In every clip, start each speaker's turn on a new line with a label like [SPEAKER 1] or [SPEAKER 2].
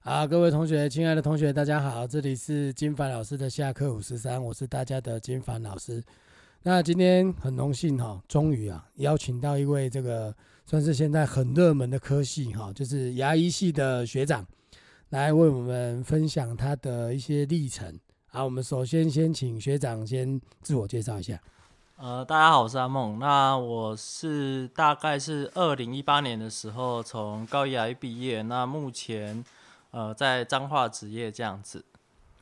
[SPEAKER 1] 好，各位同学，亲爱的同学，大家好，这里是金凡老师的下课五十三，我是大家的金凡老师。那今天很荣幸哈、终于啊邀请到一位这个算是现在很热门的科系哈、就是牙医系的学长来为我们分享他的一些历程。好，我们首先先请学长先自我介绍一下。
[SPEAKER 2] 呃，大家好，我是阿梦。那我是大概是二零一八年的时候从高一来毕业，那目前呃在彰化职业这样子。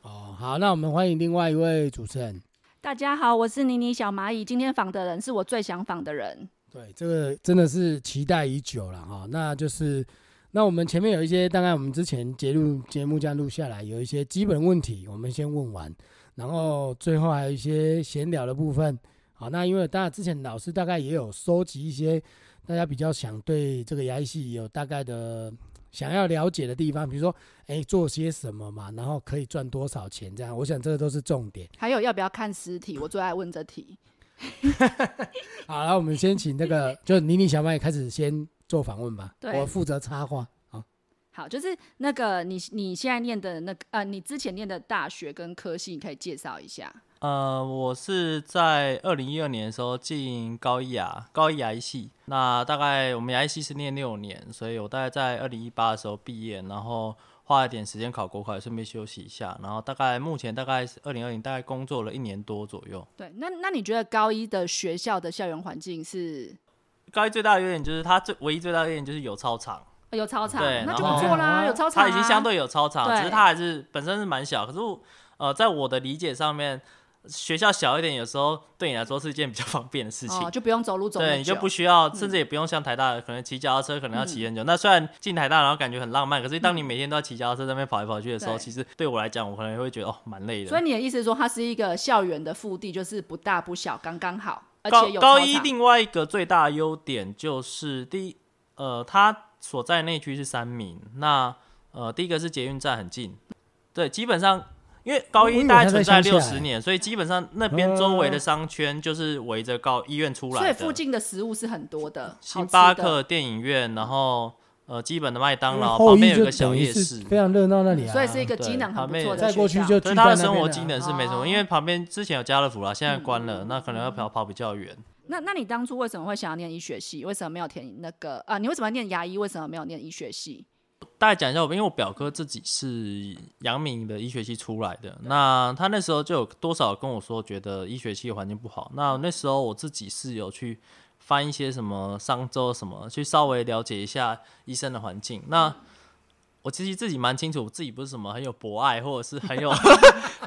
[SPEAKER 1] 哦，好，那我们欢迎另外一位主持人。
[SPEAKER 3] 大家好，我是妮妮小蚂蚁。今天访的人是我最想访的人。
[SPEAKER 1] 对，这个真的是期待已久了哈。那就是，那我们前面有一些，当然我们之前节目节目这样录下来，有一些基本问题，我们先问完，然后最后还有一些闲聊的部分。好，那因为大家之前老师大概也有收集一些大家比较想对这个牙医系有大概的想要了解的地方，比如说，哎，做些什么嘛，然后可以赚多少钱这样。我想这个都是重点。
[SPEAKER 3] 还有要不要看尸体？我最爱问这题。
[SPEAKER 1] 好，那我们先请那 个，就妮妮小麦开始先做访问吧。
[SPEAKER 3] 对
[SPEAKER 1] 我负责插话。好，
[SPEAKER 3] 好，就是那个你你现在念的那个呃，你之前念的大学跟科系，你可以介绍一下。
[SPEAKER 2] 呃，我是在二零一二年的时候进高一啊，高一牙医系。那大概我们牙医系是念六年，所以我大概在二零一八的时候毕业，然后花了点时间考国考，顺便休息一下。然后大概目前大概是二零二零，大概工作了一年多左右。
[SPEAKER 3] 对，那那你觉得高一的学校的校园环境是、
[SPEAKER 2] 高一最大的优点就是它最唯一最大的优点就是有操场。
[SPEAKER 3] 呃有操场
[SPEAKER 2] 对，
[SPEAKER 3] 那就
[SPEAKER 2] 然
[SPEAKER 3] 不
[SPEAKER 2] 后
[SPEAKER 3] 错啦，有操场、
[SPEAKER 2] 它
[SPEAKER 3] 啊。
[SPEAKER 2] 已经相对有操场，
[SPEAKER 3] 对
[SPEAKER 2] 只是它还是本身是蛮小。可是我呃，在我的理解上面，学校小一点，有时候对你来说是一件比较方便的事情。
[SPEAKER 3] 哦，就不用走路走那
[SPEAKER 2] 对，你就
[SPEAKER 3] 久嗯
[SPEAKER 2] 不需要，甚至也不用像台大，可能骑脚踏车可能要骑很久。那虽然进台大，然后感觉很浪漫，可是当你每天都要骑脚踏车在那边跑来跑去的时候，
[SPEAKER 3] 嗯对
[SPEAKER 2] 其实对我来讲，我可能会觉得哦，蛮累的。
[SPEAKER 3] 所以你的意思是说，它是一个校园的腹地，就是不大不小，刚刚好，而
[SPEAKER 2] 高
[SPEAKER 3] 且有
[SPEAKER 2] 高
[SPEAKER 3] 操
[SPEAKER 2] 一
[SPEAKER 3] 场
[SPEAKER 2] 另外一个最大的优点就是第一，呃，它所在内区是三民，那呃，第一个是捷运站很近，对，基本上因为高
[SPEAKER 1] 我以
[SPEAKER 2] 一
[SPEAKER 1] 为它
[SPEAKER 2] 大概
[SPEAKER 1] 在
[SPEAKER 2] 存在
[SPEAKER 1] 乡
[SPEAKER 2] 六
[SPEAKER 1] 下欸
[SPEAKER 2] 十年，所以基本上那边周围的商圈就是围着高医院出
[SPEAKER 3] 所
[SPEAKER 2] 来
[SPEAKER 3] 以附
[SPEAKER 2] 的，
[SPEAKER 3] 近的食物是很多的，好
[SPEAKER 2] 星
[SPEAKER 3] 吃
[SPEAKER 2] 巴
[SPEAKER 3] 的
[SPEAKER 2] 克、电影院，然后呃，基本的麦当劳
[SPEAKER 1] 嗯后
[SPEAKER 2] 旁
[SPEAKER 1] 羿
[SPEAKER 2] 边有
[SPEAKER 1] 就
[SPEAKER 2] 个小
[SPEAKER 1] 等于
[SPEAKER 2] 夜
[SPEAKER 1] 是
[SPEAKER 2] 市。
[SPEAKER 1] 非常热闹那里啊，
[SPEAKER 3] 嗯所以是一个机
[SPEAKER 2] 对
[SPEAKER 3] 能很不
[SPEAKER 2] 旁边
[SPEAKER 3] 错
[SPEAKER 2] 有
[SPEAKER 3] 的
[SPEAKER 1] 再
[SPEAKER 3] 学
[SPEAKER 1] 过去
[SPEAKER 3] 校
[SPEAKER 1] 就
[SPEAKER 2] 可
[SPEAKER 1] 去
[SPEAKER 2] 是他的
[SPEAKER 1] 在那
[SPEAKER 2] 生活
[SPEAKER 1] 边啊
[SPEAKER 2] 机
[SPEAKER 1] 了
[SPEAKER 2] 能是没什么，
[SPEAKER 3] 哦
[SPEAKER 2] 因为旁边之前有家乐福啦，现在关了，那可能要跑跑比较远。
[SPEAKER 3] 那那你当初为什么会想要念医学系？为什么没有填那个啊？你为什么要念牙医？为什么没有念医学系？
[SPEAKER 2] 大概讲一下，我因为我表哥自己是阳明的医学系出来的，那他那时候就有多少跟我说，觉得医学系的环境不好。那那时候我自己是有去翻一些什么商周什么，去稍微了解一下医生的环境。那我其实自己蛮清楚，我自己不是什么很有博爱，或者是很 有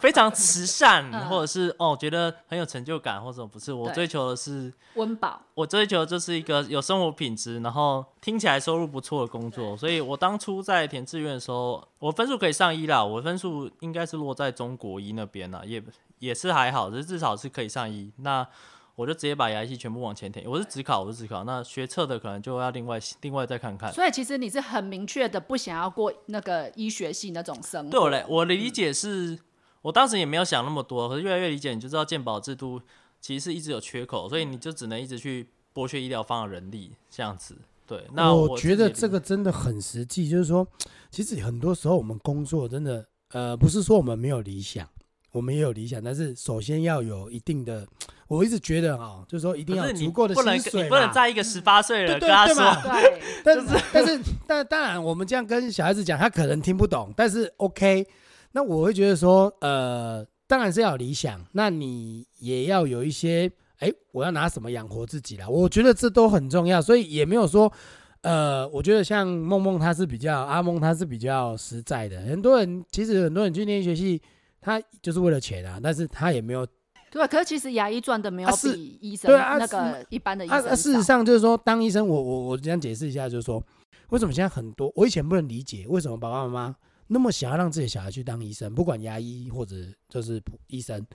[SPEAKER 2] 非常慈善，
[SPEAKER 3] 嗯
[SPEAKER 2] 或者是哦觉得很有成就感，或者不是。我
[SPEAKER 3] 对
[SPEAKER 2] 追求的是
[SPEAKER 3] 温饱
[SPEAKER 2] 我追求的就是一个有生活品质，然后听起来收入不错的工作，所以我当初在填志愿的时候，我分数可以上一啦，我分数应该是落在中国一那边啦，啊也也是还好，就是至少是可以上一。那我就直接把牙医系全部往前填，我是只考，我是只考，那学测的可能就要另外另外再看看。
[SPEAKER 3] 所以其实你是很明确的不想要过那个医学系那种生活。
[SPEAKER 2] 对我来，我的理解是，我当时也没有想那么多，可是越来越理解，你就知道健保制度其实是一直有缺口，所以你就只能一直去剥削医疗方的人力这样子。对，那
[SPEAKER 1] 我
[SPEAKER 2] 自己
[SPEAKER 1] 觉得
[SPEAKER 2] 理
[SPEAKER 1] 这个真的很实际，就是说，其实很多时候我们工作真的，呃，不是说我们没有理想，我们也有理想，但是首先要有一定的，我一直觉得啊、就是说一定
[SPEAKER 2] 可
[SPEAKER 1] 要
[SPEAKER 2] 是
[SPEAKER 1] 有
[SPEAKER 2] 你
[SPEAKER 1] 足够的
[SPEAKER 2] 不能
[SPEAKER 1] 薪
[SPEAKER 2] 跟
[SPEAKER 1] 水
[SPEAKER 2] 你不能
[SPEAKER 1] 嘛
[SPEAKER 2] 在一个十八岁
[SPEAKER 1] 对
[SPEAKER 2] 的
[SPEAKER 1] 对
[SPEAKER 2] 跟他
[SPEAKER 1] 对嘛
[SPEAKER 2] 说，
[SPEAKER 3] 对，
[SPEAKER 1] 但是但是但当然，我们这样跟小孩子讲，他可能听不懂，但是 OK。那我会觉得说，呃，当然是要有理想，那你也要有一些，哎，我要拿什么养活自己啦？我觉得这都很重要，所以也没有说。呃，我觉得像梦梦她是比较阿梦她是比较实在的，很多人其实很多人去念医学系，他就是为了钱啊，但是他也没有
[SPEAKER 3] 对，可是其实牙医赚的没有
[SPEAKER 1] 啊是
[SPEAKER 3] 比医生、
[SPEAKER 1] 对啊
[SPEAKER 3] 那
[SPEAKER 1] 是
[SPEAKER 3] 个一般的医
[SPEAKER 1] 啊
[SPEAKER 3] 生少、
[SPEAKER 1] 啊！事实上就是说，当医生，我我我这样解释一下，就是说，为什么现在很多我以前不能理解，为什么爸爸妈妈那么想要让自己的小孩去当医生，不管牙医或者就是普医生。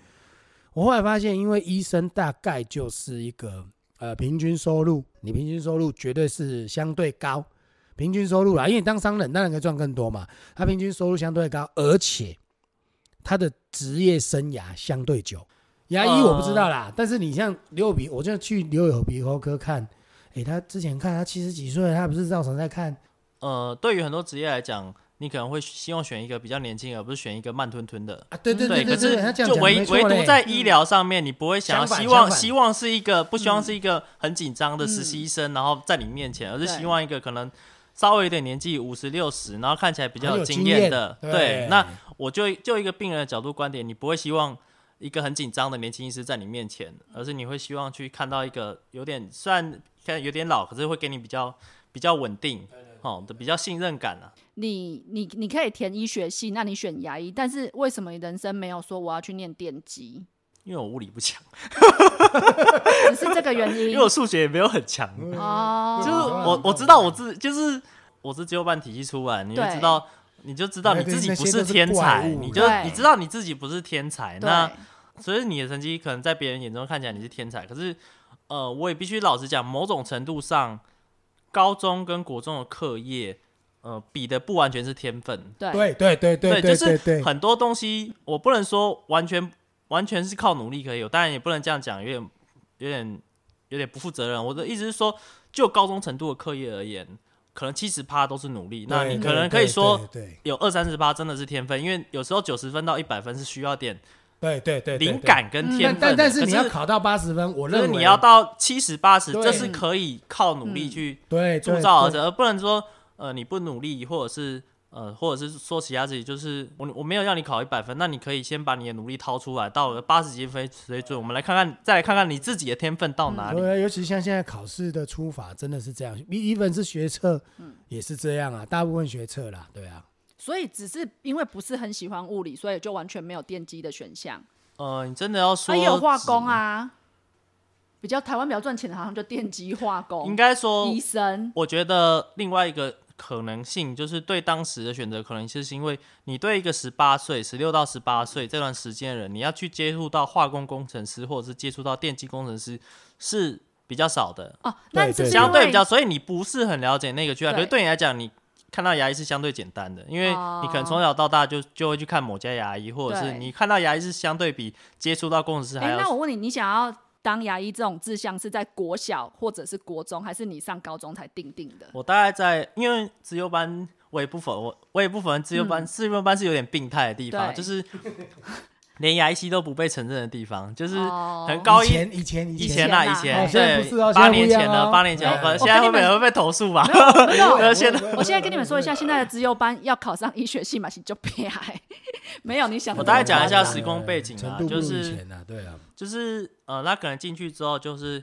[SPEAKER 1] 我后来发现，因为医生大概就是一个呃平均收入，你平均收入绝对是相对高，平均收入啦，因为你当商人当然可以赚更多嘛，他平均收入相对高，而且他的职业生涯相对久。牙医我不知道啦，
[SPEAKER 2] 哦
[SPEAKER 1] 但是你像刘有鼻，我就去刘有鼻喉科看，诶，他之前看他七十几岁，他不是照常在看，
[SPEAKER 2] 呃，对于很多职业来讲，你可能会希望选一个比较年轻，而不是选一个慢吞吞的。
[SPEAKER 1] 啊，对对
[SPEAKER 2] 对，
[SPEAKER 1] 对
[SPEAKER 2] 可
[SPEAKER 1] 对，
[SPEAKER 2] 是
[SPEAKER 1] 他这样
[SPEAKER 2] 就
[SPEAKER 1] 讲
[SPEAKER 2] 唯
[SPEAKER 1] 没错
[SPEAKER 2] 唯独
[SPEAKER 1] 嘞
[SPEAKER 2] 在医疗上面，你不会想要
[SPEAKER 1] 相反
[SPEAKER 2] 希望
[SPEAKER 1] 相反
[SPEAKER 2] 希望是一个不希望是一个很紧张的实习医生，然后在你面前，而是
[SPEAKER 3] 对
[SPEAKER 2] 希望一个可能稍微有点年纪五十六十，然后看起来比较
[SPEAKER 1] 很有
[SPEAKER 2] 经
[SPEAKER 1] 经
[SPEAKER 2] 验
[SPEAKER 1] 验
[SPEAKER 2] 的。
[SPEAKER 1] 对
[SPEAKER 2] 对，那我就就一个病人的角度观点，你不会希望。一个很紧张的年轻医师在你面前，而是你会希望去看到一个有点虽然看有点老，可是会给你比较比较稳定，哦的比较信任感啊。
[SPEAKER 3] 你你你可以填医学系，那你选牙医，但是为什么你人生没有说我要去念电机？
[SPEAKER 2] 因为我物理 不强，
[SPEAKER 3] 只是这个原
[SPEAKER 2] 因
[SPEAKER 3] 因
[SPEAKER 2] 为我数学也没有很强，
[SPEAKER 3] 哦，
[SPEAKER 2] 就是
[SPEAKER 1] 嗯
[SPEAKER 2] 我我知道我自就是我是自由班体系出来，你就
[SPEAKER 3] 对
[SPEAKER 2] 知道你就知道
[SPEAKER 1] 那
[SPEAKER 2] 你
[SPEAKER 1] 对
[SPEAKER 2] 自己
[SPEAKER 1] 那
[SPEAKER 2] 不
[SPEAKER 1] 些都是
[SPEAKER 2] 天
[SPEAKER 1] 怪
[SPEAKER 2] 才，
[SPEAKER 1] 物
[SPEAKER 2] 你就
[SPEAKER 3] 对
[SPEAKER 2] 你知道你自己不是天才，那
[SPEAKER 3] 对
[SPEAKER 2] 所以你的成绩可能在别人眼中看起来你是天才，可是呃，我也必须老实讲，某种程度上，高中跟国中的课业，呃，比的不完全是天分，
[SPEAKER 3] 对
[SPEAKER 1] 对对对对
[SPEAKER 2] 就
[SPEAKER 1] 对
[SPEAKER 2] 是
[SPEAKER 1] 对对，
[SPEAKER 2] 很多东西我不能说完全完全是靠努力可以有，当然也不能这样讲，有点有点有点不负责任。我的意思是说，就高中程度的课业而言，可能七十趴都是努力，那
[SPEAKER 1] 对
[SPEAKER 2] 你
[SPEAKER 1] 对
[SPEAKER 2] 可能可
[SPEAKER 1] 对
[SPEAKER 2] 以说
[SPEAKER 1] 对
[SPEAKER 2] 有二三十趴真的是天分，因为有时候九十分到一百分是需要点
[SPEAKER 1] 对对对对
[SPEAKER 2] 灵。感跟
[SPEAKER 3] 嗯
[SPEAKER 1] 对
[SPEAKER 2] 天
[SPEAKER 1] 但但
[SPEAKER 2] 分的、
[SPEAKER 1] 但是
[SPEAKER 2] 可
[SPEAKER 1] 你要考到八十分，我
[SPEAKER 2] 就是
[SPEAKER 1] 认为
[SPEAKER 2] 你要到七十八十，
[SPEAKER 1] 对
[SPEAKER 2] 这是可以靠努力
[SPEAKER 3] 嗯
[SPEAKER 2] 去
[SPEAKER 1] 对
[SPEAKER 2] 铸
[SPEAKER 1] 对
[SPEAKER 2] 造而
[SPEAKER 1] 对
[SPEAKER 2] 成，而不能说呃你不努力，或者是呃或者是说其他自己就是我我没有让你考一百分，那你可以先把你的努力掏出来，到了八十级分水准，我们来看看，再来看看你自己的天分
[SPEAKER 3] 嗯
[SPEAKER 2] 到哪里。
[SPEAKER 1] 对，尤其像现在考试的出法真的是这样，even 是学测，
[SPEAKER 2] 嗯
[SPEAKER 1] 也是这样啊，大部分学测啦，对啊，
[SPEAKER 3] 所以只是因为不是很喜欢物理，所以就完全没有电机的选项。
[SPEAKER 2] 呃，你真的要说
[SPEAKER 3] 啊，也有化工，啊，比较台湾比较赚钱的，好像就电机、化
[SPEAKER 2] 应
[SPEAKER 3] 工、
[SPEAKER 2] 该说
[SPEAKER 3] 医生。
[SPEAKER 2] 我觉得另外一个可能性就是对当时的选择，可能就是因为你对一个十八岁、十六到十八岁这段时间的人，你要去接触到化工工程师或者是接触到电机工程师是比较少的，
[SPEAKER 3] 哦，那
[SPEAKER 1] 对
[SPEAKER 3] 是不是
[SPEAKER 1] 对
[SPEAKER 2] 相
[SPEAKER 3] 因
[SPEAKER 2] 对
[SPEAKER 3] 为
[SPEAKER 2] 比较，所以你不是很了解那个区啊块。可
[SPEAKER 3] 对
[SPEAKER 2] 是对你来讲，你看到牙医是相对简单的，因为
[SPEAKER 3] 哦
[SPEAKER 2] 你可能从小到大就就会去看某家牙医，或者是
[SPEAKER 3] 对
[SPEAKER 2] 你看到牙医是相对比接触到工程师还
[SPEAKER 3] 哎，那
[SPEAKER 2] 要
[SPEAKER 3] 我问你，你想要当牙医这种志向是在国小或者是国中，还是你上高中才定定的？
[SPEAKER 2] 我大概在，因为自由班，我也不否，我我也不否认自由班，自由班是有点病态的地方，
[SPEAKER 3] 嗯对
[SPEAKER 2] 就是 连牙医系都不被承认的地方，就是
[SPEAKER 3] 哦
[SPEAKER 2] 很高
[SPEAKER 1] 以
[SPEAKER 2] 一。
[SPEAKER 1] 前以前
[SPEAKER 2] 以
[SPEAKER 1] 前
[SPEAKER 2] 前啦，以
[SPEAKER 3] 以前啊
[SPEAKER 2] 前
[SPEAKER 3] 哦
[SPEAKER 1] 哦现在
[SPEAKER 2] 对
[SPEAKER 1] 不是哦，
[SPEAKER 2] 八
[SPEAKER 1] 现在不
[SPEAKER 2] 年
[SPEAKER 1] 一样
[SPEAKER 2] 前了，
[SPEAKER 1] 哦
[SPEAKER 2] 八年前
[SPEAKER 1] 哎
[SPEAKER 2] 我，
[SPEAKER 1] 哎
[SPEAKER 2] 现在会
[SPEAKER 3] 我跟你
[SPEAKER 2] 不
[SPEAKER 3] 们
[SPEAKER 2] 会被投诉吧？
[SPEAKER 3] 没有，
[SPEAKER 2] 那现在
[SPEAKER 3] 我现在跟你们说一下，现在的资优班要考上医学系嘛，是就别哎， 没有你想的
[SPEAKER 2] 我
[SPEAKER 3] 那么
[SPEAKER 2] 大概
[SPEAKER 3] 夸
[SPEAKER 2] 讲
[SPEAKER 3] 张。
[SPEAKER 2] 一下时空背景啊
[SPEAKER 1] 程度不如
[SPEAKER 2] 就
[SPEAKER 1] 以
[SPEAKER 2] 是
[SPEAKER 1] 前啊，对啊，
[SPEAKER 2] 就是呃，他可能进去之后就是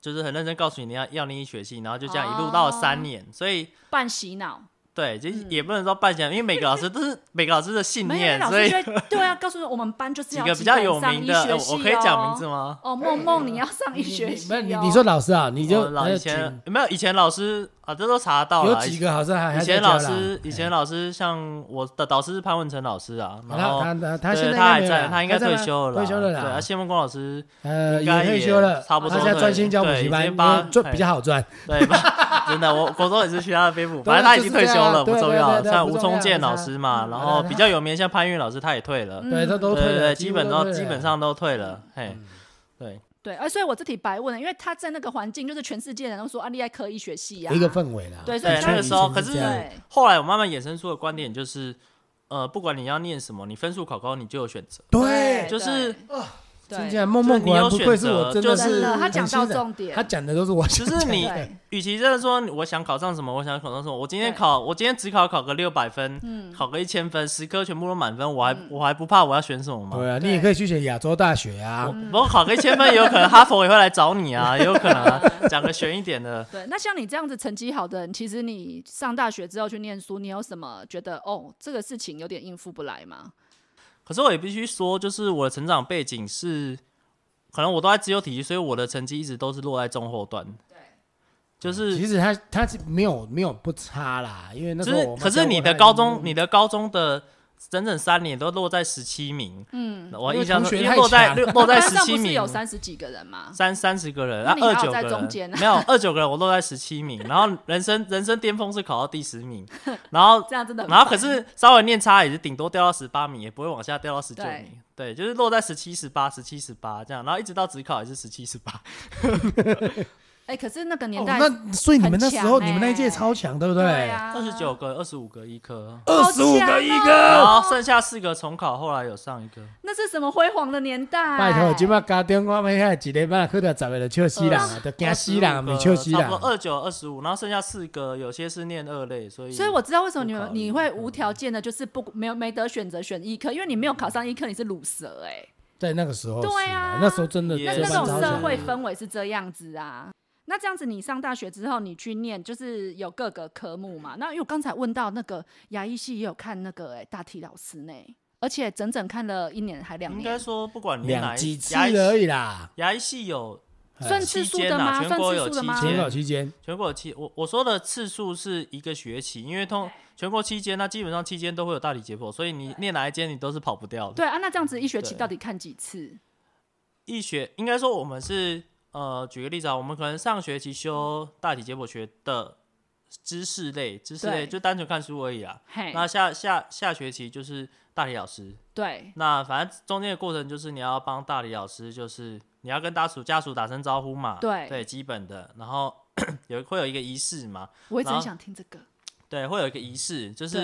[SPEAKER 2] 就是很认真告诉你你要要念医学系，然后就这样一路到了三
[SPEAKER 3] 哦
[SPEAKER 2] 年，所以
[SPEAKER 3] 半洗脑，
[SPEAKER 2] 对，其实也不能说半强，因为每个老师都是每个老师的信
[SPEAKER 3] 嗯没有
[SPEAKER 2] 念，
[SPEAKER 3] 老
[SPEAKER 2] 所以
[SPEAKER 3] 师就会对啊，告诉我们 班就是
[SPEAKER 2] 几
[SPEAKER 3] 要
[SPEAKER 2] 个比较
[SPEAKER 3] 基本
[SPEAKER 2] 有
[SPEAKER 3] 上
[SPEAKER 2] 名
[SPEAKER 3] 医
[SPEAKER 2] 的，
[SPEAKER 3] 学
[SPEAKER 2] 呃
[SPEAKER 3] 系
[SPEAKER 2] 我可以讲名字
[SPEAKER 3] 哦
[SPEAKER 2] 吗？
[SPEAKER 3] 哦，梦梦，你要上
[SPEAKER 1] 你
[SPEAKER 3] 医学
[SPEAKER 1] 你
[SPEAKER 3] 系
[SPEAKER 1] 没有你
[SPEAKER 3] 哦
[SPEAKER 1] 你说老师啊，你就
[SPEAKER 2] 哦老
[SPEAKER 1] 还有
[SPEAKER 2] 以前
[SPEAKER 1] 请
[SPEAKER 2] 没有以前老师啊，这都查得到
[SPEAKER 1] 有
[SPEAKER 2] 了。
[SPEAKER 1] 几个好像还还
[SPEAKER 2] 以
[SPEAKER 1] 在
[SPEAKER 2] 前
[SPEAKER 1] 教
[SPEAKER 2] 老
[SPEAKER 1] 啦
[SPEAKER 2] 师，以前老师像我的导师是潘文成老师啊，
[SPEAKER 1] 哎
[SPEAKER 2] 然后
[SPEAKER 1] 他他他
[SPEAKER 2] 对
[SPEAKER 1] 现在应
[SPEAKER 2] 他
[SPEAKER 1] 该
[SPEAKER 2] 还
[SPEAKER 1] 没有
[SPEAKER 2] 在，
[SPEAKER 1] 啦
[SPEAKER 2] 他应该
[SPEAKER 1] 在
[SPEAKER 2] 退
[SPEAKER 1] 吗
[SPEAKER 2] 休了啦，
[SPEAKER 1] 退休了啦
[SPEAKER 2] 对，啊谢孟光老师
[SPEAKER 1] 呃，也
[SPEAKER 2] 应该
[SPEAKER 1] 退
[SPEAKER 2] 也
[SPEAKER 1] 休了，
[SPEAKER 2] 差不
[SPEAKER 1] 他
[SPEAKER 2] 多
[SPEAKER 1] 现在
[SPEAKER 2] 对
[SPEAKER 1] 专心教补
[SPEAKER 2] 对
[SPEAKER 1] 习
[SPEAKER 2] 已
[SPEAKER 1] 班，
[SPEAKER 2] 经
[SPEAKER 1] 因
[SPEAKER 2] 帮
[SPEAKER 1] 为赚
[SPEAKER 2] 哎
[SPEAKER 1] 比较好赚。
[SPEAKER 2] 对，真的，我国中也是去他的飞舞，反正他已经退休了，不
[SPEAKER 1] 对啊
[SPEAKER 2] 重
[SPEAKER 1] 就是这
[SPEAKER 2] 要。
[SPEAKER 1] 样对对对
[SPEAKER 2] 像
[SPEAKER 1] 不
[SPEAKER 2] 吴
[SPEAKER 1] 重要
[SPEAKER 2] 宗宪老师嘛，
[SPEAKER 1] 嗯
[SPEAKER 2] 然
[SPEAKER 1] 好
[SPEAKER 2] 后
[SPEAKER 1] 的
[SPEAKER 2] 比较有名像潘越老师，他也退了，
[SPEAKER 1] 对，他嗯都
[SPEAKER 2] 对
[SPEAKER 1] 退
[SPEAKER 2] 对
[SPEAKER 1] 了，
[SPEAKER 2] 对，
[SPEAKER 1] 几
[SPEAKER 2] 基
[SPEAKER 1] 乎
[SPEAKER 2] 本都
[SPEAKER 1] 退
[SPEAKER 2] 基
[SPEAKER 1] 了嗯
[SPEAKER 2] 本上都退了，嘿，对，
[SPEAKER 3] 对，而哎所以我这题白问了，因为他在那个环境，就是全世界人都说啊，你爱科医学系啊，
[SPEAKER 1] 有一个氛围啦。
[SPEAKER 3] 对所以
[SPEAKER 2] 对，
[SPEAKER 3] 他
[SPEAKER 2] 那个
[SPEAKER 3] 以
[SPEAKER 2] 时候，
[SPEAKER 1] 前
[SPEAKER 2] 可
[SPEAKER 1] 是
[SPEAKER 2] 是
[SPEAKER 1] 这样
[SPEAKER 3] 对
[SPEAKER 2] 后来我慢慢衍生出的观点就是，呃，不管你要念什么，你分数考高，你就有选择。
[SPEAKER 1] 对，
[SPEAKER 2] 就是
[SPEAKER 3] 对
[SPEAKER 1] 听起
[SPEAKER 3] 对
[SPEAKER 1] 来梦梦果然不愧是我，真的
[SPEAKER 2] 就是
[SPEAKER 1] 是
[SPEAKER 3] 真的，他
[SPEAKER 1] 很
[SPEAKER 3] 讲
[SPEAKER 1] 欣
[SPEAKER 3] 到
[SPEAKER 1] 赏
[SPEAKER 3] 重点，
[SPEAKER 1] 他讲的都是我想
[SPEAKER 2] 就是
[SPEAKER 1] 讲的，
[SPEAKER 2] 你
[SPEAKER 3] 对，
[SPEAKER 2] 与其真的说我想考上什么，我想考上什么，我今天
[SPEAKER 3] 对
[SPEAKER 2] 考，我今天只考考个六百分，
[SPEAKER 3] 嗯
[SPEAKER 2] 考个一千分，十科全部都满分，我还我还不怕我要选什么 吗？
[SPEAKER 1] 对啊，你
[SPEAKER 3] 对
[SPEAKER 1] 也可以去选亚洲大学啊
[SPEAKER 2] 我，我考个一千分，也有可能哈佛也会来找你 啊，也有可能啊，讲个悬一点的。
[SPEAKER 3] 对。那像你这样子成绩好的人，其实你上大学之后去念书，你有什么觉得哦，这个事情有点应付不来吗？
[SPEAKER 2] 可是我也必须说，就是我的成长背景是，可能我都在自由体育，所以我的成绩一直都是落在中后段。对，就是
[SPEAKER 1] 其实他他是没有没有不差啦，因为那
[SPEAKER 2] 就
[SPEAKER 1] 时候
[SPEAKER 2] 是
[SPEAKER 1] 我，妈
[SPEAKER 2] 可
[SPEAKER 1] 教
[SPEAKER 2] 是你
[SPEAKER 1] 我
[SPEAKER 2] 的
[SPEAKER 1] 她
[SPEAKER 2] 高中，你的高中的整整三年都落在十七名，
[SPEAKER 3] 嗯，
[SPEAKER 2] 我
[SPEAKER 1] 因为
[SPEAKER 2] 印象
[SPEAKER 1] 同
[SPEAKER 2] 中
[SPEAKER 1] 学
[SPEAKER 2] 因为
[SPEAKER 1] 太
[SPEAKER 2] 落在
[SPEAKER 1] 强
[SPEAKER 2] 六落在
[SPEAKER 3] 哦班
[SPEAKER 2] 十
[SPEAKER 3] 上
[SPEAKER 2] 七
[SPEAKER 3] 不是
[SPEAKER 2] 名，
[SPEAKER 3] 有三十几个人吗？
[SPEAKER 2] 三三十个人，
[SPEAKER 3] 那
[SPEAKER 2] 啊
[SPEAKER 3] 你还
[SPEAKER 2] 二
[SPEAKER 3] 有
[SPEAKER 2] 九个
[SPEAKER 3] 在中
[SPEAKER 2] 人
[SPEAKER 3] 间，啊
[SPEAKER 2] 没有二九个人，我落在十七名，然后人生人生巅峰是考到第十名，然后
[SPEAKER 3] 这样真的很
[SPEAKER 2] 然后可
[SPEAKER 3] 烦
[SPEAKER 2] 是稍微念差也是顶多掉到十八名，也不会往下掉到十九
[SPEAKER 3] 对
[SPEAKER 2] 名。对，就是落在十七、十八、十七、十八这样，然后一直到职考也是十七、十八。
[SPEAKER 3] 哎，可是那个年
[SPEAKER 1] 哦，
[SPEAKER 3] 代，
[SPEAKER 1] 那所以你们那时候
[SPEAKER 3] 很强欸
[SPEAKER 1] 你们那一届超强，对不
[SPEAKER 3] 对
[SPEAKER 1] 对？
[SPEAKER 3] 啊，
[SPEAKER 2] 二十九个，二十五个医科，
[SPEAKER 1] 二十五个一
[SPEAKER 2] 然
[SPEAKER 1] 个，
[SPEAKER 2] 后剩下四个重考，后来有上一个。
[SPEAKER 3] 那是什么辉煌的年代？
[SPEAKER 1] 拜托，今麦家长我们遐一礼拜去到十个就笑死人啊，就惊死人，
[SPEAKER 2] 25
[SPEAKER 1] 咪
[SPEAKER 2] 个
[SPEAKER 1] 笑死
[SPEAKER 2] 哦差
[SPEAKER 1] 人
[SPEAKER 2] 不。多二九二十五，然后剩下四个，有些是念二类，所以
[SPEAKER 3] 所以我知道为什么你们
[SPEAKER 2] 不考虑
[SPEAKER 3] 你会无条件的，就是不没有没得选择选医科，因为你没有考上医科，你是卤蛇哎、
[SPEAKER 1] 在那个时候是，
[SPEAKER 3] 对啊
[SPEAKER 1] 那时候真的
[SPEAKER 2] 也
[SPEAKER 3] 那
[SPEAKER 2] 是
[SPEAKER 1] 这
[SPEAKER 3] 那
[SPEAKER 1] 班
[SPEAKER 3] 种
[SPEAKER 1] 超
[SPEAKER 3] 社
[SPEAKER 1] 强
[SPEAKER 3] 会
[SPEAKER 1] 的
[SPEAKER 3] 氛围是这样子啊。那这样子，你上大学之后，你去念就是有各个科目嘛？那因为我刚才问到那个牙医系也有看那个哎、大体老师呢，而且整整看了一年还两
[SPEAKER 2] 应该
[SPEAKER 3] 年，
[SPEAKER 2] 说不管你哪
[SPEAKER 1] 两
[SPEAKER 2] 一
[SPEAKER 1] 几次
[SPEAKER 2] 牙医系
[SPEAKER 1] 而已啦，
[SPEAKER 2] 牙医系有
[SPEAKER 3] 算次数
[SPEAKER 2] 期
[SPEAKER 3] 的吗？
[SPEAKER 2] 间啊
[SPEAKER 3] 算
[SPEAKER 2] 全国有
[SPEAKER 3] 次数的吗
[SPEAKER 2] 期？
[SPEAKER 1] 全
[SPEAKER 2] 间
[SPEAKER 1] 考期间
[SPEAKER 2] 全国有期，我我说的次数是一个学期，因为通全国期间，那基本上期间都会有大体解剖，所以你念哪一间你都是跑不掉的。
[SPEAKER 3] 对啊，那这样子一学期
[SPEAKER 2] 对
[SPEAKER 3] 到底看几次？
[SPEAKER 2] 医学应该说我们是呃，举个例子啊，我们可能上学期修大体解剖学的知识类，知识类
[SPEAKER 3] 对
[SPEAKER 2] 就单纯看书而已啦。
[SPEAKER 3] 嘿，
[SPEAKER 2] 那下下下学期就是大理老师，
[SPEAKER 3] 对，
[SPEAKER 2] 那反正中间的过程就是你要帮大理老师，就是你要跟大属家属打声招呼嘛，
[SPEAKER 3] 对
[SPEAKER 2] 对，基本的，然后 有会有一个仪式嘛，
[SPEAKER 3] 我一直很
[SPEAKER 2] 然后
[SPEAKER 3] 想听这个，
[SPEAKER 2] 对，会有一个仪式，就是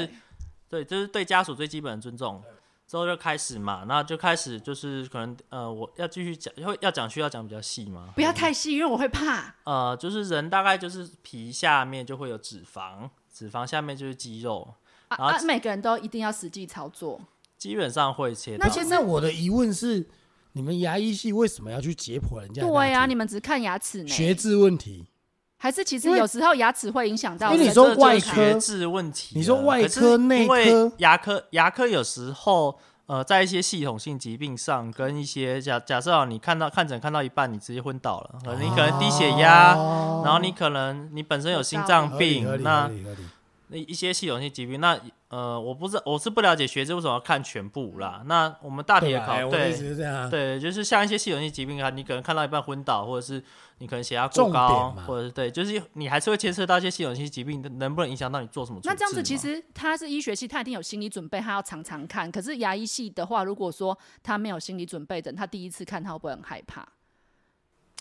[SPEAKER 3] 对，
[SPEAKER 2] 对，就是对家属最基本的尊重。之后就开始嘛，那就开始就是可能呃，我要继续讲，会要讲需要讲比较细吗？
[SPEAKER 3] 不要太细，因为我会怕。啊
[SPEAKER 2] 呃，就是人大概就是皮下面就会有脂肪，脂肪下面就是肌肉，
[SPEAKER 3] 啊
[SPEAKER 2] 然后
[SPEAKER 3] 啊！每个人都一定要实际操作，
[SPEAKER 2] 基本上会切到
[SPEAKER 1] 那。现在我的疑问是，你们牙医系为什么要去解剖人家的大体？
[SPEAKER 3] 对呀、啊你们只看牙齿呢？
[SPEAKER 1] 学制问题，
[SPEAKER 3] 还是其实
[SPEAKER 1] 因为
[SPEAKER 3] 有时候牙齿会影响到
[SPEAKER 1] 因为
[SPEAKER 3] 人
[SPEAKER 1] 你说
[SPEAKER 2] 这就是
[SPEAKER 1] 外科
[SPEAKER 2] 学制问题了，
[SPEAKER 1] 你说外
[SPEAKER 2] 可是
[SPEAKER 1] 科内
[SPEAKER 2] 因为
[SPEAKER 1] 科
[SPEAKER 2] 牙科牙科有时候呃，在一些系统性疾病上，跟一些假假设啊，你看到看诊看到一半，你直接昏倒了，呃你可能低血压，
[SPEAKER 1] 哦
[SPEAKER 2] 然后你可能你本身有心
[SPEAKER 1] 合
[SPEAKER 2] 脏
[SPEAKER 1] 理
[SPEAKER 2] 病
[SPEAKER 1] 合，理
[SPEAKER 2] 那
[SPEAKER 1] 合理合理
[SPEAKER 2] 那一些系统性疾病，那呃，我不知我是不了解学制为什么要看全部啦。那我们大体
[SPEAKER 1] 对
[SPEAKER 2] 的
[SPEAKER 1] 吧？
[SPEAKER 2] 考
[SPEAKER 1] 哎我的意思
[SPEAKER 2] 对
[SPEAKER 1] 是这样啊。
[SPEAKER 2] 对，就是像一些系统性疾病啊，你可能看到一半昏倒，或者是你可能血压过
[SPEAKER 1] 重点
[SPEAKER 2] 高
[SPEAKER 1] 嘛，
[SPEAKER 2] 或者是对，就是你还是会牵涉到一些系统性疾病能不能影响到你做什么处置嘛。
[SPEAKER 3] 那这样子，其实他是医学系，他一定有心理准备，他要常常看。可是牙医系的话，如果说他没有心理准备的，他第一次看他会不会很害怕？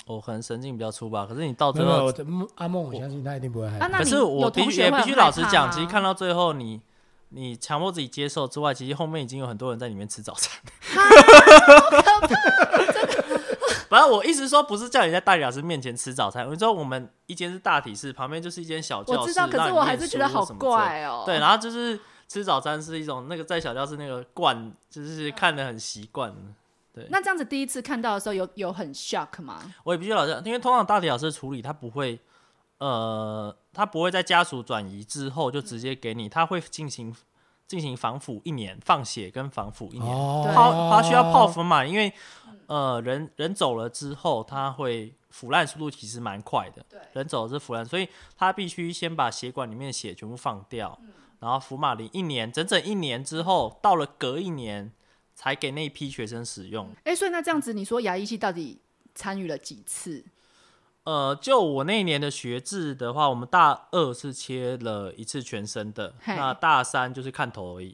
[SPEAKER 2] 我可能神经比较粗吧，可是你到
[SPEAKER 1] 没
[SPEAKER 2] 最
[SPEAKER 1] 有没有，
[SPEAKER 2] 后
[SPEAKER 1] 我，的嗯阿梦，我相信他一定不会害
[SPEAKER 3] 啊
[SPEAKER 1] 怕。
[SPEAKER 3] 那
[SPEAKER 2] 可
[SPEAKER 3] 你
[SPEAKER 2] 是我
[SPEAKER 3] 有
[SPEAKER 2] 必
[SPEAKER 3] 同
[SPEAKER 2] 须
[SPEAKER 3] 学
[SPEAKER 2] 也
[SPEAKER 3] 会
[SPEAKER 2] 必
[SPEAKER 3] 很
[SPEAKER 2] 须
[SPEAKER 3] 害
[SPEAKER 2] 老实
[SPEAKER 3] 怕
[SPEAKER 2] 讲，
[SPEAKER 3] 吗
[SPEAKER 2] 其实看到最后你。你强迫自己接受之外，其实后面已经有很多人在里面吃早 餐。 反正我意思说，不是叫你在大理老师面前吃早餐。我说我们一间是大体室，旁边就是一间小教室。
[SPEAKER 3] 我知道，可
[SPEAKER 2] 让
[SPEAKER 3] 是
[SPEAKER 2] 你
[SPEAKER 3] 我
[SPEAKER 2] 念
[SPEAKER 3] 还是觉
[SPEAKER 2] 书
[SPEAKER 3] 得
[SPEAKER 2] 或
[SPEAKER 3] 好
[SPEAKER 2] 什么之类的
[SPEAKER 3] 怪哦、
[SPEAKER 2] 对，然后就是吃早餐是一种那个在小教室那个惯，就是看得很习惯。
[SPEAKER 3] 那这样子第一次看到的时候有，有很 shock 吗？
[SPEAKER 2] 我也必须老实讲，因为通常大体老师处理他不会，呃，他不会在家属转移之后就直接给你，他会进行进行防腐一年，放血跟防腐一年。
[SPEAKER 1] 哦
[SPEAKER 3] 对
[SPEAKER 2] 泡他需要泡芙嘛，因为呃人人走了之后，他会腐烂速度其实蛮快的。
[SPEAKER 3] 对
[SPEAKER 2] 人走了是腐烂，所以他必须先把血管里面的血全部放掉，
[SPEAKER 3] 嗯
[SPEAKER 2] 然后福马林一年整整一年之后，到了隔一年才给那一批学生使用。
[SPEAKER 3] 哎、所以那这样子，你说牙医系到底参与了几次？
[SPEAKER 2] 呃，就我那一年的学制的话，我们大二是切了一次全身的，
[SPEAKER 3] 嘿
[SPEAKER 2] 那大三就是看头而已，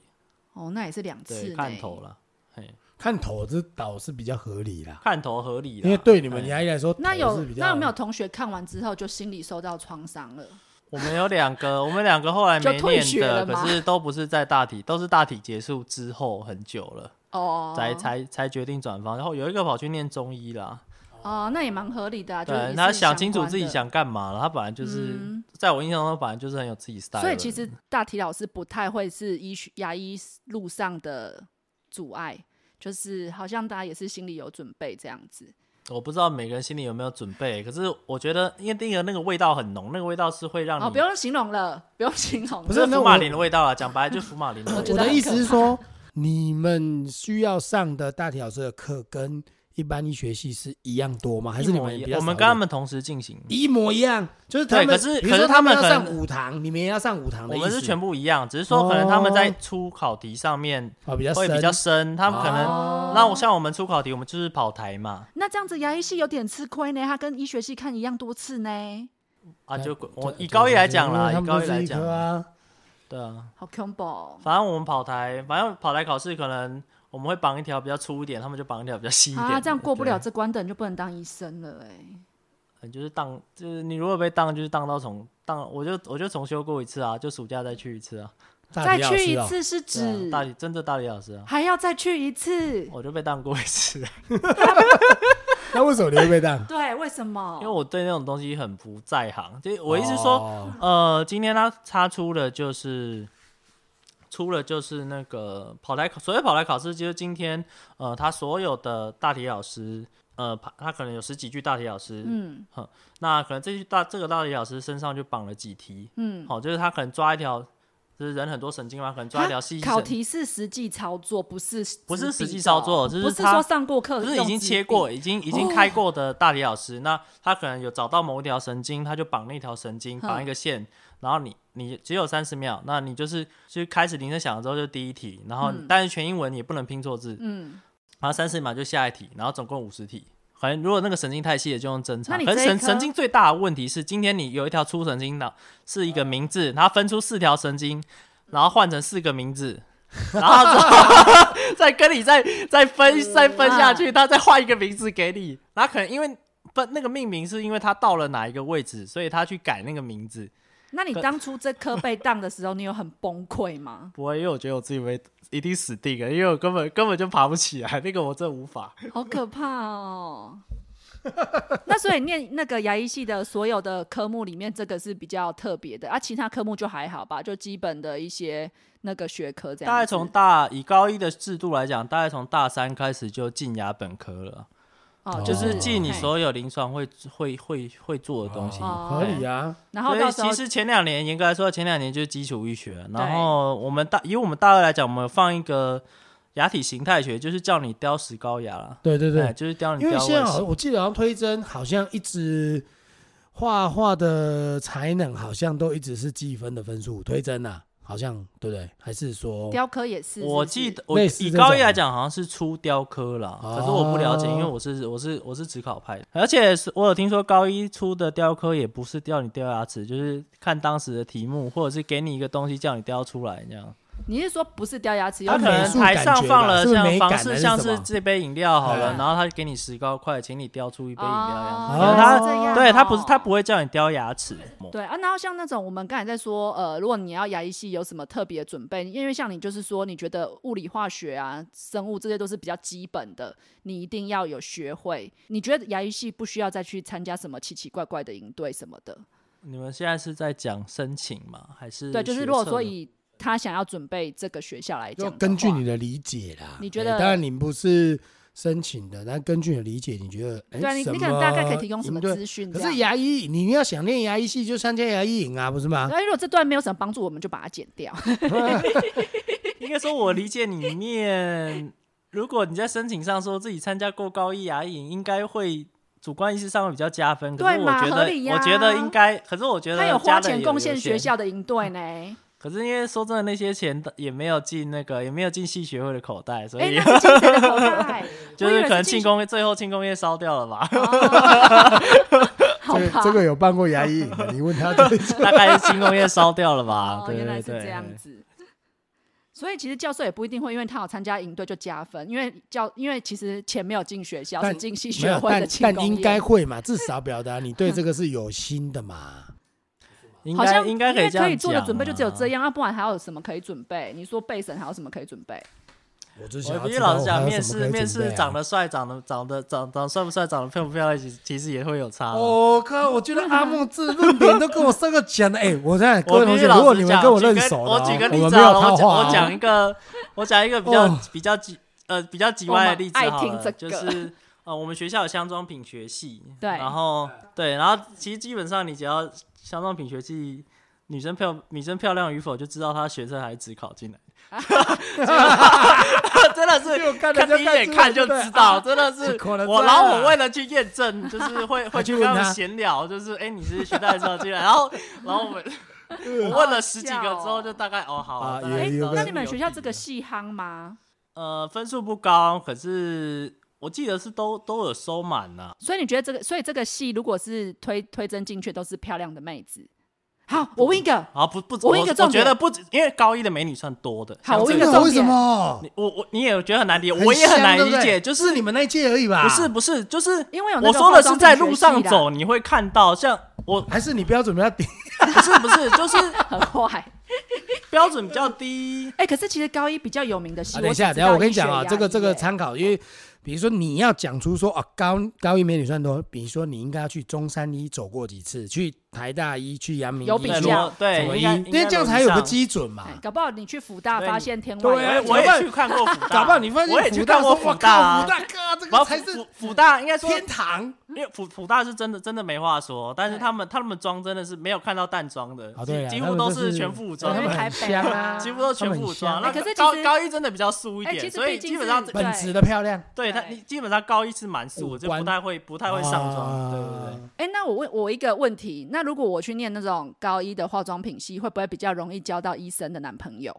[SPEAKER 3] 哦，那也是两次
[SPEAKER 2] 对，
[SPEAKER 3] 呢
[SPEAKER 2] 看头。了，嘿，
[SPEAKER 1] 看头这倒是比较合理啦，
[SPEAKER 2] 看头合理啦，哎
[SPEAKER 1] 因为对你们
[SPEAKER 2] 嘿
[SPEAKER 1] 牙医来说，
[SPEAKER 3] 那
[SPEAKER 1] 头
[SPEAKER 3] 有
[SPEAKER 1] 是比较
[SPEAKER 3] 那有没有同学看完之后就心里受到创伤了？
[SPEAKER 2] 我们有两 个，我们两个后来没
[SPEAKER 3] 就退
[SPEAKER 2] 念
[SPEAKER 3] 学
[SPEAKER 2] 的，
[SPEAKER 3] 了吗
[SPEAKER 2] 可是都不是在大体，都是大体结束之后很久了，
[SPEAKER 3] 哦，
[SPEAKER 2] 才才才决定转方。然后有一个跑去念中医啦，
[SPEAKER 3] 哦，那也蛮合理的、啊，就是也
[SPEAKER 2] 对
[SPEAKER 3] 是
[SPEAKER 2] 他想清楚
[SPEAKER 3] 相关
[SPEAKER 2] 自己
[SPEAKER 3] 的。
[SPEAKER 2] 想干嘛了。他本来就是、
[SPEAKER 3] 嗯
[SPEAKER 2] 在我印象中，本来就是很有自己 style 的
[SPEAKER 3] 所以
[SPEAKER 2] 人。
[SPEAKER 3] 其实大体老师不太会是医学牙医路上的阻碍，就是好像大家也是心里有准备这样子。
[SPEAKER 2] 我不知道每个人心里有没有准备，可是我觉得，因为第一个那个味道很浓，那个味道是会让你、
[SPEAKER 3] 哦，不用形容了，不用形容了。
[SPEAKER 1] 不
[SPEAKER 2] 嗯就是
[SPEAKER 1] 那
[SPEAKER 2] 福
[SPEAKER 1] 我
[SPEAKER 2] 马林的味道啊，讲白了就是福马林的味
[SPEAKER 3] 我觉
[SPEAKER 2] 道。
[SPEAKER 1] 我
[SPEAKER 3] 得
[SPEAKER 1] 的
[SPEAKER 3] 很
[SPEAKER 1] 意
[SPEAKER 3] 可
[SPEAKER 1] 思是
[SPEAKER 3] 怕
[SPEAKER 1] 说，你们需要上的大体老师的课跟一般医学系是一样多吗？还是
[SPEAKER 2] 一
[SPEAKER 1] 你
[SPEAKER 2] 模
[SPEAKER 1] 们
[SPEAKER 2] 一
[SPEAKER 1] 比
[SPEAKER 2] 样
[SPEAKER 1] 较
[SPEAKER 2] 我们
[SPEAKER 1] 少
[SPEAKER 2] 跟他
[SPEAKER 1] 一点
[SPEAKER 2] 们同时进行，
[SPEAKER 1] 一模一样？就是他
[SPEAKER 2] 对
[SPEAKER 1] 们，
[SPEAKER 2] 可是
[SPEAKER 1] 比
[SPEAKER 2] 可
[SPEAKER 1] 如说
[SPEAKER 2] 是他
[SPEAKER 1] 们
[SPEAKER 2] 们
[SPEAKER 1] 要
[SPEAKER 2] 可能
[SPEAKER 1] 上五堂，你们也要上五堂的
[SPEAKER 2] 我
[SPEAKER 1] 意思。
[SPEAKER 2] 们是全部一样，只是说可能他们在出考题上面
[SPEAKER 1] 啊比较
[SPEAKER 2] 会
[SPEAKER 1] 深
[SPEAKER 2] 比较深，他们可能、
[SPEAKER 3] 哦
[SPEAKER 2] 那我像我们出考题，我们就是跑台嘛，
[SPEAKER 3] 那这样子牙医系有点吃亏呢，他跟医学系看一样多次呢，
[SPEAKER 2] 啊，就我
[SPEAKER 1] 对
[SPEAKER 2] 以
[SPEAKER 1] 对
[SPEAKER 2] 高一
[SPEAKER 1] 对
[SPEAKER 2] 来
[SPEAKER 1] 对
[SPEAKER 2] 讲
[SPEAKER 1] 因为
[SPEAKER 2] 啦，
[SPEAKER 1] 他
[SPEAKER 2] 以
[SPEAKER 1] 们
[SPEAKER 2] 高
[SPEAKER 1] 都
[SPEAKER 2] 一
[SPEAKER 1] 是
[SPEAKER 2] 来
[SPEAKER 1] 一
[SPEAKER 2] 讲
[SPEAKER 1] 科，啊，
[SPEAKER 2] 对啊，
[SPEAKER 3] 好恐怖哦
[SPEAKER 2] 反正我们跑台，反正跑台考试可能我们会绑一条比较粗一点，他们就绑一条比较细一点的。
[SPEAKER 3] 啊啊！这样过不
[SPEAKER 2] 对
[SPEAKER 3] 了这关的人就不能当医生了哎、
[SPEAKER 2] 你就是当，就是你如果被当，就是当到重当，我就我就重修过一次啊，就暑假再去一次啊，
[SPEAKER 1] 大
[SPEAKER 3] 再
[SPEAKER 1] 理老
[SPEAKER 3] 去
[SPEAKER 1] 师
[SPEAKER 3] 一
[SPEAKER 1] 哦，
[SPEAKER 3] 次是
[SPEAKER 2] 对啊
[SPEAKER 3] 指
[SPEAKER 2] 大理真的大理老师啊，
[SPEAKER 3] 还要再去一次？
[SPEAKER 2] 我就被当过一次啊，
[SPEAKER 3] 哦
[SPEAKER 1] 那为什么你会被当？
[SPEAKER 3] 对，为什么？
[SPEAKER 2] 因为我对那种东西很不在行，就是 我意思说，
[SPEAKER 1] 哦，
[SPEAKER 2] 呃，今天他他出的就是出了就是那个跑台考，所谓跑台考试，就是今天呃，他所有的大体老师，呃，他他可能有十几句大体老师，
[SPEAKER 3] 嗯
[SPEAKER 2] 那可能这句大这个大体老师身上就绑了几题，
[SPEAKER 3] 嗯，
[SPEAKER 2] 好、就是他可能抓一条，就是人很多神经嘛，可能抓一条细
[SPEAKER 3] 考
[SPEAKER 2] 神。
[SPEAKER 3] 题是实际操作，不是
[SPEAKER 2] 不是
[SPEAKER 3] 纸
[SPEAKER 2] 实
[SPEAKER 3] 笔
[SPEAKER 2] 际
[SPEAKER 3] 的
[SPEAKER 2] 操
[SPEAKER 3] 哦
[SPEAKER 2] 作就是
[SPEAKER 3] 不是
[SPEAKER 2] 他
[SPEAKER 3] 说上过课，
[SPEAKER 2] 就是已经切过，，已经
[SPEAKER 3] 哦
[SPEAKER 2] 已经开过的大体老师，那他可能有找到某一条神经，他就绑那条神经，绑一个线，然后你你只有三十秒，那你就是就开始铃声响了之后就第一题，然后、
[SPEAKER 3] 嗯
[SPEAKER 2] 但是全英文也不能拼错字，
[SPEAKER 3] 嗯，
[SPEAKER 2] 然后三十秒就下一题，然后总共五十题。反正如果那个神经太细的就用侦查，
[SPEAKER 3] 那你
[SPEAKER 2] 可是
[SPEAKER 3] 这一
[SPEAKER 2] 神
[SPEAKER 3] 科
[SPEAKER 2] 神经最大的问题是，今天你有一条粗神经脑是一个名字，它分出四条神经，然后换成四个名字，然后之后 再跟你再再分
[SPEAKER 3] 嗯
[SPEAKER 2] 再分下
[SPEAKER 3] 啊
[SPEAKER 2] 去，它再换一个名字给你，然后可能因为分那个命名是因为它到了哪一个位置，所以它去改那个名字。
[SPEAKER 3] 那你
[SPEAKER 2] 可
[SPEAKER 3] 当初这科被当的时候，你有很崩 溃吗？
[SPEAKER 2] 不会，因为我觉得我自己会一定死定了，因为我根本根本就爬不起来，那个我真无法。
[SPEAKER 3] 好可怕哦！那所以念那个牙医系的所有的科目里面，这个是比较特别的啊，其他科目就还好吧，就基本的一些那个学科这样子。
[SPEAKER 2] 大概从大以高一的制度来讲，大概从大三开始就进牙本科了，
[SPEAKER 3] 哦，
[SPEAKER 2] 就
[SPEAKER 3] 就是
[SPEAKER 2] 是进你
[SPEAKER 3] 嘿
[SPEAKER 2] 所有临床会会会会做的东西。
[SPEAKER 3] 哦
[SPEAKER 1] 合理啊，
[SPEAKER 3] 然后
[SPEAKER 2] 所以
[SPEAKER 3] 到时候
[SPEAKER 2] 其实前两年严格来说，前两年就是基础医学，然后我们大以我们大二来讲，我们有放一个牙体形态学，就是叫你雕石膏牙啦，
[SPEAKER 1] 对对对
[SPEAKER 2] 哎，就是雕你
[SPEAKER 1] 因
[SPEAKER 2] 雕
[SPEAKER 1] 为
[SPEAKER 2] 位
[SPEAKER 1] 现在好像
[SPEAKER 2] 型
[SPEAKER 1] 我记得好像推甄好像一直画画的才能好像都一直是计分的分数，推甄啊，好像对不对？还是说
[SPEAKER 3] 雕刻也是，
[SPEAKER 2] 我
[SPEAKER 3] 是不
[SPEAKER 2] 记
[SPEAKER 3] 是
[SPEAKER 2] 得我
[SPEAKER 1] 类似
[SPEAKER 2] 以
[SPEAKER 1] 这
[SPEAKER 2] 高一
[SPEAKER 1] 种
[SPEAKER 2] 来讲，好像是出雕科啦，可是我不了解，因为
[SPEAKER 1] 哦
[SPEAKER 2] 我是我是我是职考派的，而且是我有听说高一出的雕科也不是雕你掉牙齿，就是看当时的题目，或者是给你一个东西叫你雕出来这样。
[SPEAKER 3] 你是说不是雕牙齿，
[SPEAKER 1] 它
[SPEAKER 2] 他
[SPEAKER 3] 有
[SPEAKER 2] 可
[SPEAKER 1] 美
[SPEAKER 2] 能
[SPEAKER 1] 术
[SPEAKER 2] 台
[SPEAKER 1] 感
[SPEAKER 2] 上
[SPEAKER 1] 觉
[SPEAKER 2] 放
[SPEAKER 1] 吧
[SPEAKER 2] 了
[SPEAKER 1] 是不是
[SPEAKER 2] 像
[SPEAKER 1] 美
[SPEAKER 2] 方
[SPEAKER 1] 感啊还
[SPEAKER 2] 式，
[SPEAKER 1] 是
[SPEAKER 2] 像
[SPEAKER 1] 什
[SPEAKER 2] 是
[SPEAKER 1] 么
[SPEAKER 2] 这杯饮料好了，
[SPEAKER 1] 哎
[SPEAKER 2] 然后他给你十高块，请你雕出一杯饮料的样子。
[SPEAKER 1] 哦
[SPEAKER 2] 然后他
[SPEAKER 3] 这样
[SPEAKER 2] 对他不是他
[SPEAKER 3] 哦
[SPEAKER 2] 不会叫你雕牙齿，
[SPEAKER 3] 对啊，然后像那种我们刚才在说，呃，如果你要牙医系有什么特别准备，因为像你就是说，你觉得物理、化学啊、生物这些都是比较基本的，你一定要有学会。你觉得牙医系不需要再去参加什么奇奇怪怪的营队什么的？
[SPEAKER 2] 你们现在是在讲申请吗？还嗯是
[SPEAKER 3] 对，就是
[SPEAKER 2] 学
[SPEAKER 3] 如果
[SPEAKER 2] 测
[SPEAKER 3] 说
[SPEAKER 2] 的
[SPEAKER 3] 以他想要准备这个学校来
[SPEAKER 1] 就
[SPEAKER 3] 讲，
[SPEAKER 1] 根据你。的理解啦？
[SPEAKER 3] 你觉
[SPEAKER 1] 哎
[SPEAKER 3] 得
[SPEAKER 1] 当然你不是申请的，但根据你的理解，你觉得哎
[SPEAKER 3] 对啊，你
[SPEAKER 1] 什
[SPEAKER 3] 你可能大概可以
[SPEAKER 1] 么
[SPEAKER 3] 提供什
[SPEAKER 1] 营
[SPEAKER 3] 么
[SPEAKER 1] 队
[SPEAKER 3] 资讯这
[SPEAKER 1] 可
[SPEAKER 3] 样？
[SPEAKER 1] 是牙医，你你要想练牙医系，就参加牙医营啊，不是吗？
[SPEAKER 3] 那如果这段没有什么帮助，我们就把它剪掉。
[SPEAKER 2] 应该说，我理解里面，如果你在申请上说自己参加过高一牙影，应该会主观意识上会比较加分。可是
[SPEAKER 3] 对
[SPEAKER 2] 我
[SPEAKER 3] 嘛
[SPEAKER 2] 觉
[SPEAKER 3] 合
[SPEAKER 2] 得
[SPEAKER 3] 理，呀
[SPEAKER 2] 我觉得应该，可是我觉得
[SPEAKER 3] 他有花
[SPEAKER 2] 家人
[SPEAKER 3] 钱
[SPEAKER 2] 也
[SPEAKER 3] 贡献
[SPEAKER 2] 有
[SPEAKER 3] 学
[SPEAKER 2] 限。
[SPEAKER 3] 校的营队呢。
[SPEAKER 2] 可是因为说真的，那些钱都也没有进那个，也没有进系学会的口袋，所
[SPEAKER 3] 哎，
[SPEAKER 2] 以、
[SPEAKER 3] 那是进谁的口袋？
[SPEAKER 2] 就
[SPEAKER 3] 我以为
[SPEAKER 2] 可能
[SPEAKER 3] 进
[SPEAKER 2] 庆功最后庆功宴烧掉了吧，
[SPEAKER 3] 好
[SPEAKER 1] 这
[SPEAKER 3] 吧，
[SPEAKER 1] 个这个有办过牙医营的，你问他 这个
[SPEAKER 2] 大概是庆功宴烧掉了吧。
[SPEAKER 3] 哦，
[SPEAKER 2] 啊对
[SPEAKER 3] 原
[SPEAKER 2] 对
[SPEAKER 3] 来是
[SPEAKER 2] 对，
[SPEAKER 3] 这样子。所以其实教授也不一定会，因为他有参加营队就加分，因为教因为其实钱没有进学校，
[SPEAKER 1] 但
[SPEAKER 3] 是进系
[SPEAKER 1] 没
[SPEAKER 3] 学
[SPEAKER 1] 有，
[SPEAKER 3] 会的
[SPEAKER 1] 但
[SPEAKER 3] 庆
[SPEAKER 1] 但
[SPEAKER 3] 功
[SPEAKER 1] 应
[SPEAKER 3] 宴
[SPEAKER 1] 该会嘛，至少表达你对这个是有心的嘛。
[SPEAKER 2] 应
[SPEAKER 3] 好
[SPEAKER 2] 该
[SPEAKER 3] 像
[SPEAKER 2] 应该
[SPEAKER 3] 因
[SPEAKER 2] 以
[SPEAKER 3] 为
[SPEAKER 2] 这
[SPEAKER 3] 可
[SPEAKER 2] 样
[SPEAKER 3] 以做的
[SPEAKER 2] 讲
[SPEAKER 3] 准备就只有这
[SPEAKER 2] 啊。
[SPEAKER 3] 样，啊，不然还有什么可以准备？你说备审还有什么可以准备？
[SPEAKER 1] 我就想
[SPEAKER 2] 我
[SPEAKER 1] 要
[SPEAKER 2] 必须
[SPEAKER 1] 知道
[SPEAKER 2] 老实
[SPEAKER 1] 我
[SPEAKER 2] 讲，
[SPEAKER 1] 还有
[SPEAKER 2] 面
[SPEAKER 1] 什么可
[SPEAKER 2] 试
[SPEAKER 1] 以
[SPEAKER 2] 面
[SPEAKER 1] 准备
[SPEAKER 2] 试
[SPEAKER 1] 啊
[SPEAKER 2] 长得帅、长得长得长长得帅不帅、长得漂不漂亮，其实其实也会有差啦。
[SPEAKER 1] 我哦靠！我觉得阿梦这论点都跟我上个讲的，哎、我在各
[SPEAKER 2] 我
[SPEAKER 1] 位
[SPEAKER 2] 必
[SPEAKER 1] 同
[SPEAKER 2] 须
[SPEAKER 1] 学，
[SPEAKER 2] 老
[SPEAKER 1] 如
[SPEAKER 2] 实
[SPEAKER 1] 果你们
[SPEAKER 2] 讲
[SPEAKER 1] 跟我
[SPEAKER 2] 举
[SPEAKER 1] 认
[SPEAKER 2] 个
[SPEAKER 1] 熟的
[SPEAKER 2] 我
[SPEAKER 1] 啊、
[SPEAKER 2] 举个例
[SPEAKER 1] 们
[SPEAKER 2] 子
[SPEAKER 1] 没有
[SPEAKER 2] 好了，
[SPEAKER 1] 套
[SPEAKER 2] 我讲
[SPEAKER 1] 话、啊
[SPEAKER 2] 我讲一个，我讲一个比较
[SPEAKER 1] 哦
[SPEAKER 2] 比较极呃比较极
[SPEAKER 3] 我们
[SPEAKER 2] 端的例子
[SPEAKER 3] 爱
[SPEAKER 2] 好
[SPEAKER 3] 听这
[SPEAKER 2] 了，就
[SPEAKER 3] 个
[SPEAKER 2] 是呃我们学校有香妆品学系，
[SPEAKER 3] 对
[SPEAKER 2] 然后对，然后其实基本上你只要香妆品学系。女生漂女生漂亮与否，就知道她学生还只考 进来，真的是
[SPEAKER 1] 就看人
[SPEAKER 2] 看
[SPEAKER 1] 家
[SPEAKER 2] 第一
[SPEAKER 1] 看
[SPEAKER 2] 眼
[SPEAKER 1] 出来对
[SPEAKER 2] 看就
[SPEAKER 1] 不对
[SPEAKER 2] 知道，真的
[SPEAKER 1] 只
[SPEAKER 2] 是
[SPEAKER 1] 可能
[SPEAKER 2] 我。
[SPEAKER 1] 这
[SPEAKER 2] 然后
[SPEAKER 1] 样
[SPEAKER 2] 我为了去验证，就 是会会
[SPEAKER 1] 去
[SPEAKER 2] 去
[SPEAKER 1] 问
[SPEAKER 2] 跟他们
[SPEAKER 1] 他
[SPEAKER 2] 闲聊，就是哎，你是学代的时候进来，然后然后我们我问了十几个之后，就大概哦好。
[SPEAKER 1] 啊
[SPEAKER 2] 大概
[SPEAKER 1] 也
[SPEAKER 3] 哎
[SPEAKER 2] 知道
[SPEAKER 1] 有
[SPEAKER 2] 是
[SPEAKER 3] 那
[SPEAKER 1] 个
[SPEAKER 3] 你们
[SPEAKER 2] 有
[SPEAKER 3] 学校
[SPEAKER 2] 底
[SPEAKER 3] 这个
[SPEAKER 2] 的
[SPEAKER 3] 系夯吗？
[SPEAKER 2] 呃分数不高，可是我记得是都都有收满呐、
[SPEAKER 3] 所以你觉得这个，所以这个系如果是推推甄进去都是漂亮的妹子，好，我问一个，
[SPEAKER 2] 啊，不不，
[SPEAKER 3] 我问一个重
[SPEAKER 2] 我觉
[SPEAKER 3] 点
[SPEAKER 2] 得不止，因为高一的美女算多的。
[SPEAKER 3] 好
[SPEAKER 2] 像
[SPEAKER 3] 我问
[SPEAKER 2] 这
[SPEAKER 3] 一
[SPEAKER 1] 真
[SPEAKER 3] 个
[SPEAKER 1] 的
[SPEAKER 3] 重
[SPEAKER 1] 为什
[SPEAKER 3] 点
[SPEAKER 1] 么？
[SPEAKER 2] 你我我你也觉得很难理解，
[SPEAKER 1] 很
[SPEAKER 2] 我也很
[SPEAKER 1] 香
[SPEAKER 2] 难
[SPEAKER 1] 对不
[SPEAKER 2] 理
[SPEAKER 1] 对
[SPEAKER 2] 解，就是
[SPEAKER 1] 是你们啊那一届而已吧？
[SPEAKER 2] 不是，不是，就是
[SPEAKER 3] 因为有那
[SPEAKER 2] 我
[SPEAKER 3] 个
[SPEAKER 2] 说
[SPEAKER 3] 化
[SPEAKER 2] 的
[SPEAKER 3] 妆
[SPEAKER 2] 是
[SPEAKER 3] 品
[SPEAKER 2] 在
[SPEAKER 3] 学
[SPEAKER 2] 路
[SPEAKER 3] 系
[SPEAKER 2] 上
[SPEAKER 3] 啦
[SPEAKER 2] 走，你会看到像我
[SPEAKER 1] 还是你标准比较低？
[SPEAKER 2] 不是不是，就是
[SPEAKER 3] 很坏。
[SPEAKER 2] 标准比较低。
[SPEAKER 3] 哎、可是其实高一比较有名的
[SPEAKER 1] 啊，
[SPEAKER 3] 戏，我
[SPEAKER 1] 等一下，
[SPEAKER 3] 只知
[SPEAKER 1] 等一下，
[SPEAKER 3] 道
[SPEAKER 1] 我跟
[SPEAKER 3] 医
[SPEAKER 1] 你讲
[SPEAKER 3] 学
[SPEAKER 1] 啊，
[SPEAKER 3] 牙
[SPEAKER 1] 这个
[SPEAKER 3] 医
[SPEAKER 1] 这个
[SPEAKER 3] 耶
[SPEAKER 1] 参考，因为比如说你要讲出说啊，高高一美女算多，比如说你应该要去中山一走过几次，去台大一，去阳明
[SPEAKER 3] 有
[SPEAKER 1] 一
[SPEAKER 3] 比
[SPEAKER 2] 对
[SPEAKER 1] 去
[SPEAKER 2] 罗
[SPEAKER 3] 较
[SPEAKER 1] 什么
[SPEAKER 2] 对，
[SPEAKER 1] 一，
[SPEAKER 2] 应该
[SPEAKER 1] 因为这样才有个。基准
[SPEAKER 3] 哎
[SPEAKER 1] 嘛。
[SPEAKER 3] 搞不好你去福大
[SPEAKER 2] 对
[SPEAKER 3] 发
[SPEAKER 2] 你
[SPEAKER 3] 现天外
[SPEAKER 2] 应
[SPEAKER 3] 有
[SPEAKER 2] 该
[SPEAKER 1] 对
[SPEAKER 2] 逻辑
[SPEAKER 1] 搞
[SPEAKER 2] 上我
[SPEAKER 3] 天
[SPEAKER 1] 不好
[SPEAKER 2] 也去看过福大，
[SPEAKER 1] 搞不好你发现
[SPEAKER 2] 我也
[SPEAKER 1] 福
[SPEAKER 2] 去
[SPEAKER 1] 大
[SPEAKER 2] 看
[SPEAKER 1] 说
[SPEAKER 2] 过
[SPEAKER 1] 哇靠
[SPEAKER 2] 福大啊
[SPEAKER 1] 福，大哥，这
[SPEAKER 2] 然后
[SPEAKER 1] 个才是
[SPEAKER 2] 福福大应该说
[SPEAKER 1] 天堂。
[SPEAKER 2] 因为福福大是真的真的没话说，但是
[SPEAKER 3] 对
[SPEAKER 2] 他们他们装真的是没有看到淡妆的
[SPEAKER 1] 啊，，对
[SPEAKER 2] 几
[SPEAKER 1] 啊，
[SPEAKER 2] 几
[SPEAKER 1] 他
[SPEAKER 2] 乎
[SPEAKER 1] 们
[SPEAKER 2] 都
[SPEAKER 1] 是
[SPEAKER 2] 全副武
[SPEAKER 1] 对
[SPEAKER 2] 装
[SPEAKER 1] 他
[SPEAKER 3] 因为
[SPEAKER 1] 们
[SPEAKER 2] 的，
[SPEAKER 3] 台
[SPEAKER 1] 很
[SPEAKER 3] 北
[SPEAKER 1] 香
[SPEAKER 3] 啊
[SPEAKER 1] 啊，
[SPEAKER 2] 几乎都全副武装。那
[SPEAKER 3] 哎可是
[SPEAKER 2] 高
[SPEAKER 3] 其实
[SPEAKER 2] 高一真的比较素一
[SPEAKER 3] 哎其
[SPEAKER 2] 点，
[SPEAKER 3] 实
[SPEAKER 2] 所以
[SPEAKER 3] 毕竟
[SPEAKER 2] 基本上
[SPEAKER 3] 是
[SPEAKER 1] 本质的漂亮，
[SPEAKER 2] 对他
[SPEAKER 3] 对
[SPEAKER 2] 你基本上高一是蛮素的，就
[SPEAKER 1] 五官啊
[SPEAKER 2] 不太会不太会上
[SPEAKER 1] 哦
[SPEAKER 2] 妆，对对对。
[SPEAKER 3] 哎、那我问我一个问题，那如果我去念那种高一的化妆品系，会不会比较容易交到医生的男朋友？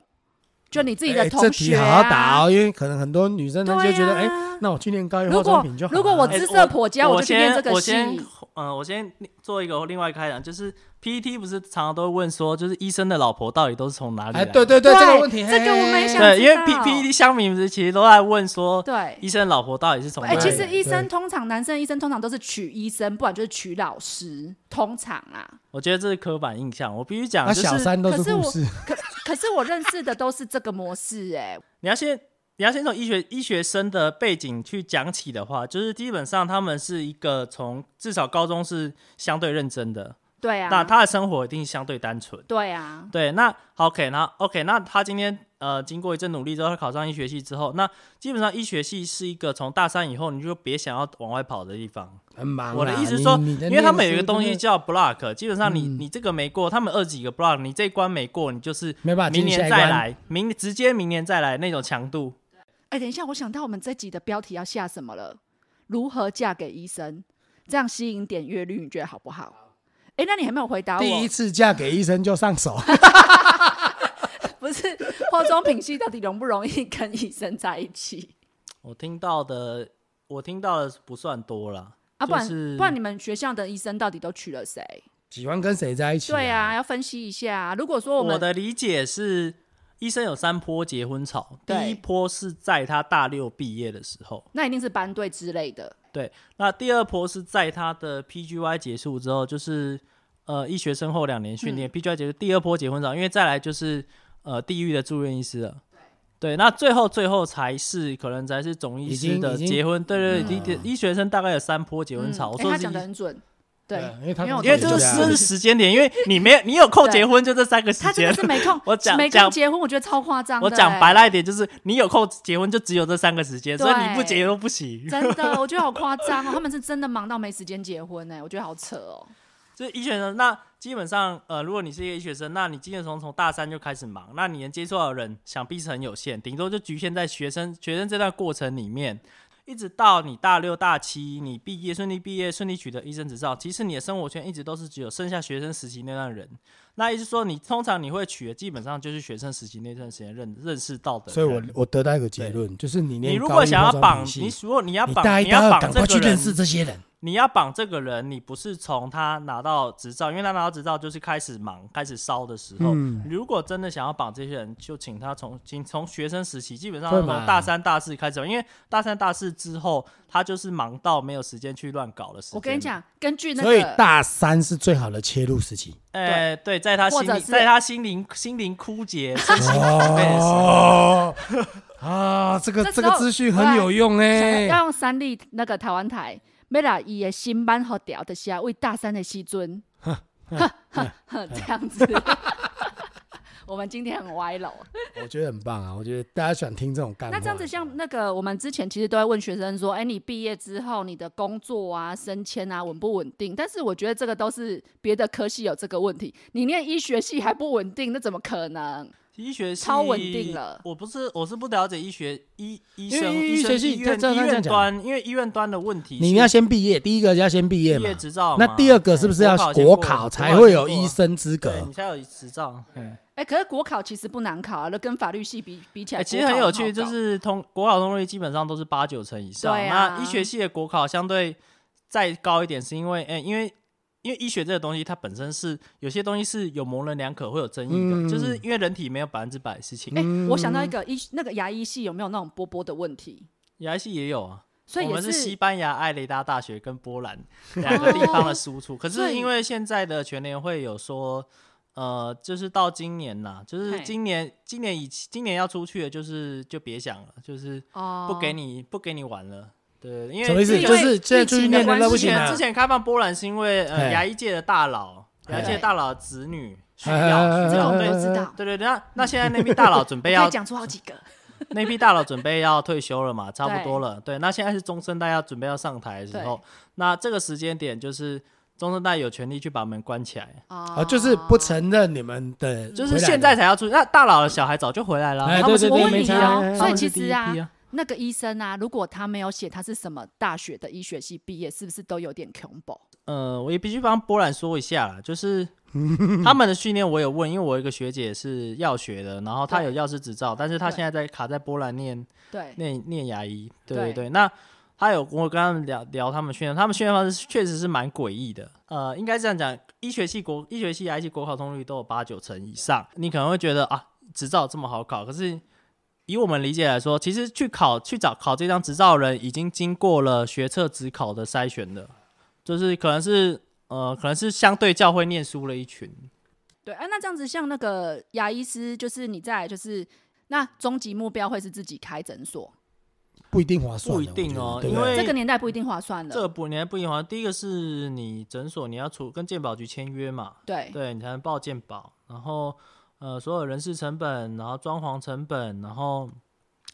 [SPEAKER 3] 就你自己的
[SPEAKER 1] 哎
[SPEAKER 3] 同
[SPEAKER 1] 这题
[SPEAKER 3] 学、啊
[SPEAKER 1] 好好打哦，因为可能很多女生呢就
[SPEAKER 3] 对
[SPEAKER 1] 觉得，哎、
[SPEAKER 3] 啊
[SPEAKER 1] 那我去年高一化
[SPEAKER 3] 如
[SPEAKER 1] 妆
[SPEAKER 3] 果
[SPEAKER 1] 品就好了。
[SPEAKER 3] 如果我
[SPEAKER 2] 哎
[SPEAKER 3] 姿哦色婆家，
[SPEAKER 2] 我
[SPEAKER 3] 就去念这个
[SPEAKER 2] 我
[SPEAKER 3] 系。
[SPEAKER 2] 先，嗯、呃，我先做一个另外开讲，就是 PPT 不是常常都会问说，就是医生的老婆到底都是从哪里来
[SPEAKER 1] 哎，
[SPEAKER 2] 的？
[SPEAKER 1] 对对对，这个问题，
[SPEAKER 3] 这个我没
[SPEAKER 1] 嘿
[SPEAKER 3] 想
[SPEAKER 2] 对，因为
[SPEAKER 3] 知
[SPEAKER 2] P
[SPEAKER 3] 道
[SPEAKER 2] PPT 乡民不是其实都在问说，
[SPEAKER 3] 对，
[SPEAKER 2] 医生的老婆到底是从哪
[SPEAKER 3] 哎、
[SPEAKER 2] 里来的？
[SPEAKER 3] 其实
[SPEAKER 1] 哎对
[SPEAKER 3] 医生通常男生医生通常都是娶医生，不然就是娶老师，通常啊。
[SPEAKER 2] 我觉得这是刻板印象，我必须讲，
[SPEAKER 1] 啊，
[SPEAKER 2] 就
[SPEAKER 1] 小
[SPEAKER 2] 是
[SPEAKER 1] 三都是
[SPEAKER 3] 可是我
[SPEAKER 1] 护士，
[SPEAKER 3] 可可是我认识的都是这个模式、哎，
[SPEAKER 2] 你要先。你要先从医学医学生的背景去讲起的话，就是基本上他们是一个从至少高中是相对认真的，
[SPEAKER 3] 对啊，
[SPEAKER 2] 那他的生活一定相对单纯。
[SPEAKER 3] 对啊，
[SPEAKER 2] 对，那好 OK，那 OK，那他今天呃经过一阵努力之后，他考上医学系之后，那基本上医学系是一个从大三以后你就别想要往外跑的地方。
[SPEAKER 1] 很忙啦。
[SPEAKER 2] 我的意思是说，
[SPEAKER 1] 啊你
[SPEAKER 2] 因为他们有一个东，
[SPEAKER 1] 你
[SPEAKER 2] 西
[SPEAKER 1] 的
[SPEAKER 2] 叫 block，基本上你、
[SPEAKER 1] 嗯
[SPEAKER 2] 你这个没过，他们二十几个 block，你这一关没过，你就是
[SPEAKER 1] 没办法进
[SPEAKER 2] 明
[SPEAKER 1] 下
[SPEAKER 2] 年
[SPEAKER 1] 一
[SPEAKER 2] 再
[SPEAKER 1] 关
[SPEAKER 2] 来，明直接明年再来那种强度。
[SPEAKER 3] 哎、等一下，我想到我们这集的标题要下什么了？如何嫁给医生？这样吸引点阅率，你觉得好不好？哎、那你还没有回答我。
[SPEAKER 1] 第一次嫁给医生就上手，
[SPEAKER 3] 不是化妆品系到底容不容易跟医生在一起
[SPEAKER 2] 我听到的，我听到的不算多啦。
[SPEAKER 3] 啊？不然、
[SPEAKER 2] 就是
[SPEAKER 3] 不然你们学校的医生到底都娶了谁？
[SPEAKER 1] 喜欢跟谁在一起？
[SPEAKER 3] 对，啊，要分析一下啊、如果说我
[SPEAKER 2] 我
[SPEAKER 3] 们
[SPEAKER 2] 的理解是，医生有三波结婚潮，
[SPEAKER 3] 对
[SPEAKER 2] 第一波是在他大六毕业的时候。
[SPEAKER 3] 那一定是班队之类的，
[SPEAKER 2] 对，那第二波是在他的 PGY 结束之后，就是呃医学生后两年训练、PGY
[SPEAKER 3] 嗯
[SPEAKER 2] 结束第二波结婚潮，因为再来就是呃地狱的住院医师了。对，那最后最后才是可能才是总医
[SPEAKER 1] 已
[SPEAKER 2] 师
[SPEAKER 1] 经
[SPEAKER 2] 的
[SPEAKER 1] 已经
[SPEAKER 2] 结婚，对对对，
[SPEAKER 1] 嗯
[SPEAKER 2] 医、医学生大概有三波结婚
[SPEAKER 3] 嗯
[SPEAKER 2] 潮。我
[SPEAKER 3] 诶
[SPEAKER 2] 说
[SPEAKER 3] 他
[SPEAKER 2] 是
[SPEAKER 3] 讲
[SPEAKER 2] 医
[SPEAKER 3] 的很准，对
[SPEAKER 1] 对，因啊为他
[SPEAKER 3] 因为我
[SPEAKER 2] 因为这
[SPEAKER 1] 就是是
[SPEAKER 2] 这是时间点，因为你没有你有空
[SPEAKER 3] 对
[SPEAKER 2] 结婚就这三个时
[SPEAKER 3] 他真
[SPEAKER 2] 间，
[SPEAKER 3] 的，是没空
[SPEAKER 2] 我讲
[SPEAKER 3] 没空
[SPEAKER 2] 讲
[SPEAKER 3] 结婚，我觉得超夸张的、欸
[SPEAKER 2] 我讲白了一点，就是你有空结婚就只有这三个时间，所以你不结
[SPEAKER 3] 对
[SPEAKER 2] 都不行
[SPEAKER 3] 欸，。真的，我觉得好夸张哦，他们是真的忙到没时间结婚呢、我觉得好扯哦。
[SPEAKER 2] 就是医学生，那基本上，呃，如果你是一个医学生，那你基本从从大三就开始忙，那你能接触到的人想必是很有限，顶多就局限在学生学生这段过程里面，一直到你大六大七，你毕业顺利毕业，顺利取得医生执照，其实你的生活圈一直都是只有剩下学生时期那段人。那意思说，你通常你会取的基本上就是学生时期那段时间认认识到的人。
[SPEAKER 1] 所以我我得到一个结论，就是你念
[SPEAKER 2] 你如
[SPEAKER 1] 高
[SPEAKER 2] 果
[SPEAKER 1] 一
[SPEAKER 2] 想要
[SPEAKER 1] 化妆
[SPEAKER 2] 绑
[SPEAKER 1] 品系
[SPEAKER 2] 你，如果你要
[SPEAKER 1] 你
[SPEAKER 2] 绑，
[SPEAKER 1] 大一
[SPEAKER 2] 你要
[SPEAKER 1] 大二
[SPEAKER 2] 绑
[SPEAKER 1] 赶
[SPEAKER 2] 这
[SPEAKER 1] 快
[SPEAKER 2] 个
[SPEAKER 1] 去认
[SPEAKER 2] 人
[SPEAKER 1] 识这些人，
[SPEAKER 2] 你要绑这个人，你不是从他拿到执照，因为他拿到执照就是开始忙、开始烧的时候。
[SPEAKER 1] 嗯
[SPEAKER 2] 如果真的想要绑这些人，就请他从请从学生时期，基本上
[SPEAKER 1] 对
[SPEAKER 2] 从
[SPEAKER 1] 嘛
[SPEAKER 2] 大三、大四开始，因为大三、大四之后，他就是忙到没有时间去乱搞的时间。
[SPEAKER 3] 我跟你，讲，根据那
[SPEAKER 1] 所以
[SPEAKER 3] 个
[SPEAKER 1] 大三是最好的切入时期。
[SPEAKER 2] 哎、对，在他心
[SPEAKER 3] 或者
[SPEAKER 2] 里，
[SPEAKER 3] 是
[SPEAKER 2] 在他心灵心灵枯 竭、身心疲惫的时候，
[SPEAKER 1] 哦，啊，这 个
[SPEAKER 3] 这时
[SPEAKER 1] 这个
[SPEAKER 3] 候
[SPEAKER 1] 资讯很有用
[SPEAKER 3] 想
[SPEAKER 1] 哎、
[SPEAKER 3] 要用三立那个台湾台，要啦伊的新版和调的下为大三的西尊，这样子。我们今天很歪楼。
[SPEAKER 1] 我觉得很棒啊！我觉得大家喜欢听这种干话。
[SPEAKER 3] 那这样子，像那个我们之前其实都在问学生说，哎、你毕业之后你的工作啊、升迁啊稳不稳定？但是我觉得这个都是别的科系有这个问题，你念医学系还不稳定，那怎么可能？
[SPEAKER 2] 医学系
[SPEAKER 3] 超稳定了
[SPEAKER 2] 我不是，我是不了解医学医医
[SPEAKER 1] 因为
[SPEAKER 2] 生
[SPEAKER 1] 医
[SPEAKER 2] 医
[SPEAKER 1] 学
[SPEAKER 2] 生
[SPEAKER 1] 系
[SPEAKER 2] 医院
[SPEAKER 1] 这这
[SPEAKER 2] 医
[SPEAKER 1] 这样
[SPEAKER 2] 院
[SPEAKER 1] 讲
[SPEAKER 2] 端，因为医院端的问题是，
[SPEAKER 1] 你要先毕业，第一个要先毕业
[SPEAKER 2] 毕
[SPEAKER 1] 嘛
[SPEAKER 2] 业。执照嘛。
[SPEAKER 1] 那第二个是不是要
[SPEAKER 2] 哎
[SPEAKER 1] 国
[SPEAKER 2] 先
[SPEAKER 1] 考
[SPEAKER 2] 过
[SPEAKER 1] 才会有
[SPEAKER 2] 国考先过
[SPEAKER 1] 医生资
[SPEAKER 2] 对
[SPEAKER 1] 格
[SPEAKER 2] 你？才有执照。嗯，
[SPEAKER 3] 哎、可是国考其实不难考啊，那跟法律系比比起来、
[SPEAKER 2] 哎，其实很有
[SPEAKER 3] 国
[SPEAKER 2] 趣，
[SPEAKER 3] 考
[SPEAKER 2] 就
[SPEAKER 3] 好搞
[SPEAKER 2] 是通国考通率基本上都是八九成以上。
[SPEAKER 3] 对啊
[SPEAKER 2] 那医学系的国考相对再高一点，是因为哎，因为因为医学这个东西，它本身是有些东西是有模棱两可，会有争议的，
[SPEAKER 1] 嗯
[SPEAKER 2] 就是因为人体没有百分之百的事情。
[SPEAKER 3] 哎、我想
[SPEAKER 2] 嗯
[SPEAKER 3] 到一个医那个牙医系有没有那种波波的问题？
[SPEAKER 2] 牙医系也有啊，
[SPEAKER 3] 所以
[SPEAKER 2] 我
[SPEAKER 3] 也
[SPEAKER 2] 们是西班牙艾雷达大学跟波 兰两个地方的输出。可
[SPEAKER 3] 所
[SPEAKER 2] 是
[SPEAKER 3] 以
[SPEAKER 2] 因为现在的全联会有说，呃，就是到今年呐，就是
[SPEAKER 3] 嘿
[SPEAKER 2] 今年今年以今年要出去的，就是就别想了，就是
[SPEAKER 3] 哦，
[SPEAKER 2] 不给你不给你玩了。对，因为
[SPEAKER 1] 什么意思？
[SPEAKER 2] 之前
[SPEAKER 1] 就是现在出去
[SPEAKER 3] 因为
[SPEAKER 1] 念的那不
[SPEAKER 2] 之
[SPEAKER 1] 行
[SPEAKER 2] 前
[SPEAKER 1] 啊
[SPEAKER 2] 之。前开放波兰是因为呃
[SPEAKER 1] 嘿
[SPEAKER 2] 牙医界的大佬，
[SPEAKER 1] 嘿
[SPEAKER 2] 牙医界大佬的子女需
[SPEAKER 1] 哎哎哎
[SPEAKER 2] 要
[SPEAKER 1] 哎
[SPEAKER 2] 需
[SPEAKER 3] 这个
[SPEAKER 2] 要
[SPEAKER 3] 我
[SPEAKER 1] 哎
[SPEAKER 3] 们
[SPEAKER 1] 哎
[SPEAKER 3] 都
[SPEAKER 1] 哎
[SPEAKER 2] 对。
[SPEAKER 3] 知道，
[SPEAKER 2] 对对对，那那现在那批大佬准备
[SPEAKER 3] 可
[SPEAKER 2] 要
[SPEAKER 3] 以讲出好几个。
[SPEAKER 2] 那批大佬准备要退休了嘛，差不多
[SPEAKER 3] 对
[SPEAKER 2] 了。对，那现在是中生代要准备要上台的时候
[SPEAKER 3] 对，
[SPEAKER 2] 那这个时间点就是中生代有权利去把门关起来，
[SPEAKER 1] 啊，
[SPEAKER 3] 啊
[SPEAKER 1] 就是不。承认你们的，
[SPEAKER 2] 就是现在才要出去。那大佬的小孩早就回来了，
[SPEAKER 1] 嗯哎
[SPEAKER 2] 他们
[SPEAKER 1] 对
[SPEAKER 2] 是
[SPEAKER 1] 对
[SPEAKER 2] 第
[SPEAKER 1] 对
[SPEAKER 2] 一
[SPEAKER 1] 没
[SPEAKER 2] 批
[SPEAKER 1] 差
[SPEAKER 2] 啊
[SPEAKER 1] 哎哎哎
[SPEAKER 2] 他们
[SPEAKER 3] 所以
[SPEAKER 2] 是
[SPEAKER 3] 其
[SPEAKER 2] 第一
[SPEAKER 3] 实啊
[SPEAKER 2] 批啊。
[SPEAKER 3] 那个医生啊，如果他没有写他是什么大学的医学系毕业，是不是都有点恐怖？
[SPEAKER 2] 呃，我也必须帮波兰说一下啦，就是 他们的训练我有问，因为我有一个学姐是药学的，然后她有
[SPEAKER 3] 对
[SPEAKER 2] 药师执照，但是她
[SPEAKER 3] 对
[SPEAKER 2] 现在在卡在波兰念
[SPEAKER 3] 对，
[SPEAKER 2] 念念牙医，对对
[SPEAKER 3] 对
[SPEAKER 2] 对。那他有跟我跟他们聊聊他们训练，他们训练方式确实是蛮诡异的。呃，应该这样讲，医学系国医学系、牙医系国考通率都有八九成以上，你可能会觉得啊，执照这么好考，可是。以我们理解来说，其实去考去找考这张执照的人，已经经过了学测职考的筛选的，就是可能是呃，可能是相对较会念书的一群。
[SPEAKER 3] 对，啊，那这样子像那个牙医师，就是你再来就是那终极目标会是自己开诊所，
[SPEAKER 1] 不一定划算啊，
[SPEAKER 2] 不一定哦
[SPEAKER 1] 我觉得对不
[SPEAKER 2] 因为
[SPEAKER 1] 对
[SPEAKER 3] 这个年代不一定划算了。
[SPEAKER 2] 这个不，你还不一样。第一个是你诊所你要出跟健保局签约嘛，
[SPEAKER 3] 对
[SPEAKER 2] 对你才能报健保，然后呃所有人事成本，然后装潢成本，然后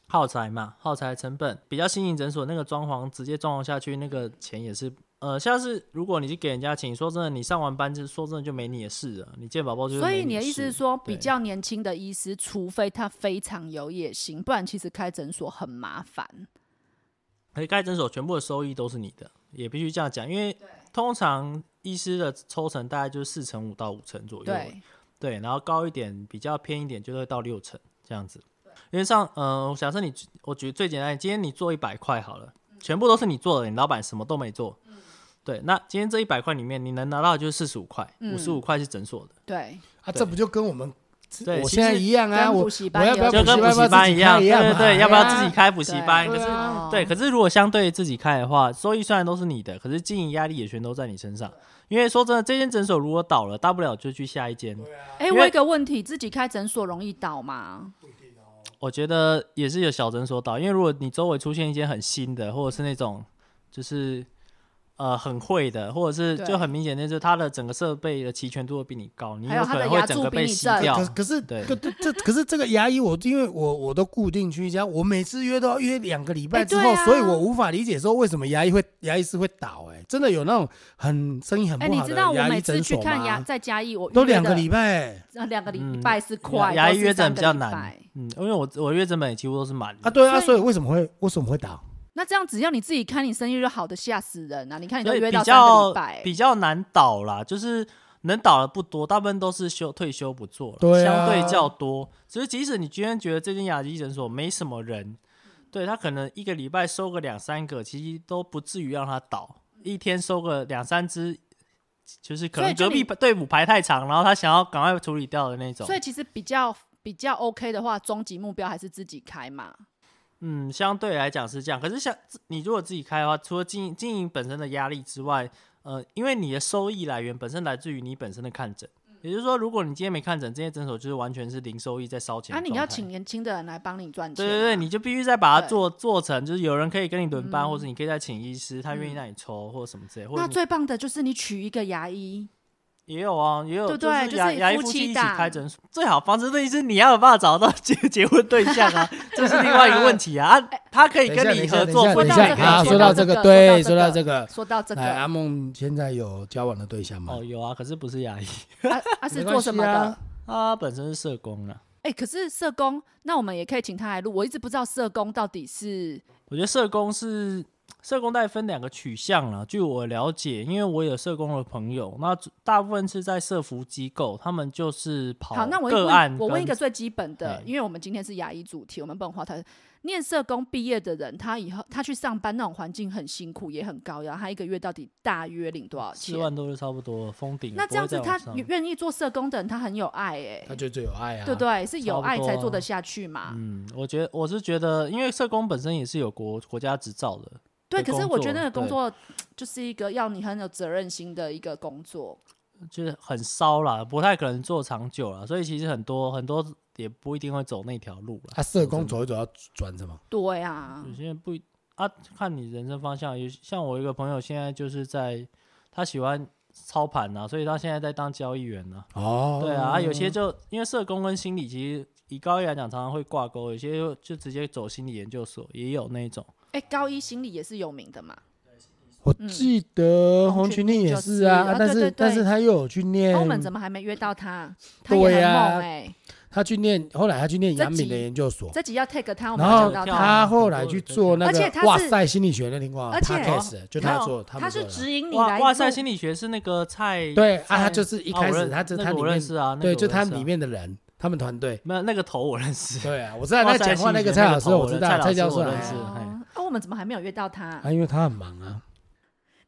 [SPEAKER 2] 耗材嘛，耗材成本比较新型诊所那个装潢直接装潢下去，那个钱也是呃像是如果你去给人家请，说真的，你上完班就说真的就没你的事了，你健保报就是
[SPEAKER 3] 所
[SPEAKER 2] 没
[SPEAKER 3] 以你的意思是
[SPEAKER 2] 事
[SPEAKER 3] 说，比
[SPEAKER 2] 对
[SPEAKER 3] 较年轻的医师，除非他非常有野心，不然其实开诊所很麻烦。
[SPEAKER 2] 而且该诊所全部的收益都是你的，也必须这样讲，因为通常医师的抽成大概就是四成五到五成左右而已，
[SPEAKER 3] 对，
[SPEAKER 2] 对，然后高一点，比较偏一点，就会到六成这样子。因为像，呃，假设你，我举最简单，今天你做一百块好了，
[SPEAKER 3] 嗯
[SPEAKER 2] 全部都是你做的，你老板什么都没做。对，那今天这一百块里面，你能拿到的就是四十五块，
[SPEAKER 3] 嗯
[SPEAKER 2] 五十五块是诊所的，
[SPEAKER 3] 对，
[SPEAKER 1] 啊，这不就跟我们
[SPEAKER 2] 对
[SPEAKER 1] 我
[SPEAKER 2] 其
[SPEAKER 1] 现在
[SPEAKER 2] 实
[SPEAKER 1] 一样啊，
[SPEAKER 3] 跟
[SPEAKER 1] 我
[SPEAKER 3] 补习
[SPEAKER 1] 我
[SPEAKER 3] 班
[SPEAKER 1] 要不要
[SPEAKER 3] 有
[SPEAKER 2] 就跟
[SPEAKER 1] 补
[SPEAKER 2] 补
[SPEAKER 1] 习
[SPEAKER 2] 习
[SPEAKER 1] 班
[SPEAKER 2] 班
[SPEAKER 1] 自己
[SPEAKER 2] 样，
[SPEAKER 1] 开
[SPEAKER 2] 对
[SPEAKER 1] 一样
[SPEAKER 2] 对
[SPEAKER 1] 嘛
[SPEAKER 2] 对，要不要自己开补
[SPEAKER 3] 补
[SPEAKER 2] 习班？可
[SPEAKER 3] 啊对
[SPEAKER 2] 是
[SPEAKER 3] 啊
[SPEAKER 2] 对，可是如果相对自己开的话，收益虽然都是你的，可是经营压力也全都在你身上。因为说真的，这间诊所如果倒了，大不了就去下一间。
[SPEAKER 3] 哎、
[SPEAKER 2] 因
[SPEAKER 3] 我
[SPEAKER 2] 为
[SPEAKER 3] 有一个问题，自己开诊所容易倒吗？
[SPEAKER 2] 我觉得也是有小诊所倒，因为如果你周围出现一些很新的，或者是那种就是呃很会的，或者是
[SPEAKER 3] 对
[SPEAKER 2] 就很明显，那就是它的整个设备的齐全度会比你高，你
[SPEAKER 3] 还有
[SPEAKER 2] 可
[SPEAKER 3] 它的
[SPEAKER 2] 能会
[SPEAKER 3] 牙
[SPEAKER 2] 整
[SPEAKER 3] 柱
[SPEAKER 2] 个
[SPEAKER 3] 比
[SPEAKER 2] 被
[SPEAKER 3] 你
[SPEAKER 2] 洗
[SPEAKER 3] 正
[SPEAKER 2] 掉
[SPEAKER 1] 呃可。可是
[SPEAKER 2] 对
[SPEAKER 1] 可这这可是这个牙医我，因为我我都固定去一家，我每次约都要约两个礼拜
[SPEAKER 3] 哎
[SPEAKER 1] 之
[SPEAKER 3] 对
[SPEAKER 1] 后，
[SPEAKER 3] 啊
[SPEAKER 1] 所以我无法理解说为什么牙医会牙医师会倒、哎，真的有那种很生意很
[SPEAKER 3] 哎、
[SPEAKER 1] 不
[SPEAKER 3] 你
[SPEAKER 1] 好
[SPEAKER 3] 知
[SPEAKER 1] 的
[SPEAKER 3] 道我
[SPEAKER 1] 牙
[SPEAKER 3] 每
[SPEAKER 1] 医
[SPEAKER 3] 次
[SPEAKER 1] 诊
[SPEAKER 3] 去
[SPEAKER 1] 所
[SPEAKER 3] 看牙，
[SPEAKER 1] 吗？
[SPEAKER 3] 在嘉义我
[SPEAKER 1] 都
[SPEAKER 3] 约
[SPEAKER 1] 两个
[SPEAKER 3] 的
[SPEAKER 1] 礼拜、哎
[SPEAKER 3] 呃两个
[SPEAKER 2] 嗯
[SPEAKER 3] 礼拜是快，
[SPEAKER 2] 牙牙医
[SPEAKER 3] 都是
[SPEAKER 2] 约诊
[SPEAKER 3] 三
[SPEAKER 2] 比
[SPEAKER 3] 个
[SPEAKER 2] 较
[SPEAKER 3] 礼
[SPEAKER 2] 难
[SPEAKER 3] 拜。
[SPEAKER 2] 嗯，因为我我约诊本也几乎都是满的
[SPEAKER 1] 啊，。对啊，
[SPEAKER 3] 所
[SPEAKER 1] 所以为什么会为什么会倒？
[SPEAKER 3] 那这样只要你自己看，你生意就好的吓死人啊！你看你都
[SPEAKER 2] 所以
[SPEAKER 3] 约
[SPEAKER 2] 比
[SPEAKER 3] 到三个
[SPEAKER 2] 较
[SPEAKER 3] 礼拜，
[SPEAKER 2] 比较难倒啦，就是能倒的不多，大部分都是休退休不做了，
[SPEAKER 1] 对
[SPEAKER 2] 相
[SPEAKER 1] 啊
[SPEAKER 2] 对较多。只是即使你今天觉得这间牙医诊所没什么人，对他可能一个礼拜收个两三个，其实都不至于让他倒，一天收个两三只。就是可
[SPEAKER 3] 所
[SPEAKER 2] 能
[SPEAKER 3] 以就
[SPEAKER 2] 隔壁
[SPEAKER 3] 你
[SPEAKER 2] 队伍排太长，然后他想要赶快处理掉的那种
[SPEAKER 3] 所。以其实比较比较 OK 的话，终极目标还是自己开嘛。
[SPEAKER 2] 嗯，相对来讲是这样。可是像自你如果自己开的话，除了经营经营本身的压力之外，呃，因为你的收益来源本身来自于你本身的看诊，也就是说，如果你今天没看诊，这些诊所就是完全是零收益在烧钱
[SPEAKER 3] 啊，
[SPEAKER 2] 的状态。
[SPEAKER 3] 你要请年轻的人来帮你赚钱
[SPEAKER 2] 对
[SPEAKER 3] 啊、
[SPEAKER 2] 对对，你就必须再把它
[SPEAKER 3] 对嗯
[SPEAKER 2] 做做成，就是有人可以跟你轮班，或者你可以再请医师，他愿意让你抽、或者什么之类，或者
[SPEAKER 3] 那
[SPEAKER 2] 你
[SPEAKER 3] 最棒的就是你娶一个牙医，
[SPEAKER 2] 也有啊，也有
[SPEAKER 3] 对对
[SPEAKER 2] 就是
[SPEAKER 3] 就
[SPEAKER 2] 牙
[SPEAKER 3] 是
[SPEAKER 2] 牙医
[SPEAKER 3] 夫
[SPEAKER 2] 夫
[SPEAKER 3] 妻
[SPEAKER 2] 妻一起
[SPEAKER 3] 档
[SPEAKER 2] 开诊所，最好方式对是你要有办法找到 结结婚对象啊，这是另外一个问题啊。啊
[SPEAKER 3] 哎
[SPEAKER 2] 他可以跟你合作，
[SPEAKER 1] 等
[SPEAKER 2] 或
[SPEAKER 1] 一
[SPEAKER 2] 者
[SPEAKER 1] 下，
[SPEAKER 2] 你
[SPEAKER 1] 等一
[SPEAKER 2] 可
[SPEAKER 1] 下啊，
[SPEAKER 2] 以
[SPEAKER 1] 说
[SPEAKER 2] 跟
[SPEAKER 1] 到
[SPEAKER 2] 他
[SPEAKER 1] 这个，
[SPEAKER 3] 说到这个
[SPEAKER 1] 对，说
[SPEAKER 3] 说
[SPEAKER 1] 到
[SPEAKER 3] 到
[SPEAKER 1] 这
[SPEAKER 3] 这
[SPEAKER 1] 个，
[SPEAKER 3] 说到这个
[SPEAKER 1] 来，阿
[SPEAKER 3] 啊
[SPEAKER 1] 梦现在有交往的对象吗
[SPEAKER 2] 哦，？有啊，可是不是牙医，
[SPEAKER 3] 啊
[SPEAKER 1] 没
[SPEAKER 3] 是
[SPEAKER 1] 关
[SPEAKER 3] 做什
[SPEAKER 1] 系
[SPEAKER 3] 么
[SPEAKER 1] 啊
[SPEAKER 3] 的？
[SPEAKER 2] 他本身是社工啊。
[SPEAKER 3] 哎、可是社工，那我们也可以请他来录。我一直不知道社工到底是
[SPEAKER 2] 我觉得社工是社工，大概分两个取向啦。据我了解，因为我有社工的朋友，那大部分是在社服机构，他们就是跑
[SPEAKER 3] 好。那我
[SPEAKER 2] 哦个
[SPEAKER 3] 问
[SPEAKER 2] 案
[SPEAKER 3] 我问一
[SPEAKER 2] 跟
[SPEAKER 3] 个最基本的
[SPEAKER 2] 哎，
[SPEAKER 3] 因为我们今天是牙医主题，我们不能花太。念社工毕业的人，他以后他去上班那种环境很辛苦，也很高压，他一个月到底大约领多少
[SPEAKER 2] 四
[SPEAKER 3] 钱？
[SPEAKER 2] 万多就差不多了，封顶了。
[SPEAKER 3] 那
[SPEAKER 2] 不
[SPEAKER 3] 这样
[SPEAKER 2] 会
[SPEAKER 3] 子，
[SPEAKER 2] 再
[SPEAKER 3] 他
[SPEAKER 2] 往上
[SPEAKER 3] 愿意做社工的人，他很有爱哎、
[SPEAKER 1] 他就最有爱啊，
[SPEAKER 3] 对不对？是
[SPEAKER 2] 差不
[SPEAKER 3] 有爱才
[SPEAKER 2] 多
[SPEAKER 3] 做
[SPEAKER 2] 啊
[SPEAKER 3] 得下去嘛。
[SPEAKER 2] 嗯，我觉得我是觉得，因为社工本身也是有国国家执照的，
[SPEAKER 3] 对，
[SPEAKER 2] 的
[SPEAKER 3] 可是
[SPEAKER 2] 工
[SPEAKER 3] 我觉
[SPEAKER 2] 作
[SPEAKER 3] 得那个工
[SPEAKER 2] 对
[SPEAKER 3] 作就是一个要你很有责任心的一个工作。
[SPEAKER 2] 就是很烧啦，不太可能做长久啦，所以其实很多很多也不一定会走那条路啦。
[SPEAKER 1] 他啊社工走一走要转什么？
[SPEAKER 3] 对啊，
[SPEAKER 1] 嗯
[SPEAKER 2] 有些人不一啊，看你人生方向。有像我一个朋友，现在就是在他喜欢操盘呐、所以他现在在当交易员呢、
[SPEAKER 1] 哦，
[SPEAKER 2] 对啊，啊有些就因为社工跟心理其实以高一来讲常常会挂钩，有些就就直接走心理研究所，也有那种。
[SPEAKER 3] 哎、高一心理也是有名的嘛，
[SPEAKER 1] 我记得洪群令也是啊，
[SPEAKER 3] 洪群令就是啊
[SPEAKER 1] 啊但
[SPEAKER 3] 对对
[SPEAKER 1] 是
[SPEAKER 3] 对
[SPEAKER 1] 但是他又有去念
[SPEAKER 3] 欧盟怎么还没约到他？他也很
[SPEAKER 1] 嗯对啊
[SPEAKER 3] 猛哎、
[SPEAKER 1] 他去念，后来他去念阳明的研究所，
[SPEAKER 3] 这集要 take 他，我们
[SPEAKER 1] 然
[SPEAKER 3] 要
[SPEAKER 1] 后
[SPEAKER 3] 讲到
[SPEAKER 2] 跳
[SPEAKER 3] 他，
[SPEAKER 1] 他后来去做那
[SPEAKER 3] 而且
[SPEAKER 1] 个
[SPEAKER 3] 他是
[SPEAKER 1] 哇塞心理学的，你光
[SPEAKER 3] 而且
[SPEAKER 1] podcast 就他做，
[SPEAKER 3] 他
[SPEAKER 1] 们做
[SPEAKER 3] 是
[SPEAKER 1] 的
[SPEAKER 3] 指引你
[SPEAKER 2] 哇
[SPEAKER 3] 来
[SPEAKER 2] 哇塞，
[SPEAKER 3] 录
[SPEAKER 2] 心理学是那个蔡
[SPEAKER 1] 对啊，
[SPEAKER 2] 蔡
[SPEAKER 1] 他就是一
[SPEAKER 2] 啊我
[SPEAKER 1] 开始
[SPEAKER 2] 认
[SPEAKER 1] 他这
[SPEAKER 2] 那
[SPEAKER 1] 他
[SPEAKER 2] 个
[SPEAKER 1] 里
[SPEAKER 2] 我认
[SPEAKER 1] 面
[SPEAKER 2] 识啊，那
[SPEAKER 1] 对，
[SPEAKER 2] 个
[SPEAKER 1] 就
[SPEAKER 2] 我
[SPEAKER 1] 他
[SPEAKER 2] 认识啊
[SPEAKER 1] 里面的人，他们团 队。
[SPEAKER 2] 没有那个头我认识，
[SPEAKER 1] 对啊，我知道在讲话那个蔡老师，我知道蔡教授
[SPEAKER 2] 我认
[SPEAKER 1] 来
[SPEAKER 2] 识
[SPEAKER 1] 啊，
[SPEAKER 2] 嘿
[SPEAKER 3] 哦，啊，我们怎么还没有约到他？
[SPEAKER 1] 因为他很忙啊。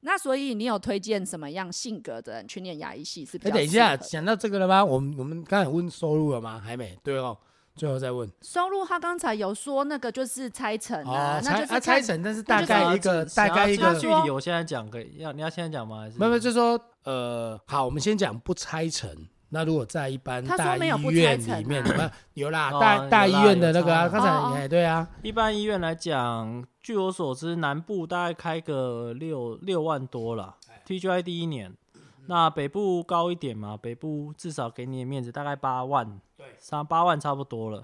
[SPEAKER 3] 那所以你有推荐什么样性格的人去念牙医系是比
[SPEAKER 1] 哎，
[SPEAKER 3] 较？
[SPEAKER 1] 等一下，，讲到这个了吗？我们我们刚才问收入了吗？还没，对哦，最后再问。
[SPEAKER 3] 收入他刚才有说那个就是拆成啊
[SPEAKER 1] 哦，，
[SPEAKER 3] 那
[SPEAKER 1] 拆
[SPEAKER 3] 就是
[SPEAKER 1] 啊拆成，但是大
[SPEAKER 3] 那就是
[SPEAKER 1] 概一个 大
[SPEAKER 2] 想要
[SPEAKER 1] 概一
[SPEAKER 2] 想要
[SPEAKER 1] 个
[SPEAKER 2] 啊具
[SPEAKER 3] 他
[SPEAKER 2] 体，
[SPEAKER 3] 说
[SPEAKER 2] 我现在讲可以，要你要现在讲吗？还是
[SPEAKER 1] 没有，没有，就是说，呃，好，我们先讲不拆成。那如果在一般
[SPEAKER 3] 他说
[SPEAKER 1] 大
[SPEAKER 3] 没有不
[SPEAKER 1] 医
[SPEAKER 3] 拆
[SPEAKER 1] 院
[SPEAKER 3] 成啊
[SPEAKER 1] 里面，什么有啦，
[SPEAKER 2] 哦
[SPEAKER 1] 大大
[SPEAKER 2] 有
[SPEAKER 1] 医
[SPEAKER 2] 啦
[SPEAKER 1] 院的
[SPEAKER 2] 有
[SPEAKER 1] 那个啊，
[SPEAKER 2] 差
[SPEAKER 1] 刚
[SPEAKER 3] 哦哦
[SPEAKER 1] 才哎，对啊，
[SPEAKER 2] 一般医院来讲，据我所知，南部大概开个六六万多啦 TGI 第一年，那北部高一点嘛，北部至少给你的面子大概八万，对，三八万差不多了，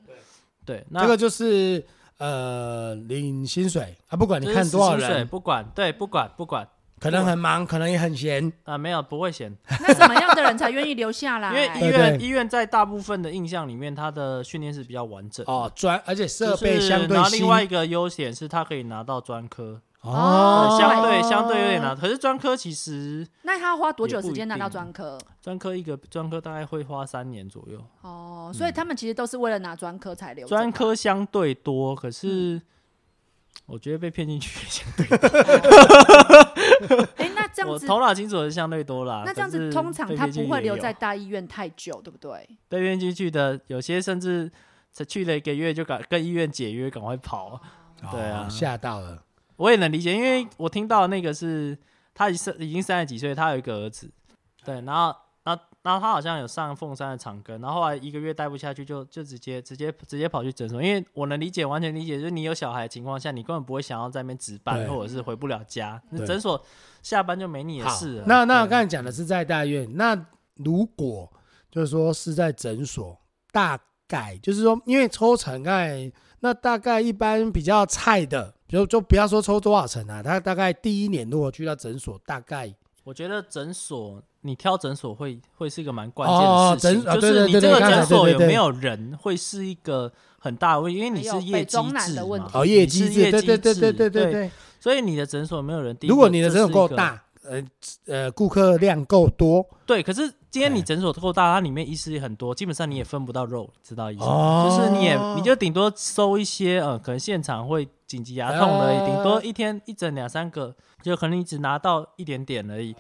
[SPEAKER 2] 对，那
[SPEAKER 1] 这个就是呃领薪水啊，不管你
[SPEAKER 2] 就是
[SPEAKER 1] 看
[SPEAKER 2] 时
[SPEAKER 1] 多少
[SPEAKER 2] 薪水
[SPEAKER 1] 人，
[SPEAKER 2] 不管，对，不管不管
[SPEAKER 1] 可能很忙，可能也很闲，
[SPEAKER 2] 啊、没有不会嫌，
[SPEAKER 3] 那什么样的人才愿意留下来？
[SPEAKER 2] 因为医
[SPEAKER 1] 对
[SPEAKER 2] 院
[SPEAKER 1] 对
[SPEAKER 2] 医院在大部分的印象里面，它的训练是比较完整的
[SPEAKER 1] 哦，专而且设
[SPEAKER 2] 就
[SPEAKER 1] 备
[SPEAKER 2] 是
[SPEAKER 1] 相对
[SPEAKER 2] 然后
[SPEAKER 1] 新
[SPEAKER 2] 另外一个优点是它可以拿到专科，
[SPEAKER 1] 哦
[SPEAKER 2] 对，相对
[SPEAKER 3] 哦
[SPEAKER 2] 相对有点难。可是专科其实
[SPEAKER 3] 那他要花多久时间拿到
[SPEAKER 2] 也不一定
[SPEAKER 3] 专科？
[SPEAKER 2] 专科一个专科大概会花三年左右，
[SPEAKER 3] 哦，所以他们其实都是为了拿专科才留着
[SPEAKER 2] 专科相对多，可
[SPEAKER 3] 嗯
[SPEAKER 2] 是我觉得被骗进去也相对
[SPEAKER 3] 吧。哎、那 这样
[SPEAKER 2] 我
[SPEAKER 3] 子，
[SPEAKER 2] 头脑清楚的相对多啦。
[SPEAKER 3] 那这样
[SPEAKER 2] 可
[SPEAKER 3] 子
[SPEAKER 2] 是
[SPEAKER 3] 通常
[SPEAKER 2] 被
[SPEAKER 3] 他
[SPEAKER 2] 骗进
[SPEAKER 3] 不
[SPEAKER 2] 去
[SPEAKER 3] 会
[SPEAKER 2] 也
[SPEAKER 3] 留
[SPEAKER 2] 有
[SPEAKER 3] 在大医院太久，对不对？
[SPEAKER 2] 被骗进去的，有些甚至才去了一个月就赶跟医院解约，赶快跑。对啊
[SPEAKER 1] 哦吓到了，
[SPEAKER 2] 我也能理解，因为我听到那个是他已三已经三十几岁，他有一个儿子，对，然后然后然后他好像有上凤山的长庚，然后后来一个月待不下去就，就直接直接直接跑去诊所，因为我能理解，完全理解，就是你有小孩的情况下，你根本不会想要在那边值班，
[SPEAKER 1] 对
[SPEAKER 2] 或者是回不了家，那
[SPEAKER 1] 对
[SPEAKER 2] 诊所下班就没你的
[SPEAKER 1] 好
[SPEAKER 2] 事了。
[SPEAKER 1] 那那
[SPEAKER 2] 对
[SPEAKER 1] 刚才讲的是在大医院，那啊如果就是说是在诊所，大概就是说，因为抽成大概那大概一般比较菜的，就就不要说抽多少成啊，他大概第一年如果去到诊所，大概
[SPEAKER 2] 我觉得诊所，你挑诊所会会是一个蛮关键的事
[SPEAKER 1] 哦哦
[SPEAKER 2] 情，
[SPEAKER 1] 诊啊
[SPEAKER 2] 就
[SPEAKER 1] 对
[SPEAKER 2] 是
[SPEAKER 1] 对
[SPEAKER 2] 你
[SPEAKER 1] 对
[SPEAKER 2] 这个
[SPEAKER 1] 对刚才
[SPEAKER 2] 诊所
[SPEAKER 1] 对
[SPEAKER 2] 有
[SPEAKER 1] 对对
[SPEAKER 2] 没有人，会是一个很大的问题，因为你
[SPEAKER 3] 还
[SPEAKER 2] 是
[SPEAKER 3] 有
[SPEAKER 2] 业
[SPEAKER 3] 北
[SPEAKER 2] 绩
[SPEAKER 3] 中南
[SPEAKER 2] 制
[SPEAKER 3] 的问
[SPEAKER 2] 嘛
[SPEAKER 3] 题，
[SPEAKER 1] 哦业
[SPEAKER 2] 你
[SPEAKER 1] 绩
[SPEAKER 2] 是
[SPEAKER 1] 制，
[SPEAKER 2] 业
[SPEAKER 1] 对
[SPEAKER 2] 绩
[SPEAKER 1] 对对对对
[SPEAKER 2] 对
[SPEAKER 1] 对对。
[SPEAKER 2] 所以你的诊所有没有人，第一
[SPEAKER 1] 如果
[SPEAKER 2] 个
[SPEAKER 1] 你的
[SPEAKER 2] 这
[SPEAKER 1] 诊所
[SPEAKER 2] 是
[SPEAKER 1] 够
[SPEAKER 2] 一个，
[SPEAKER 1] 大，呃呃，顾客量够多
[SPEAKER 2] 对，可是今天你
[SPEAKER 1] 哎
[SPEAKER 2] 诊所够大，它里面医师也很多，基本上你也分不到肉，知道意思吗？
[SPEAKER 1] 哦
[SPEAKER 2] 就是你也你就顶多收一些呃，可能现场会紧急牙痛的而已，顶多一天一整两三个，就可能你只拿到一点点而已。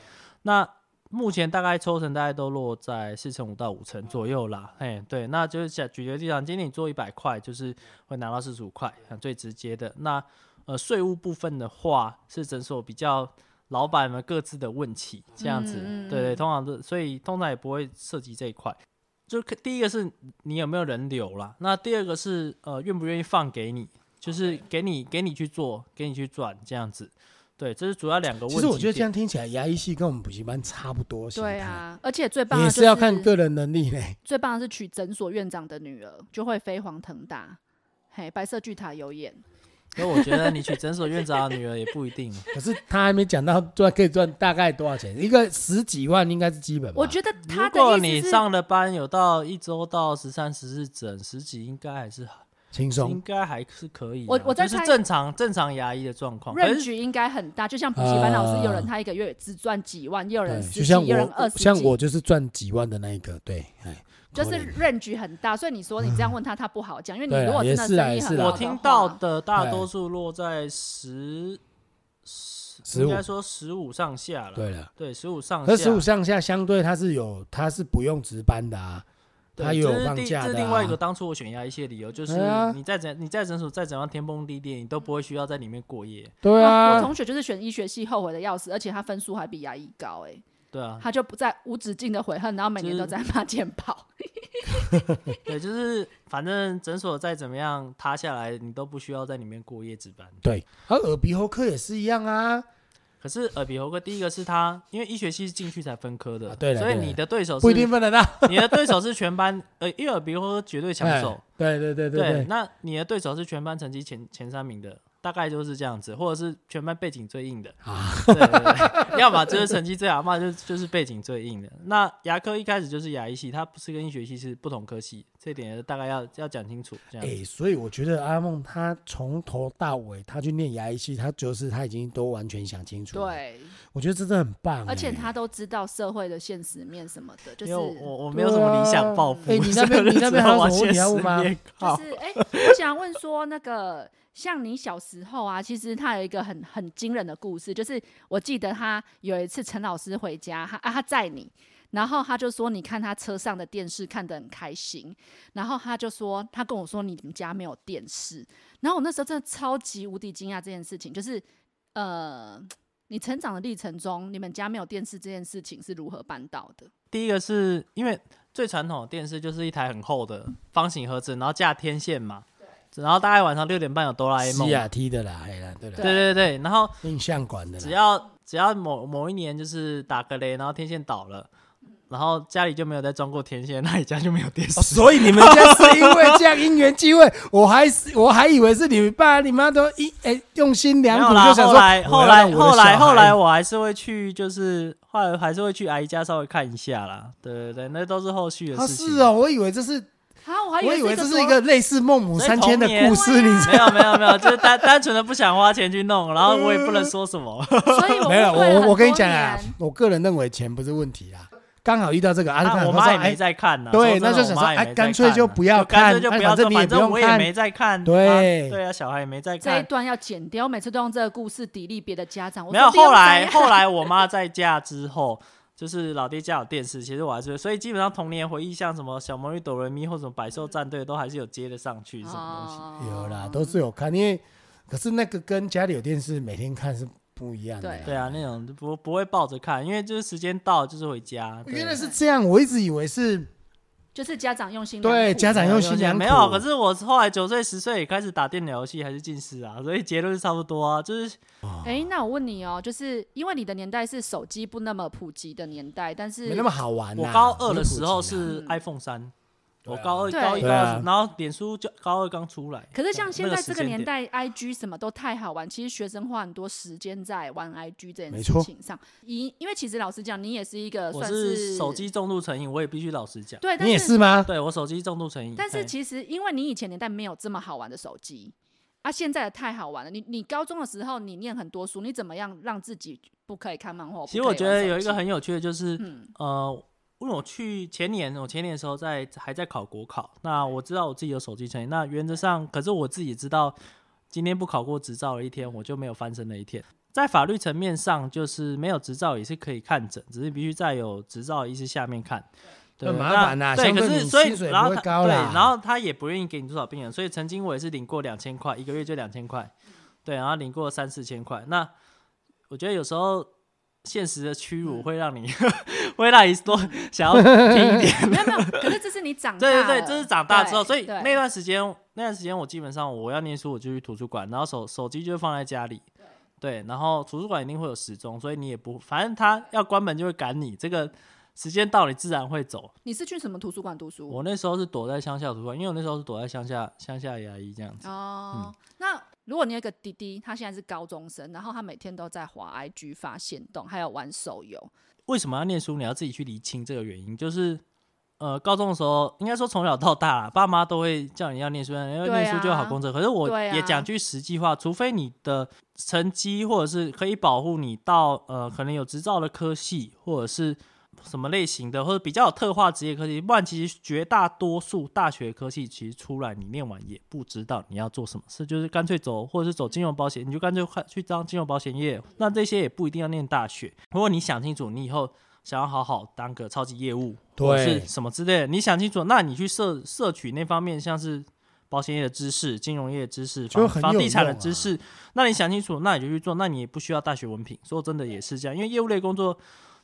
[SPEAKER 2] 那目前大概抽成大概都落在四成五到五成左右啦，哎，对，那就是假举个例子，今天你做一百块，就是会拿到四十五块，啊最直接的。那呃税务部分的话，是诊所比较老板们各自的问题这样子，
[SPEAKER 3] 嗯嗯嗯
[SPEAKER 2] 对对，通常都所以通常也不会涉及这一块。就可第一个是你有没有人流啦，那第二个是呃愿不愿意放给你，就是给你给你去做，给你去赚这样子。对，这是主要两个问题
[SPEAKER 1] 哦其
[SPEAKER 2] 点。
[SPEAKER 1] 实我觉得这样听起来，牙医系跟我们补习班差不多形态。
[SPEAKER 3] 对啊，而且最棒的
[SPEAKER 1] 也
[SPEAKER 3] 就是
[SPEAKER 1] 要看个人能力嘞。
[SPEAKER 3] 最棒的是娶诊所院长的女儿，就会飞黄腾达。嘿，白色巨塔有演，
[SPEAKER 2] 所以我觉得你去诊所院长啊的女儿也不一定。
[SPEAKER 1] 可是他还没讲到赚可以赚大概多少钱，一个十几万应该是基本吧。
[SPEAKER 3] 我觉得他
[SPEAKER 2] 如果
[SPEAKER 3] 的
[SPEAKER 2] 你
[SPEAKER 3] 意思是，
[SPEAKER 2] 上了班有到一周到十三、十四诊，十几应该还是
[SPEAKER 1] 轻
[SPEAKER 2] 应
[SPEAKER 1] 松，
[SPEAKER 2] 该还是可以啊、
[SPEAKER 3] 我我在
[SPEAKER 2] 就是
[SPEAKER 3] 猜
[SPEAKER 2] 正常正常牙医的状况。可是
[SPEAKER 3] range 应该很大，就像补习班老师，有人
[SPEAKER 1] 呃
[SPEAKER 3] 他一个月只赚几万，也有人
[SPEAKER 1] 对，
[SPEAKER 3] 十
[SPEAKER 1] 就
[SPEAKER 3] 几，
[SPEAKER 1] 像
[SPEAKER 3] 有人二
[SPEAKER 1] 我
[SPEAKER 3] 十几，
[SPEAKER 1] 像我就是赚几万的那一个，对，哎，
[SPEAKER 3] 就
[SPEAKER 1] 可
[SPEAKER 3] 是
[SPEAKER 1] 能
[SPEAKER 3] range 很大，所以你说你这样问他，他不好讲，因为你
[SPEAKER 1] 对啊
[SPEAKER 3] 如果真的
[SPEAKER 1] 也是啊
[SPEAKER 3] 生意
[SPEAKER 1] 也是啊
[SPEAKER 3] 很好
[SPEAKER 2] 我
[SPEAKER 3] 的
[SPEAKER 2] 听
[SPEAKER 3] 话
[SPEAKER 2] 到的大
[SPEAKER 1] 对
[SPEAKER 2] 多数落在十十，
[SPEAKER 1] 15
[SPEAKER 2] 应该说十五上下了。
[SPEAKER 1] 对了。
[SPEAKER 2] 对，十五上
[SPEAKER 1] 可
[SPEAKER 2] 下。
[SPEAKER 1] 十五上下相对它是有，它是不用值班的啊，
[SPEAKER 2] 对
[SPEAKER 1] 它也
[SPEAKER 2] 这
[SPEAKER 1] 有
[SPEAKER 2] 是
[SPEAKER 1] 放
[SPEAKER 2] 第
[SPEAKER 1] 假
[SPEAKER 2] 这是
[SPEAKER 1] 的
[SPEAKER 2] 另外一个
[SPEAKER 1] 啊。
[SPEAKER 2] 当初我选牙医系的理由，就是
[SPEAKER 1] 对啊
[SPEAKER 2] 你在怎你在诊所再怎样天崩地裂，你都不会需要在里面过夜。
[SPEAKER 1] 对
[SPEAKER 3] 我
[SPEAKER 1] 啊，
[SPEAKER 3] 同学就是选医学系后悔的要死，而且他分数还比牙医高、欸，
[SPEAKER 2] 对啊，
[SPEAKER 3] 他就不再无止境的悔恨，然后每年都在骂健 保。
[SPEAKER 2] 对，就是反正诊所再怎么样塌下来，你都不需要在里面过夜值班。
[SPEAKER 1] 对，而耳鼻喉科也是一样啊。
[SPEAKER 2] 可是耳鼻喉科第一个是他，因为医学系是进去才分科的，
[SPEAKER 1] 啊对了
[SPEAKER 2] 所以
[SPEAKER 1] 对了
[SPEAKER 2] 你的对手是
[SPEAKER 1] 不一定分得到。
[SPEAKER 2] 你的对手是全班，呃，因为耳鼻喉科绝对抢手
[SPEAKER 1] 哎，对对对对，
[SPEAKER 2] 那你的对手是全班成绩前前三名的，大概就是这样子，或者是全班背景最硬的，
[SPEAKER 1] 啊，
[SPEAKER 2] 对对对 要么就是成绩最好，要么就就是背景最硬的。那牙科一开始就是牙医系，它不是跟医学系是不同科系，这点大概要要讲清楚。这样子，
[SPEAKER 1] 哎，所以我觉得阿梦他从头到尾，他去念牙医系，他就是他已经都完全想清楚。，
[SPEAKER 3] 对，
[SPEAKER 1] 我觉得这真的很棒。
[SPEAKER 3] 而且
[SPEAKER 1] 哎
[SPEAKER 3] 他都知道社会的现实面什么的，就
[SPEAKER 2] 嗯因为我
[SPEAKER 3] 是。
[SPEAKER 2] 我我没有什么理想抱负，
[SPEAKER 1] 对啊哎你那边
[SPEAKER 2] 所以我就
[SPEAKER 1] 你那边
[SPEAKER 2] 知道
[SPEAKER 1] 还有
[SPEAKER 2] 往
[SPEAKER 1] 什么问题要问吗
[SPEAKER 2] 现实面靠
[SPEAKER 3] 就 是哎、我想问说，那个像你小时候啊，其实他有一个很很惊人的故事，就是我记得他有一次陈老师回家，他啊他载你，然后他就说，你看他车上的电视看得很开心，然后他就说，他跟我说你们家没有电视，然后我那时候真的超级无敌惊讶这件事情，就是呃，你成长的历程中，你们家没有电视这件事情是如何办到的？
[SPEAKER 2] 第一个是因为最传统的电视就是一台很厚的方形盒子，然后架天线嘛，然后大概晚上六点半有哆啦 A 梦
[SPEAKER 1] 西
[SPEAKER 2] 嘛，
[SPEAKER 1] 雅 T 的啦，哎啦，对啦，
[SPEAKER 2] 对对对，然后
[SPEAKER 1] 印象馆的
[SPEAKER 2] 只
[SPEAKER 1] 啦，
[SPEAKER 2] 要只要某某一年就是打个雷，然后天线倒了，然后家里就没有再装过天线，那你家就没有电视。
[SPEAKER 1] 哦所以你们家是因为这样因缘际会，我还是我还以为是你们爸你妈都一哎用心
[SPEAKER 2] 没
[SPEAKER 1] 良
[SPEAKER 2] 有
[SPEAKER 1] 苦，
[SPEAKER 2] 啦，
[SPEAKER 1] 就想
[SPEAKER 2] 后
[SPEAKER 1] 说
[SPEAKER 2] 来
[SPEAKER 1] 我
[SPEAKER 2] 后
[SPEAKER 1] 要
[SPEAKER 2] 来
[SPEAKER 1] 让我的
[SPEAKER 2] 后来
[SPEAKER 1] 小
[SPEAKER 2] 后来，
[SPEAKER 1] 孩
[SPEAKER 2] 我还是会去，就是后来还是会去阿姨家稍微看一下啦。对对对，那都是后续的
[SPEAKER 1] 啊
[SPEAKER 2] 事情。
[SPEAKER 1] 是哦，我以为这是
[SPEAKER 3] 啊，我还
[SPEAKER 1] 我以为
[SPEAKER 3] 这
[SPEAKER 1] 这是一
[SPEAKER 3] 多
[SPEAKER 1] 个类似孟母三迁的故
[SPEAKER 2] 所
[SPEAKER 1] 事，你知
[SPEAKER 2] 没有没有没有，就是单单纯的不想花钱去弄，然后我也不能说 什么。
[SPEAKER 3] 所
[SPEAKER 2] 啊
[SPEAKER 3] 以我
[SPEAKER 1] 没有，
[SPEAKER 3] 误会了
[SPEAKER 1] 我我
[SPEAKER 3] 很
[SPEAKER 1] 跟你
[SPEAKER 3] 多
[SPEAKER 1] 讲啊
[SPEAKER 2] 哎
[SPEAKER 3] 年，
[SPEAKER 1] 我个人认为钱不是问题啦，刚好遇到这个阿
[SPEAKER 2] 啊
[SPEAKER 1] 看 哎
[SPEAKER 2] 我妈也没在看呢、
[SPEAKER 1] 对
[SPEAKER 2] 说真的
[SPEAKER 1] 那就想说
[SPEAKER 2] 我妈也没在看啊
[SPEAKER 1] 哎干脆就不要
[SPEAKER 2] 就干脆
[SPEAKER 1] 看
[SPEAKER 2] 就不
[SPEAKER 1] 哎
[SPEAKER 2] 要
[SPEAKER 1] 反
[SPEAKER 2] 做，
[SPEAKER 1] 正你也
[SPEAKER 2] 反正
[SPEAKER 1] 不用
[SPEAKER 2] 我也
[SPEAKER 1] 看
[SPEAKER 2] 没在看。
[SPEAKER 1] 对
[SPEAKER 2] 啊对啊，小孩也没在
[SPEAKER 3] 这一
[SPEAKER 2] 看。
[SPEAKER 3] 段要剪掉，我每次都用这个故事砥砺别的家长。我
[SPEAKER 2] 没
[SPEAKER 3] 说
[SPEAKER 2] 有，
[SPEAKER 3] 不用
[SPEAKER 2] 后来
[SPEAKER 3] 这样
[SPEAKER 2] 后 来我妈在嫁之后，就是老爹家有电视，其实我还是所以基本上童年回忆，像什么小魔女哆瑞咪或什么百兽战队，都还是有接得上去什么东西。
[SPEAKER 3] 哦
[SPEAKER 1] 有啦，都是有看，因为可是那个跟家里有电视每天看是不一样的啦。
[SPEAKER 2] 对啊，那种就不不会抱着看，因为就是时间到就是回家。对
[SPEAKER 1] 原来是这样，我一直以为是
[SPEAKER 3] 就是家长用心啊良苦。
[SPEAKER 1] 对家长用心良苦，
[SPEAKER 2] 没啊有，可是我后来九岁、十岁也开始打电脑游戏，还是近视啊，所以结论是差不多啊，就是
[SPEAKER 3] 哎、那我问你哦、就是因为你的年代是手机不那么普及的年代，但是
[SPEAKER 1] 没那么好玩啦。
[SPEAKER 2] 我高二的时候
[SPEAKER 1] 没那么普及啦
[SPEAKER 2] 是
[SPEAKER 3] 嗯
[SPEAKER 2] iPhone 三，我
[SPEAKER 1] 啊对啊
[SPEAKER 2] 高二、
[SPEAKER 3] 对
[SPEAKER 2] 高一、高
[SPEAKER 1] 对
[SPEAKER 2] 二
[SPEAKER 1] 啊，
[SPEAKER 2] 然后脸书就高二刚出来。
[SPEAKER 3] 可是像现
[SPEAKER 2] 那
[SPEAKER 3] 在这个
[SPEAKER 2] 时间点，
[SPEAKER 3] 年代，IG 什么都太好玩，其实学生花很多时间在玩 IG 这件
[SPEAKER 1] 没
[SPEAKER 3] 事
[SPEAKER 1] 错
[SPEAKER 3] 情上。因因为其实老实讲，你也是一个
[SPEAKER 2] 我
[SPEAKER 3] 算
[SPEAKER 2] 是手机重度成瘾，我也必须老实讲。
[SPEAKER 3] 对，但
[SPEAKER 1] 你也是吗？
[SPEAKER 2] 对我手机重度成瘾，
[SPEAKER 3] 但
[SPEAKER 2] 嘿
[SPEAKER 3] 是其实因为你以前年代没有这么好玩的手机，啊，现在的太好玩了。你你高中的时候你念很多书，你怎么样让自己不可以看漫画？
[SPEAKER 2] 其实
[SPEAKER 3] 不可
[SPEAKER 2] 我
[SPEAKER 3] 以
[SPEAKER 2] 觉
[SPEAKER 3] 玩
[SPEAKER 2] 得
[SPEAKER 3] 手
[SPEAKER 2] 有一个
[SPEAKER 3] 机
[SPEAKER 2] 很有趣的，就是、
[SPEAKER 3] 嗯
[SPEAKER 2] 呃，因为我去前年，我前年的时候在还在考国考，那我知道我自己有手机成瘾，那原则上，可是我自己也知道，今天不考过执照的一天，我就没有翻身的一天。在法律层面上，就是没有执照也是可以看诊，只是必须在有执照的医师下面看。对，
[SPEAKER 1] 很麻
[SPEAKER 2] 那
[SPEAKER 1] 烦啦
[SPEAKER 2] 对，
[SPEAKER 1] 相
[SPEAKER 2] 可
[SPEAKER 1] 对
[SPEAKER 2] 是
[SPEAKER 1] 你
[SPEAKER 2] 所以
[SPEAKER 1] 薪水
[SPEAKER 2] 然
[SPEAKER 1] 不
[SPEAKER 2] 后
[SPEAKER 1] 会
[SPEAKER 2] 他
[SPEAKER 1] 高
[SPEAKER 2] 对，
[SPEAKER 1] 啦
[SPEAKER 2] 然后他也不愿意给你多少病人，所以曾经我也是领过两千块，一个月就两千块，对，然后领过三四千块。那我觉得有时候现实的屈
[SPEAKER 1] 嗯
[SPEAKER 2] 辱会让你， 会让你多想要拼一点。
[SPEAKER 3] 没有没有，可是这是你长 大
[SPEAKER 2] 对
[SPEAKER 3] 了，
[SPEAKER 2] 对对，这是长大之后，
[SPEAKER 3] 对
[SPEAKER 2] 所以
[SPEAKER 3] 对
[SPEAKER 2] 那段时间，那段时间我基本上我要念书，我就去图书馆，然后手手机就放在家里。对，然后图书馆一定会有时钟，所以你也不，反正他要关门就会赶你，这个时间到你自然会走。
[SPEAKER 3] 你是去什么图书馆读书？
[SPEAKER 2] 我那时候是躲在乡下图书馆，因为我那时候是躲在乡下乡下牙医这样子。
[SPEAKER 3] 哦，
[SPEAKER 2] 嗯
[SPEAKER 3] 那如果你有一个弟弟，他现在是高中生，然后他每天都在滑 IG 发现动，还有玩手游，
[SPEAKER 2] 为什么要念书？你要自己去厘清这个原因，就是。呃，高中的时候，应该说从小到大啦，爸妈都会叫你要念书，要
[SPEAKER 3] 对啊
[SPEAKER 2] 念书就有好工作。可是我
[SPEAKER 3] 对啊
[SPEAKER 2] 也讲句实际话，除非你的成绩或者是可以保护你到呃，可能有执照的科系，或者是什么类型的，或者比较有特化职业科系，不然其实绝大多数大学科系其实出来你念完也不知道你要做什么事，就是干脆走或者是走金融保险，你就干脆快去当金融保险业。那这些也不一定要念大学，如果你想清楚，你以后想要好好当个超级业务或者
[SPEAKER 1] 对
[SPEAKER 2] 是什么之类的，你想清楚，那你去摄摄取那方面像是。保险业的知识、金融业的知识、
[SPEAKER 1] 就
[SPEAKER 2] 房
[SPEAKER 1] 很
[SPEAKER 2] 房
[SPEAKER 1] 有
[SPEAKER 2] 地产的
[SPEAKER 1] 用啊
[SPEAKER 2] 知识，那你想清楚，那你就去做，那你也不需要大学文凭。说真的也是这样，因为业务类工作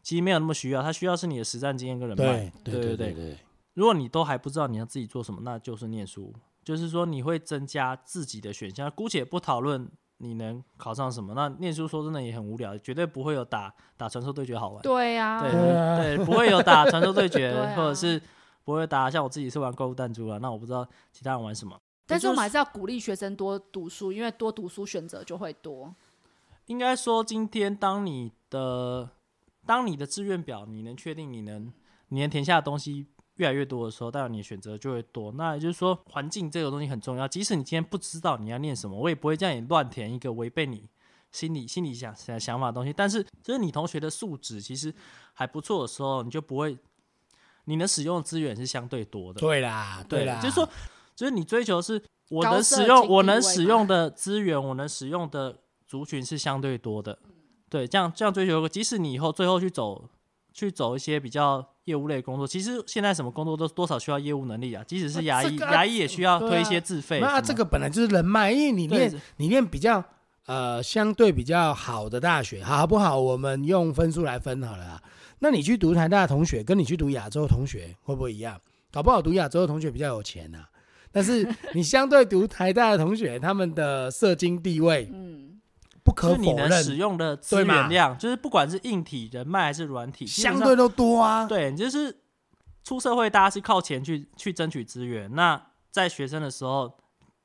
[SPEAKER 2] 其实没有那么需要，它需要是你的实战经验跟人脉
[SPEAKER 1] 对。对
[SPEAKER 2] 对
[SPEAKER 1] 对对，
[SPEAKER 2] 如果你都还不知道你要自己做什么，那就是念书，就是说你会增加自己的选项。姑且不讨论你能考上什么，那念书说真的也很无聊，绝对不会有打打传说对决好玩。
[SPEAKER 3] 对呀、
[SPEAKER 2] 对
[SPEAKER 1] 对啊
[SPEAKER 2] 对，不会有打传说对决，
[SPEAKER 3] 对啊
[SPEAKER 2] 或者是不会打像我自己是玩怪物弹珠啊，那我不知道其他人玩什么。
[SPEAKER 3] 但是我们
[SPEAKER 2] 就是
[SPEAKER 3] 还是要鼓励学生多读书，因为多读书选择就会多。
[SPEAKER 2] 应该说，今天当你的当你的志愿表你能确定你能你能填下的东西越来越多的时候，当然你的选择就会多。那也就是说，环境这个东西很重要。即使你今天不知道你要念什么，我也不会叫你乱填一个违背你心里心里想想想法的东西。但是，就是你同学的素质其实还不错的时候，你就不会你能使用的资源是相对多的。
[SPEAKER 1] 对啦对啦，
[SPEAKER 2] 就是说，就是你追求的是我
[SPEAKER 3] 高
[SPEAKER 2] 能使
[SPEAKER 3] 社经
[SPEAKER 2] 用我
[SPEAKER 3] 地
[SPEAKER 2] 能
[SPEAKER 3] 位
[SPEAKER 2] 使
[SPEAKER 3] 嘛
[SPEAKER 2] 用的资源，我能使用的族群是相对多的，
[SPEAKER 1] 嗯
[SPEAKER 2] 对，这样这样追求一个，即使你以后最后去走去走一些比较业务类的工作，其实现在什么工作都多少需要业务能力啊，即使是
[SPEAKER 1] 啊
[SPEAKER 2] 牙
[SPEAKER 1] 这
[SPEAKER 2] 医，
[SPEAKER 1] 个啊
[SPEAKER 2] 牙医也需要
[SPEAKER 1] 对
[SPEAKER 2] 推一
[SPEAKER 1] 啊
[SPEAKER 2] 些自费什么。
[SPEAKER 1] 那这个本来就是人脉，因为你
[SPEAKER 2] 对
[SPEAKER 1] 念你念比较呃相对比较好的大学，好不好？我们用分数来分好了啊。那你去读台大的同学，跟你去读亚洲同学会不会一样？搞不好读亚洲的同学比较有钱啊，但是你相对读台大的同学，他们的社经地位
[SPEAKER 3] 嗯，
[SPEAKER 1] 不
[SPEAKER 2] 就
[SPEAKER 1] 可
[SPEAKER 2] 是你
[SPEAKER 1] 否
[SPEAKER 2] 能使
[SPEAKER 1] 认，
[SPEAKER 2] 用的资
[SPEAKER 1] 对嘛
[SPEAKER 2] 源量，就是不管是硬体、人脉还是软体，基本
[SPEAKER 1] 相
[SPEAKER 2] 上
[SPEAKER 1] 对都多啊。
[SPEAKER 2] 对，你就是出社会，大家是靠钱去去争取资源。那在学生的时候，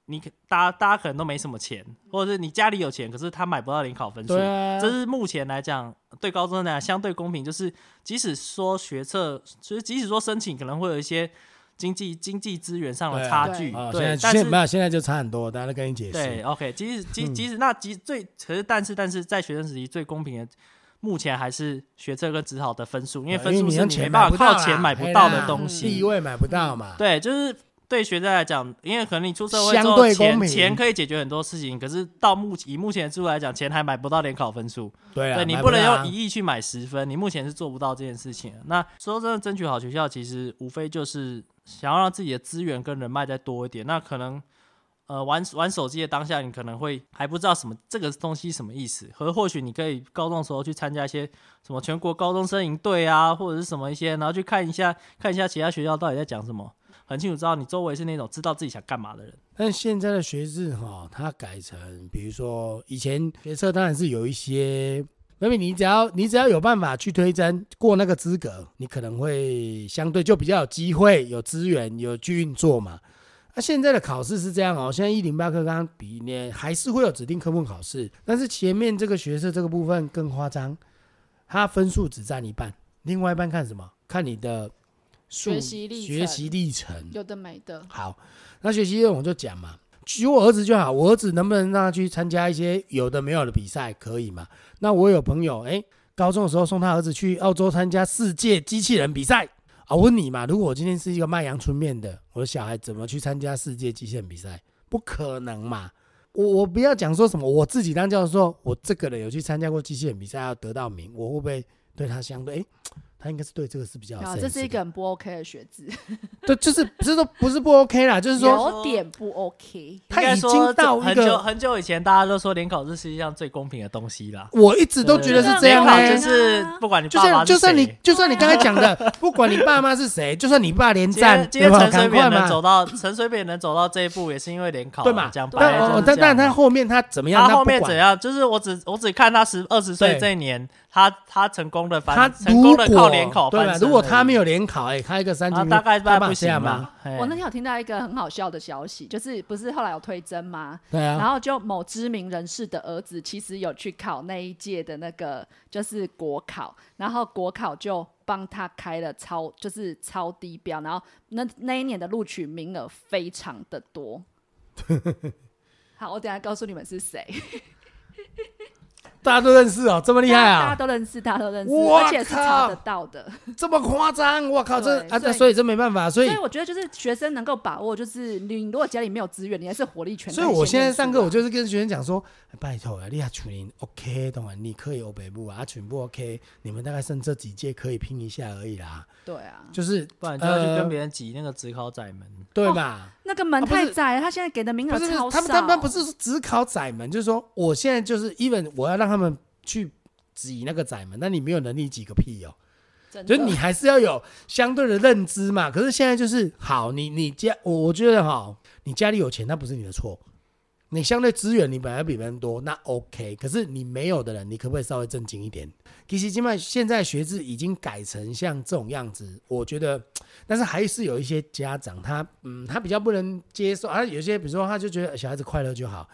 [SPEAKER 2] 你可大家大家可能都没什么钱，或者是你家里有钱，可是他买不到联考分数。
[SPEAKER 1] 对啊，
[SPEAKER 2] 这是目前来讲对高中生来讲相对公平，就是即使说学测，就是即使说申请可能会有一些经济经济资源上的
[SPEAKER 1] 对啊
[SPEAKER 2] 差
[SPEAKER 3] 对
[SPEAKER 2] 距，
[SPEAKER 1] 啊，现
[SPEAKER 2] 对
[SPEAKER 1] 在，
[SPEAKER 2] 但
[SPEAKER 1] 现在
[SPEAKER 2] 是
[SPEAKER 1] 没有，现在就差很多，大家都跟你解
[SPEAKER 2] 对
[SPEAKER 1] 释。
[SPEAKER 2] ，OK，即使即
[SPEAKER 1] 嗯
[SPEAKER 2] 即使那即最可是但是但是在学生时期最公平的，目前还是学测跟指考的分数，啊因为分
[SPEAKER 1] 因
[SPEAKER 2] 数
[SPEAKER 1] 为你
[SPEAKER 2] 是
[SPEAKER 1] 用
[SPEAKER 2] 你没
[SPEAKER 1] 钱
[SPEAKER 2] 办
[SPEAKER 1] 买
[SPEAKER 2] 法
[SPEAKER 1] 不到
[SPEAKER 2] 靠
[SPEAKER 1] 啦
[SPEAKER 2] 钱买嗯不
[SPEAKER 1] 嘿
[SPEAKER 2] 到
[SPEAKER 1] 啦嗯
[SPEAKER 2] 的东
[SPEAKER 1] 地
[SPEAKER 2] 西。
[SPEAKER 1] 位买不到嘛。
[SPEAKER 2] 对，就是对学生来讲，因为可能你出社会之
[SPEAKER 1] 相
[SPEAKER 2] 后，
[SPEAKER 1] 对
[SPEAKER 2] 钱
[SPEAKER 1] 公平
[SPEAKER 2] 钱可以解决很多事情，可是到目以目前的制度来讲，钱还买不到联考分数。
[SPEAKER 1] 对啊，
[SPEAKER 2] 对你
[SPEAKER 1] 买
[SPEAKER 2] 不能
[SPEAKER 1] 到啊
[SPEAKER 2] 用一亿去买十分，你目前是做不到这件事情的。那说真的，争取好学校，其实无非就是想要让自己的资源跟人脉再多一点。那可能，呃，玩玩手机的当下，你可能会还不知道什么这个东西什么意思，和或许你可以高中的时候去参加一些什么全国高中生营队啊，或者是什么一些，然后去看一下看一下其他学校到底在讲什么，很清楚知道你周围是那种知道自己想干嘛的人。
[SPEAKER 1] 但现在的学制哈、它改成，比如说以前学测当然是有一些，那么你只要你只要有办法去推甄过那个资格，你可能会相对就比较有机会、有资源、有去运作嘛。那、现在的考试是这样哦，现在一零八课刚刚比呢还是会有指定科目考试，但是前面这个学测这个部分更夸张，它分数只占一半，另外一半看什么？看你的数
[SPEAKER 3] 学习历
[SPEAKER 1] 学
[SPEAKER 3] 程
[SPEAKER 1] 习历程。
[SPEAKER 3] 有的没的，
[SPEAKER 1] 好，那学习任我就讲嘛，举我儿子就好，我儿子能不能让他去参加一些有的没有的比赛，可以嘛？那我有朋友，哎、高中的时候送他儿子去澳洲参加世界机器人比赛啊。我问你嘛，如果我今天是一个卖阳春面的，我的小孩怎么去参加世界机器人比赛？不可能嘛！我我不要讲说什么，我自己当教授，我这个人有去参加过机器人比赛，要得到名，我会不会对他相对？哎、他应该是对这个是比较有
[SPEAKER 3] 然
[SPEAKER 1] sense
[SPEAKER 3] 后
[SPEAKER 1] 的，
[SPEAKER 3] 哦啊这是一个很不 OK 的学制，
[SPEAKER 1] 对，就是不是说不是不 OK 啦，就是说
[SPEAKER 3] 有点不 OK。
[SPEAKER 1] 他
[SPEAKER 2] 应该
[SPEAKER 1] 已
[SPEAKER 2] 说
[SPEAKER 1] 经到
[SPEAKER 2] 很
[SPEAKER 1] 一
[SPEAKER 2] 久
[SPEAKER 1] 个，
[SPEAKER 2] 很久以前，大家都说联考是世界上最公平的东西啦。
[SPEAKER 1] 我一直都觉得是这样
[SPEAKER 2] 联考
[SPEAKER 1] 嘞、
[SPEAKER 2] 啊就是不管你
[SPEAKER 1] 就
[SPEAKER 2] 爸爸
[SPEAKER 1] 算
[SPEAKER 2] 是
[SPEAKER 1] 就算你
[SPEAKER 2] 谁
[SPEAKER 1] 就算你刚才讲的，不管你爸妈是谁，就算你爸连
[SPEAKER 2] 今天
[SPEAKER 1] 战，
[SPEAKER 2] 今
[SPEAKER 1] 有
[SPEAKER 2] 天
[SPEAKER 1] 没有
[SPEAKER 2] 陈水
[SPEAKER 1] 赶
[SPEAKER 2] 扁
[SPEAKER 1] 快
[SPEAKER 2] 能走
[SPEAKER 1] 嘛，
[SPEAKER 2] 到陈水扁能走到这一步，也是因为联考啊
[SPEAKER 1] 对嘛？
[SPEAKER 2] 讲白
[SPEAKER 1] 但
[SPEAKER 2] 了就是
[SPEAKER 1] 哦
[SPEAKER 2] 这
[SPEAKER 1] 但但
[SPEAKER 2] 样啊
[SPEAKER 1] 他后面他怎么样？
[SPEAKER 2] 他
[SPEAKER 1] 那
[SPEAKER 2] 后
[SPEAKER 1] 不
[SPEAKER 2] 面
[SPEAKER 1] 管
[SPEAKER 2] 怎？样？就是我只我只看他十二十岁
[SPEAKER 1] 对
[SPEAKER 2] 这一年，他他成功的
[SPEAKER 1] 他
[SPEAKER 2] 反成
[SPEAKER 1] 如
[SPEAKER 2] 功的靠
[SPEAKER 1] 果
[SPEAKER 2] 联考
[SPEAKER 1] 对
[SPEAKER 2] 翻
[SPEAKER 1] 吧？
[SPEAKER 2] 身
[SPEAKER 1] 如果他没
[SPEAKER 2] 有，
[SPEAKER 1] 有联考，哎，他一个三
[SPEAKER 2] 他
[SPEAKER 1] 级，
[SPEAKER 2] 啊大概
[SPEAKER 1] 他
[SPEAKER 2] 不
[SPEAKER 1] 这
[SPEAKER 2] 行
[SPEAKER 1] 样嘛？
[SPEAKER 2] 吧？嘿
[SPEAKER 3] 我那天有听到一个很好笑的消息，就是不是后来有推甄吗？
[SPEAKER 1] 对啊，
[SPEAKER 3] 然后就某知名人士的儿子其实有去考那一届的那个就是国考，然后国考就帮他开了超就是超低标，然后那那一年的录取名额非常的多。好，我等一下告诉你们是谁。
[SPEAKER 1] 大家都认识哦，这么厉害
[SPEAKER 3] 大家
[SPEAKER 1] 啊，
[SPEAKER 3] 都认识，大家都认识，
[SPEAKER 1] 哇
[SPEAKER 3] 而且是查得
[SPEAKER 1] 靠
[SPEAKER 3] 到的。
[SPEAKER 1] 这么夸张，我靠，这
[SPEAKER 3] 对
[SPEAKER 1] 啊，
[SPEAKER 3] 所
[SPEAKER 1] 那
[SPEAKER 3] 以
[SPEAKER 1] 所以这没办法，所以
[SPEAKER 3] 所以我觉得就是学生能够把握，就是你如果家里没有资源，你还是火力全
[SPEAKER 1] 所以
[SPEAKER 3] 开先念书啊。
[SPEAKER 1] 我现在上课，我就是跟学生讲说，哎拜托啊，你啊群林 OK，懂然你可以欧北部啊，啊群不 OK，你们大概剩这几届可以拼一下而已啦，
[SPEAKER 3] 对啊，
[SPEAKER 1] 就是
[SPEAKER 2] 不然就要去
[SPEAKER 1] 呃
[SPEAKER 2] 跟别人挤那个职考仔门。
[SPEAKER 1] 对
[SPEAKER 3] 哦
[SPEAKER 1] 嘛。
[SPEAKER 3] 那个门
[SPEAKER 1] 啊不
[SPEAKER 3] 太
[SPEAKER 1] 是
[SPEAKER 3] 窄了，他现在给的名
[SPEAKER 1] 不
[SPEAKER 3] 额
[SPEAKER 1] 是不
[SPEAKER 3] 哦超
[SPEAKER 1] 是，他
[SPEAKER 3] 少。
[SPEAKER 1] 们他们不是说只考窄门，就是说我现在就是 even 我要让他们去挤那个窄门，那你没有能力挤个屁哦、
[SPEAKER 3] 真的，
[SPEAKER 1] 就是你还是要有相对的认知嘛。可是现在就是好，你你家我我觉得哈，你家里有钱那不是你的错，你相对资源你本来比别人多，那 OK。可是你没有的人，你可不可以稍微正经一点？其实现在现在学制已经改成像这种样子，我觉得，嗯但是还是有一些家长他嗯他比较不能接受，啊有些比如说他就觉得小孩子快乐就好。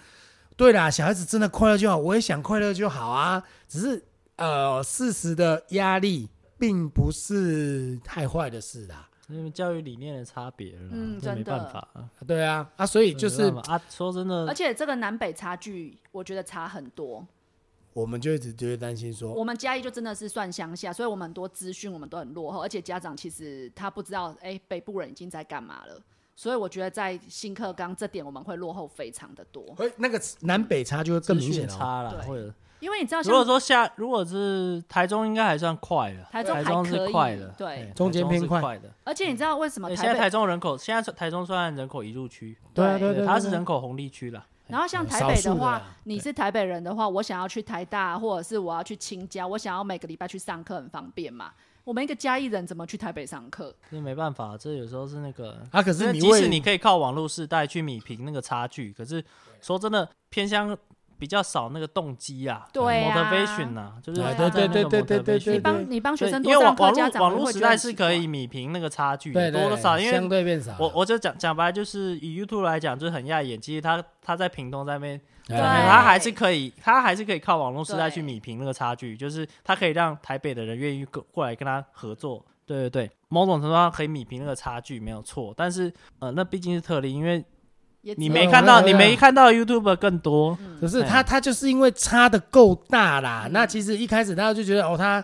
[SPEAKER 1] 对啦，小孩子真的快乐就好，我也想快乐就好啊。只是呃，事实的压力并不是太坏的事啦。
[SPEAKER 2] 因为教育理念的差别了啦，
[SPEAKER 3] 嗯
[SPEAKER 2] 这没
[SPEAKER 3] 真的
[SPEAKER 2] 办法啊，
[SPEAKER 1] 对啊，啊，所以就
[SPEAKER 2] 没
[SPEAKER 1] 是
[SPEAKER 2] 办法啊，说真的
[SPEAKER 3] 而，且这个南北差距，我觉得差很多。
[SPEAKER 1] 我们就一直就会担心说，
[SPEAKER 3] 我们嘉义就真的是算乡下，所以我们很多资讯我们都很落后，而且家长其实他不知道，哎、北部人已经在干嘛了。所以我觉得在新课纲这点我们会落后非常的多，
[SPEAKER 1] 哎，那个南北差就会更
[SPEAKER 2] 资
[SPEAKER 1] 明
[SPEAKER 2] 讯
[SPEAKER 1] 显哦。
[SPEAKER 2] 差啦，
[SPEAKER 3] 对
[SPEAKER 2] 或者
[SPEAKER 3] 因为你知道
[SPEAKER 2] 如
[SPEAKER 3] 像
[SPEAKER 2] 果说下，如果是台中，应该还算快了，
[SPEAKER 3] 台中还可
[SPEAKER 2] 是
[SPEAKER 3] 以
[SPEAKER 2] 快的，
[SPEAKER 3] 对
[SPEAKER 2] 哎
[SPEAKER 1] 中间
[SPEAKER 2] 台中
[SPEAKER 1] 偏
[SPEAKER 2] 是
[SPEAKER 1] 快
[SPEAKER 2] 快的。
[SPEAKER 3] 而且你知道为什么
[SPEAKER 2] 哎现在
[SPEAKER 3] 台北？
[SPEAKER 2] 台中人口，现在台中算人口移入区，
[SPEAKER 1] 对啊，
[SPEAKER 3] 对
[SPEAKER 1] 对对，
[SPEAKER 2] 它
[SPEAKER 1] 对
[SPEAKER 2] 是
[SPEAKER 1] 对
[SPEAKER 2] 人口红利区啦。
[SPEAKER 3] 然后像
[SPEAKER 1] 嗯
[SPEAKER 3] 台
[SPEAKER 1] 少
[SPEAKER 3] 北
[SPEAKER 1] 数
[SPEAKER 3] 的
[SPEAKER 1] 的
[SPEAKER 3] 话，
[SPEAKER 1] 啦
[SPEAKER 3] 你
[SPEAKER 1] 对
[SPEAKER 3] 是台北人的话，我想要去台大，或者是我要去清交，我想要每个礼拜去上课，很方便嘛。我们一个嘉义人怎么去台北上课？
[SPEAKER 2] 这没办法，这有时候是那个。
[SPEAKER 1] 啊，可
[SPEAKER 2] 因
[SPEAKER 1] 是
[SPEAKER 2] 为
[SPEAKER 1] 你
[SPEAKER 2] 即使
[SPEAKER 1] 为
[SPEAKER 2] 你可以靠网络世代去米平那个差距，可是说真的，偏向比较少那个动机啊
[SPEAKER 3] 对啊
[SPEAKER 2] ，motivation 啊，就是
[SPEAKER 1] 哎
[SPEAKER 2] 他在
[SPEAKER 1] 对
[SPEAKER 2] 那个
[SPEAKER 1] 对对对对
[SPEAKER 2] motivation
[SPEAKER 1] 对对
[SPEAKER 3] 你帮你帮学生
[SPEAKER 2] 对
[SPEAKER 3] 多
[SPEAKER 2] 因为
[SPEAKER 3] 上
[SPEAKER 2] 网
[SPEAKER 3] 课，
[SPEAKER 2] 网
[SPEAKER 3] 家
[SPEAKER 2] 络
[SPEAKER 3] 长
[SPEAKER 2] 网
[SPEAKER 3] 会不
[SPEAKER 2] 络
[SPEAKER 3] 会
[SPEAKER 2] 时
[SPEAKER 3] 觉得
[SPEAKER 2] 代
[SPEAKER 3] 很
[SPEAKER 2] 是
[SPEAKER 3] 奇
[SPEAKER 2] 可以
[SPEAKER 3] 怪
[SPEAKER 2] 米平那个差距
[SPEAKER 1] 对
[SPEAKER 2] 的，
[SPEAKER 1] 对
[SPEAKER 2] 多多
[SPEAKER 1] 对
[SPEAKER 2] 少，因
[SPEAKER 1] 相
[SPEAKER 2] 为
[SPEAKER 1] 对变少了，
[SPEAKER 2] 我我就讲讲白，就是以 YouTube 来讲，就是很亚眼，其实他他在屏东在那边，
[SPEAKER 1] 对
[SPEAKER 3] 对
[SPEAKER 2] 他还是可以，他还是可以靠网络时代
[SPEAKER 3] 对
[SPEAKER 2] 去米平那个差距，就是他可以让台北的人愿意过过来跟他合作，对对对，某种程度上可以米平那个差距没有错，但是呃，那毕竟是特例，因为
[SPEAKER 3] 也啊
[SPEAKER 2] 你
[SPEAKER 3] 只
[SPEAKER 2] 没
[SPEAKER 3] 有
[SPEAKER 2] 看到，
[SPEAKER 1] 对
[SPEAKER 2] 你
[SPEAKER 1] 对对
[SPEAKER 2] 没看到 YouTube 更多，
[SPEAKER 1] 可是
[SPEAKER 2] 哎
[SPEAKER 1] 他他就是因为差的够大啦。
[SPEAKER 3] 嗯
[SPEAKER 1] 那其实一开始大家就觉得哦，他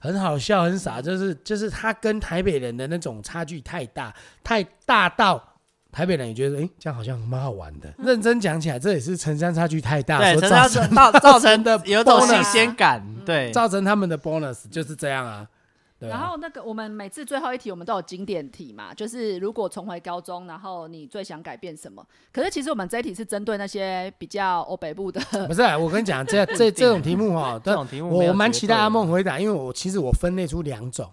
[SPEAKER 1] 很好笑、很傻，就是就是他跟台北人的那种差距太大，太大到台北人也觉得，哎、这样好像蛮好玩的。认真讲起来，这也是城乡差距太大，
[SPEAKER 2] 嗯对，
[SPEAKER 1] 所
[SPEAKER 2] 陈
[SPEAKER 1] 啊造
[SPEAKER 2] 家
[SPEAKER 1] 成
[SPEAKER 2] 造造成
[SPEAKER 1] 的
[SPEAKER 2] 有一种
[SPEAKER 1] bonus
[SPEAKER 2] 新鲜感，
[SPEAKER 3] 嗯
[SPEAKER 2] 对，
[SPEAKER 1] 造成他们的 bonus 就是这样啊。对啊
[SPEAKER 3] 然后那个我们每次最后一题我们都有经典题嘛，就是如果重回高中，然后你最想改变什么？可是其实我们这一题是针对那些比较欧北部的，
[SPEAKER 1] 不是啊、我跟你讲， 这这这种题目哈、
[SPEAKER 2] 这
[SPEAKER 1] 但
[SPEAKER 2] 种题目没
[SPEAKER 1] 我
[SPEAKER 2] 有
[SPEAKER 1] 我蛮
[SPEAKER 2] 绝
[SPEAKER 1] 期待
[SPEAKER 2] 对
[SPEAKER 1] 阿
[SPEAKER 2] 的
[SPEAKER 1] 梦回答，因为我其实我分类出两种，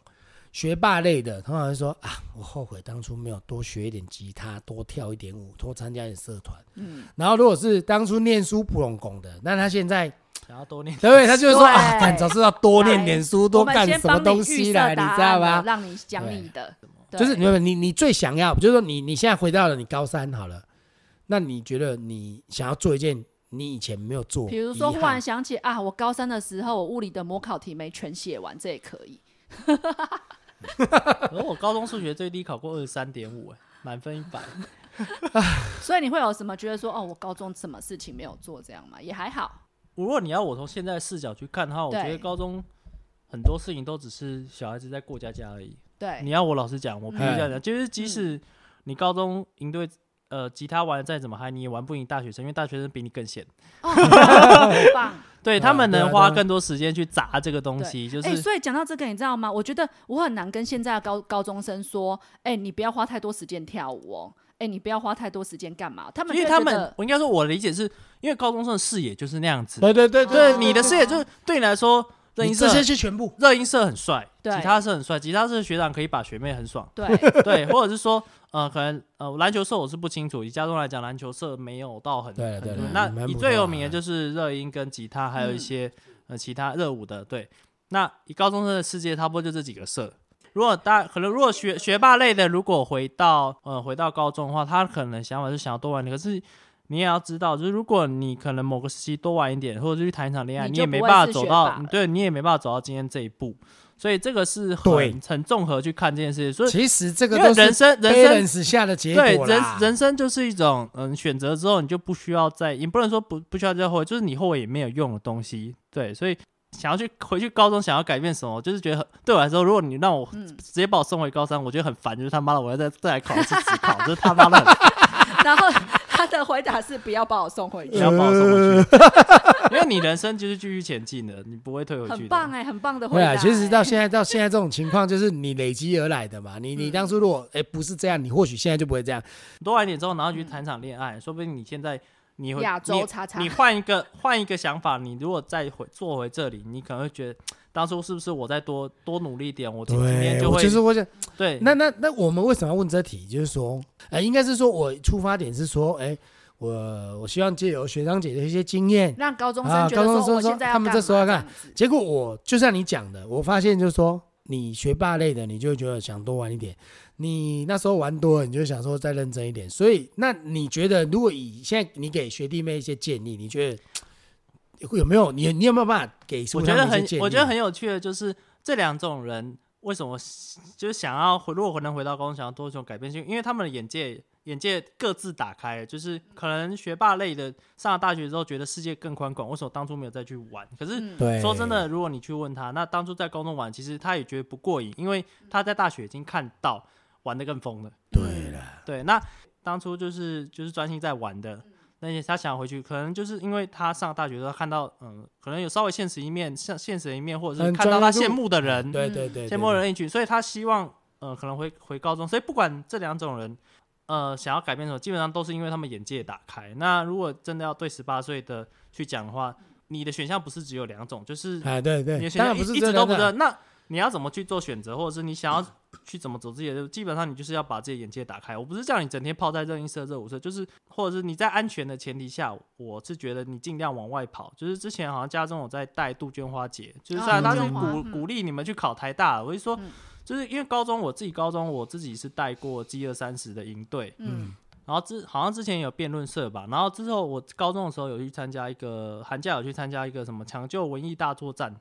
[SPEAKER 1] 学霸类的，通常会说啊，我后悔当初没有多学一点吉他，多跳一点舞，多参加一点社团。
[SPEAKER 3] 嗯，
[SPEAKER 1] 然后如果是当初念书不用功的，那他现在
[SPEAKER 2] 想要多念，
[SPEAKER 1] 对不对？他就会说
[SPEAKER 3] 对
[SPEAKER 1] 啊，干早知道多念点书，多
[SPEAKER 3] 我们
[SPEAKER 1] 干
[SPEAKER 3] 先
[SPEAKER 1] 什么
[SPEAKER 3] 帮你
[SPEAKER 1] 东
[SPEAKER 3] 预
[SPEAKER 1] 西
[SPEAKER 3] 设
[SPEAKER 1] 啦，你
[SPEAKER 3] 答
[SPEAKER 1] 知道
[SPEAKER 3] 案了
[SPEAKER 1] 吗？
[SPEAKER 3] 让你讲
[SPEAKER 1] 对
[SPEAKER 3] 你的，
[SPEAKER 1] 就是
[SPEAKER 3] 对
[SPEAKER 1] 你你你最想要，就是说你你现在回到了你高三好了，那你觉得你想要做一件你以前没有做，
[SPEAKER 3] 比如说
[SPEAKER 1] 遗
[SPEAKER 3] 忽
[SPEAKER 1] 憾
[SPEAKER 3] 然想起啊，我高三的时候我物理的模考题没全写完，这也可以。
[SPEAKER 2] 而我高中数学最低考过二十三点五，哎，满分一百，
[SPEAKER 3] 所以你会有什么觉得说哦，我高中什么事情没有做这样吗？也还好，
[SPEAKER 2] 如果你要我从现在视角去看的话，我
[SPEAKER 3] 对
[SPEAKER 2] 觉得高中很多事情都只是小孩子在过家家而已。你
[SPEAKER 3] 对，嗯
[SPEAKER 2] 要我老实讲，我必须这样
[SPEAKER 1] 嗯
[SPEAKER 2] 讲，就是即使你高中赢对呃吉他玩的再怎么嗨，你也玩不赢大学生，因为大学生比你更闲，
[SPEAKER 3] 哦，很棒。
[SPEAKER 2] 对
[SPEAKER 1] 嗯
[SPEAKER 2] 他们
[SPEAKER 1] 对啊对
[SPEAKER 2] 能
[SPEAKER 1] 啊
[SPEAKER 2] 花更多时间去砸这个东西，就
[SPEAKER 3] 哎、
[SPEAKER 2] 是
[SPEAKER 3] 所以讲到这个，你知道吗？我觉得我很难跟现在的高高中生说，哎、你不要花太多时间跳舞哦，哎、你不要花太多时间干嘛？他们
[SPEAKER 2] 因为
[SPEAKER 3] 就
[SPEAKER 2] 他
[SPEAKER 3] 觉
[SPEAKER 2] 们
[SPEAKER 3] 得，
[SPEAKER 2] 我应该说我的理解是因为高中生的视野就是那样子，
[SPEAKER 1] 对对对
[SPEAKER 2] 对
[SPEAKER 3] 哦
[SPEAKER 2] 你的视野就是对你来说，热
[SPEAKER 1] 你
[SPEAKER 2] 音
[SPEAKER 1] 这
[SPEAKER 2] 社
[SPEAKER 1] 些是全部。
[SPEAKER 2] 热音社很帅，吉
[SPEAKER 3] 对
[SPEAKER 2] 他社很帅，吉他社学长可以把学妹很爽。
[SPEAKER 3] 对
[SPEAKER 2] 对，或者是说，呃，可能呃，篮球社我是不清楚。以家中来讲，篮球社没有到很
[SPEAKER 1] 对
[SPEAKER 2] 很
[SPEAKER 1] 对
[SPEAKER 2] 多
[SPEAKER 1] 对
[SPEAKER 2] 那
[SPEAKER 1] 蛮
[SPEAKER 2] 以
[SPEAKER 1] 不
[SPEAKER 2] 最
[SPEAKER 1] 错
[SPEAKER 2] 有
[SPEAKER 1] 的
[SPEAKER 2] 名的
[SPEAKER 1] 啊
[SPEAKER 2] 就是热音跟吉他，还有一
[SPEAKER 3] 嗯
[SPEAKER 2] 些、呃其他热舞的。对，那以高中生的世界，差不多就这几个社。如果大可能，如果学学霸类的，如果回到呃回到高中的话，他可能想法是想要多玩点，可是。你也要知道，就是如果你可能某个时期多玩一点，或者是去谈一场恋爱，
[SPEAKER 3] 你
[SPEAKER 2] 你
[SPEAKER 3] 就
[SPEAKER 2] 也
[SPEAKER 3] 不
[SPEAKER 2] 没
[SPEAKER 3] 会
[SPEAKER 2] 办法
[SPEAKER 3] 是
[SPEAKER 2] 走
[SPEAKER 3] 学
[SPEAKER 2] 到
[SPEAKER 3] 霸，了
[SPEAKER 2] 对你也没办法走到今天这一步，所以这个是
[SPEAKER 1] 对
[SPEAKER 2] 很很综合去看这件事情。所以
[SPEAKER 1] 其实这个
[SPEAKER 2] 呃因为
[SPEAKER 1] 都是
[SPEAKER 2] 人生人生
[SPEAKER 1] balance 下的结
[SPEAKER 2] 对
[SPEAKER 1] 果
[SPEAKER 2] 人
[SPEAKER 1] 啦
[SPEAKER 2] 人生就是一种嗯选择之后你就不需要再也不能说不不需要再后悔，就是你后悔也没有用的东西对，所以想要去回去高中，想要改变什么，就是觉得很对我啊来说，如果你让我
[SPEAKER 3] 嗯，
[SPEAKER 2] 直接把我送回高三，我觉得很烦，就是他妈的我要再再来考一次职考，就是他妈的很烦，
[SPEAKER 3] 然后 他的回答是不要把我送回
[SPEAKER 2] 你
[SPEAKER 3] 去，
[SPEAKER 2] 要把我送 回去，因为你人生就是继续前进的，你不会退回去的。
[SPEAKER 3] 很棒哎、很棒的回
[SPEAKER 1] 会
[SPEAKER 3] 答、欸
[SPEAKER 1] 啊，其实到
[SPEAKER 3] 在
[SPEAKER 1] 现在到现在这种情况，就是你累积而来的嘛。你
[SPEAKER 3] 嗯
[SPEAKER 1] 你当初如果哎不是这样，你或许现在就不会这样。
[SPEAKER 2] 多来一点之后，然后去谈场恋爱，说不定你现在你会
[SPEAKER 3] 亚洲叉叉
[SPEAKER 2] 你你换一个换一个想法，你如果再回坐回这里，你可能会觉得当初是不是我再多多努力一点，我今天就
[SPEAKER 1] 我
[SPEAKER 2] 会
[SPEAKER 1] 就是我想，
[SPEAKER 2] 对
[SPEAKER 1] 那那那我们为什么要问这题？就是说，哎，应该是说我出发点是说，哎，我我希望借由学长姐的一些经验，
[SPEAKER 3] 让高中
[SPEAKER 1] 啊
[SPEAKER 3] 生觉得
[SPEAKER 1] 高中
[SPEAKER 3] 说
[SPEAKER 1] 生
[SPEAKER 3] 我
[SPEAKER 1] 说
[SPEAKER 3] 现在要
[SPEAKER 1] 他们这时候要干
[SPEAKER 3] 嘛这样子
[SPEAKER 1] 结果我就像你讲的，我发现就是说，你学霸类的，你就会觉得想多玩一点；你那时候玩多了，你就想说再认真一点。所以，那你觉得，如果以现在你给学弟妹一些建议，你觉得嘖有没有你你有没有办法给出
[SPEAKER 2] 我
[SPEAKER 1] 他
[SPEAKER 2] 觉得
[SPEAKER 1] 们一
[SPEAKER 2] 很
[SPEAKER 1] 些建议？
[SPEAKER 2] 我觉得很有趣的就是这两种人为什么就是想要回，如果能回到高中，想要多种改变性，因为他们的眼界眼界各自打开了，就是可能学霸类的上了大学之后觉得世界更宽广，为什么当初没有再去玩？可是。
[SPEAKER 3] 嗯，
[SPEAKER 1] 对。
[SPEAKER 2] 说真的，如果你去问他，那当初在高中玩，其实他也觉得不过瘾，因为他在大学已经看到玩的更疯了。
[SPEAKER 3] 嗯
[SPEAKER 1] 对了，
[SPEAKER 2] 对，那当初就是就是专心在玩的，那些他想回去，可能就是因为他上大学之后看到，嗯，可能有稍微现实一面，像现实的一面，或者是
[SPEAKER 1] 嗯
[SPEAKER 2] 看到他
[SPEAKER 1] 专
[SPEAKER 2] 羡
[SPEAKER 1] 注
[SPEAKER 2] 慕的人，
[SPEAKER 1] 对对对，
[SPEAKER 2] 羡慕的人一群，所以他希望，呃，可能回回高中，所以不管这两种人，呃，想要改变什么，基本上都是因为他们眼界打开。那如果真的要对十八岁的去讲的话，你的选项不是只有两种，就是
[SPEAKER 1] 哎，对对
[SPEAKER 2] 你的，选
[SPEAKER 1] 当然
[SPEAKER 2] 项一
[SPEAKER 1] 不是
[SPEAKER 2] 一
[SPEAKER 1] 这
[SPEAKER 2] 直都
[SPEAKER 1] 样
[SPEAKER 2] 不
[SPEAKER 1] 的
[SPEAKER 2] 对。
[SPEAKER 1] 啊，
[SPEAKER 2] 那你要怎么去做选择，或者是你想要去怎么走自己的路？基本上你就是要把自己的眼界打开。我不是叫你整天泡在热音社、热舞社，就是或者是你在安全的前提下，我是觉得你尽量往外跑。就是之前好像家中有在带杜鹃花节，就是
[SPEAKER 3] 啊
[SPEAKER 2] 虽然当时
[SPEAKER 1] 杜鹃
[SPEAKER 3] 花
[SPEAKER 2] 鼓
[SPEAKER 3] 嗯
[SPEAKER 2] 鼓励你们去考台大，我就说
[SPEAKER 3] 嗯。
[SPEAKER 2] 就是因为高中我自己高中我自己是带过 G 二三十的营队，
[SPEAKER 3] 嗯，
[SPEAKER 2] 然后之好像之前有辩论社吧，然后之后我高中的时候有去参加一个寒假有去参加一个什么抢救文艺大作战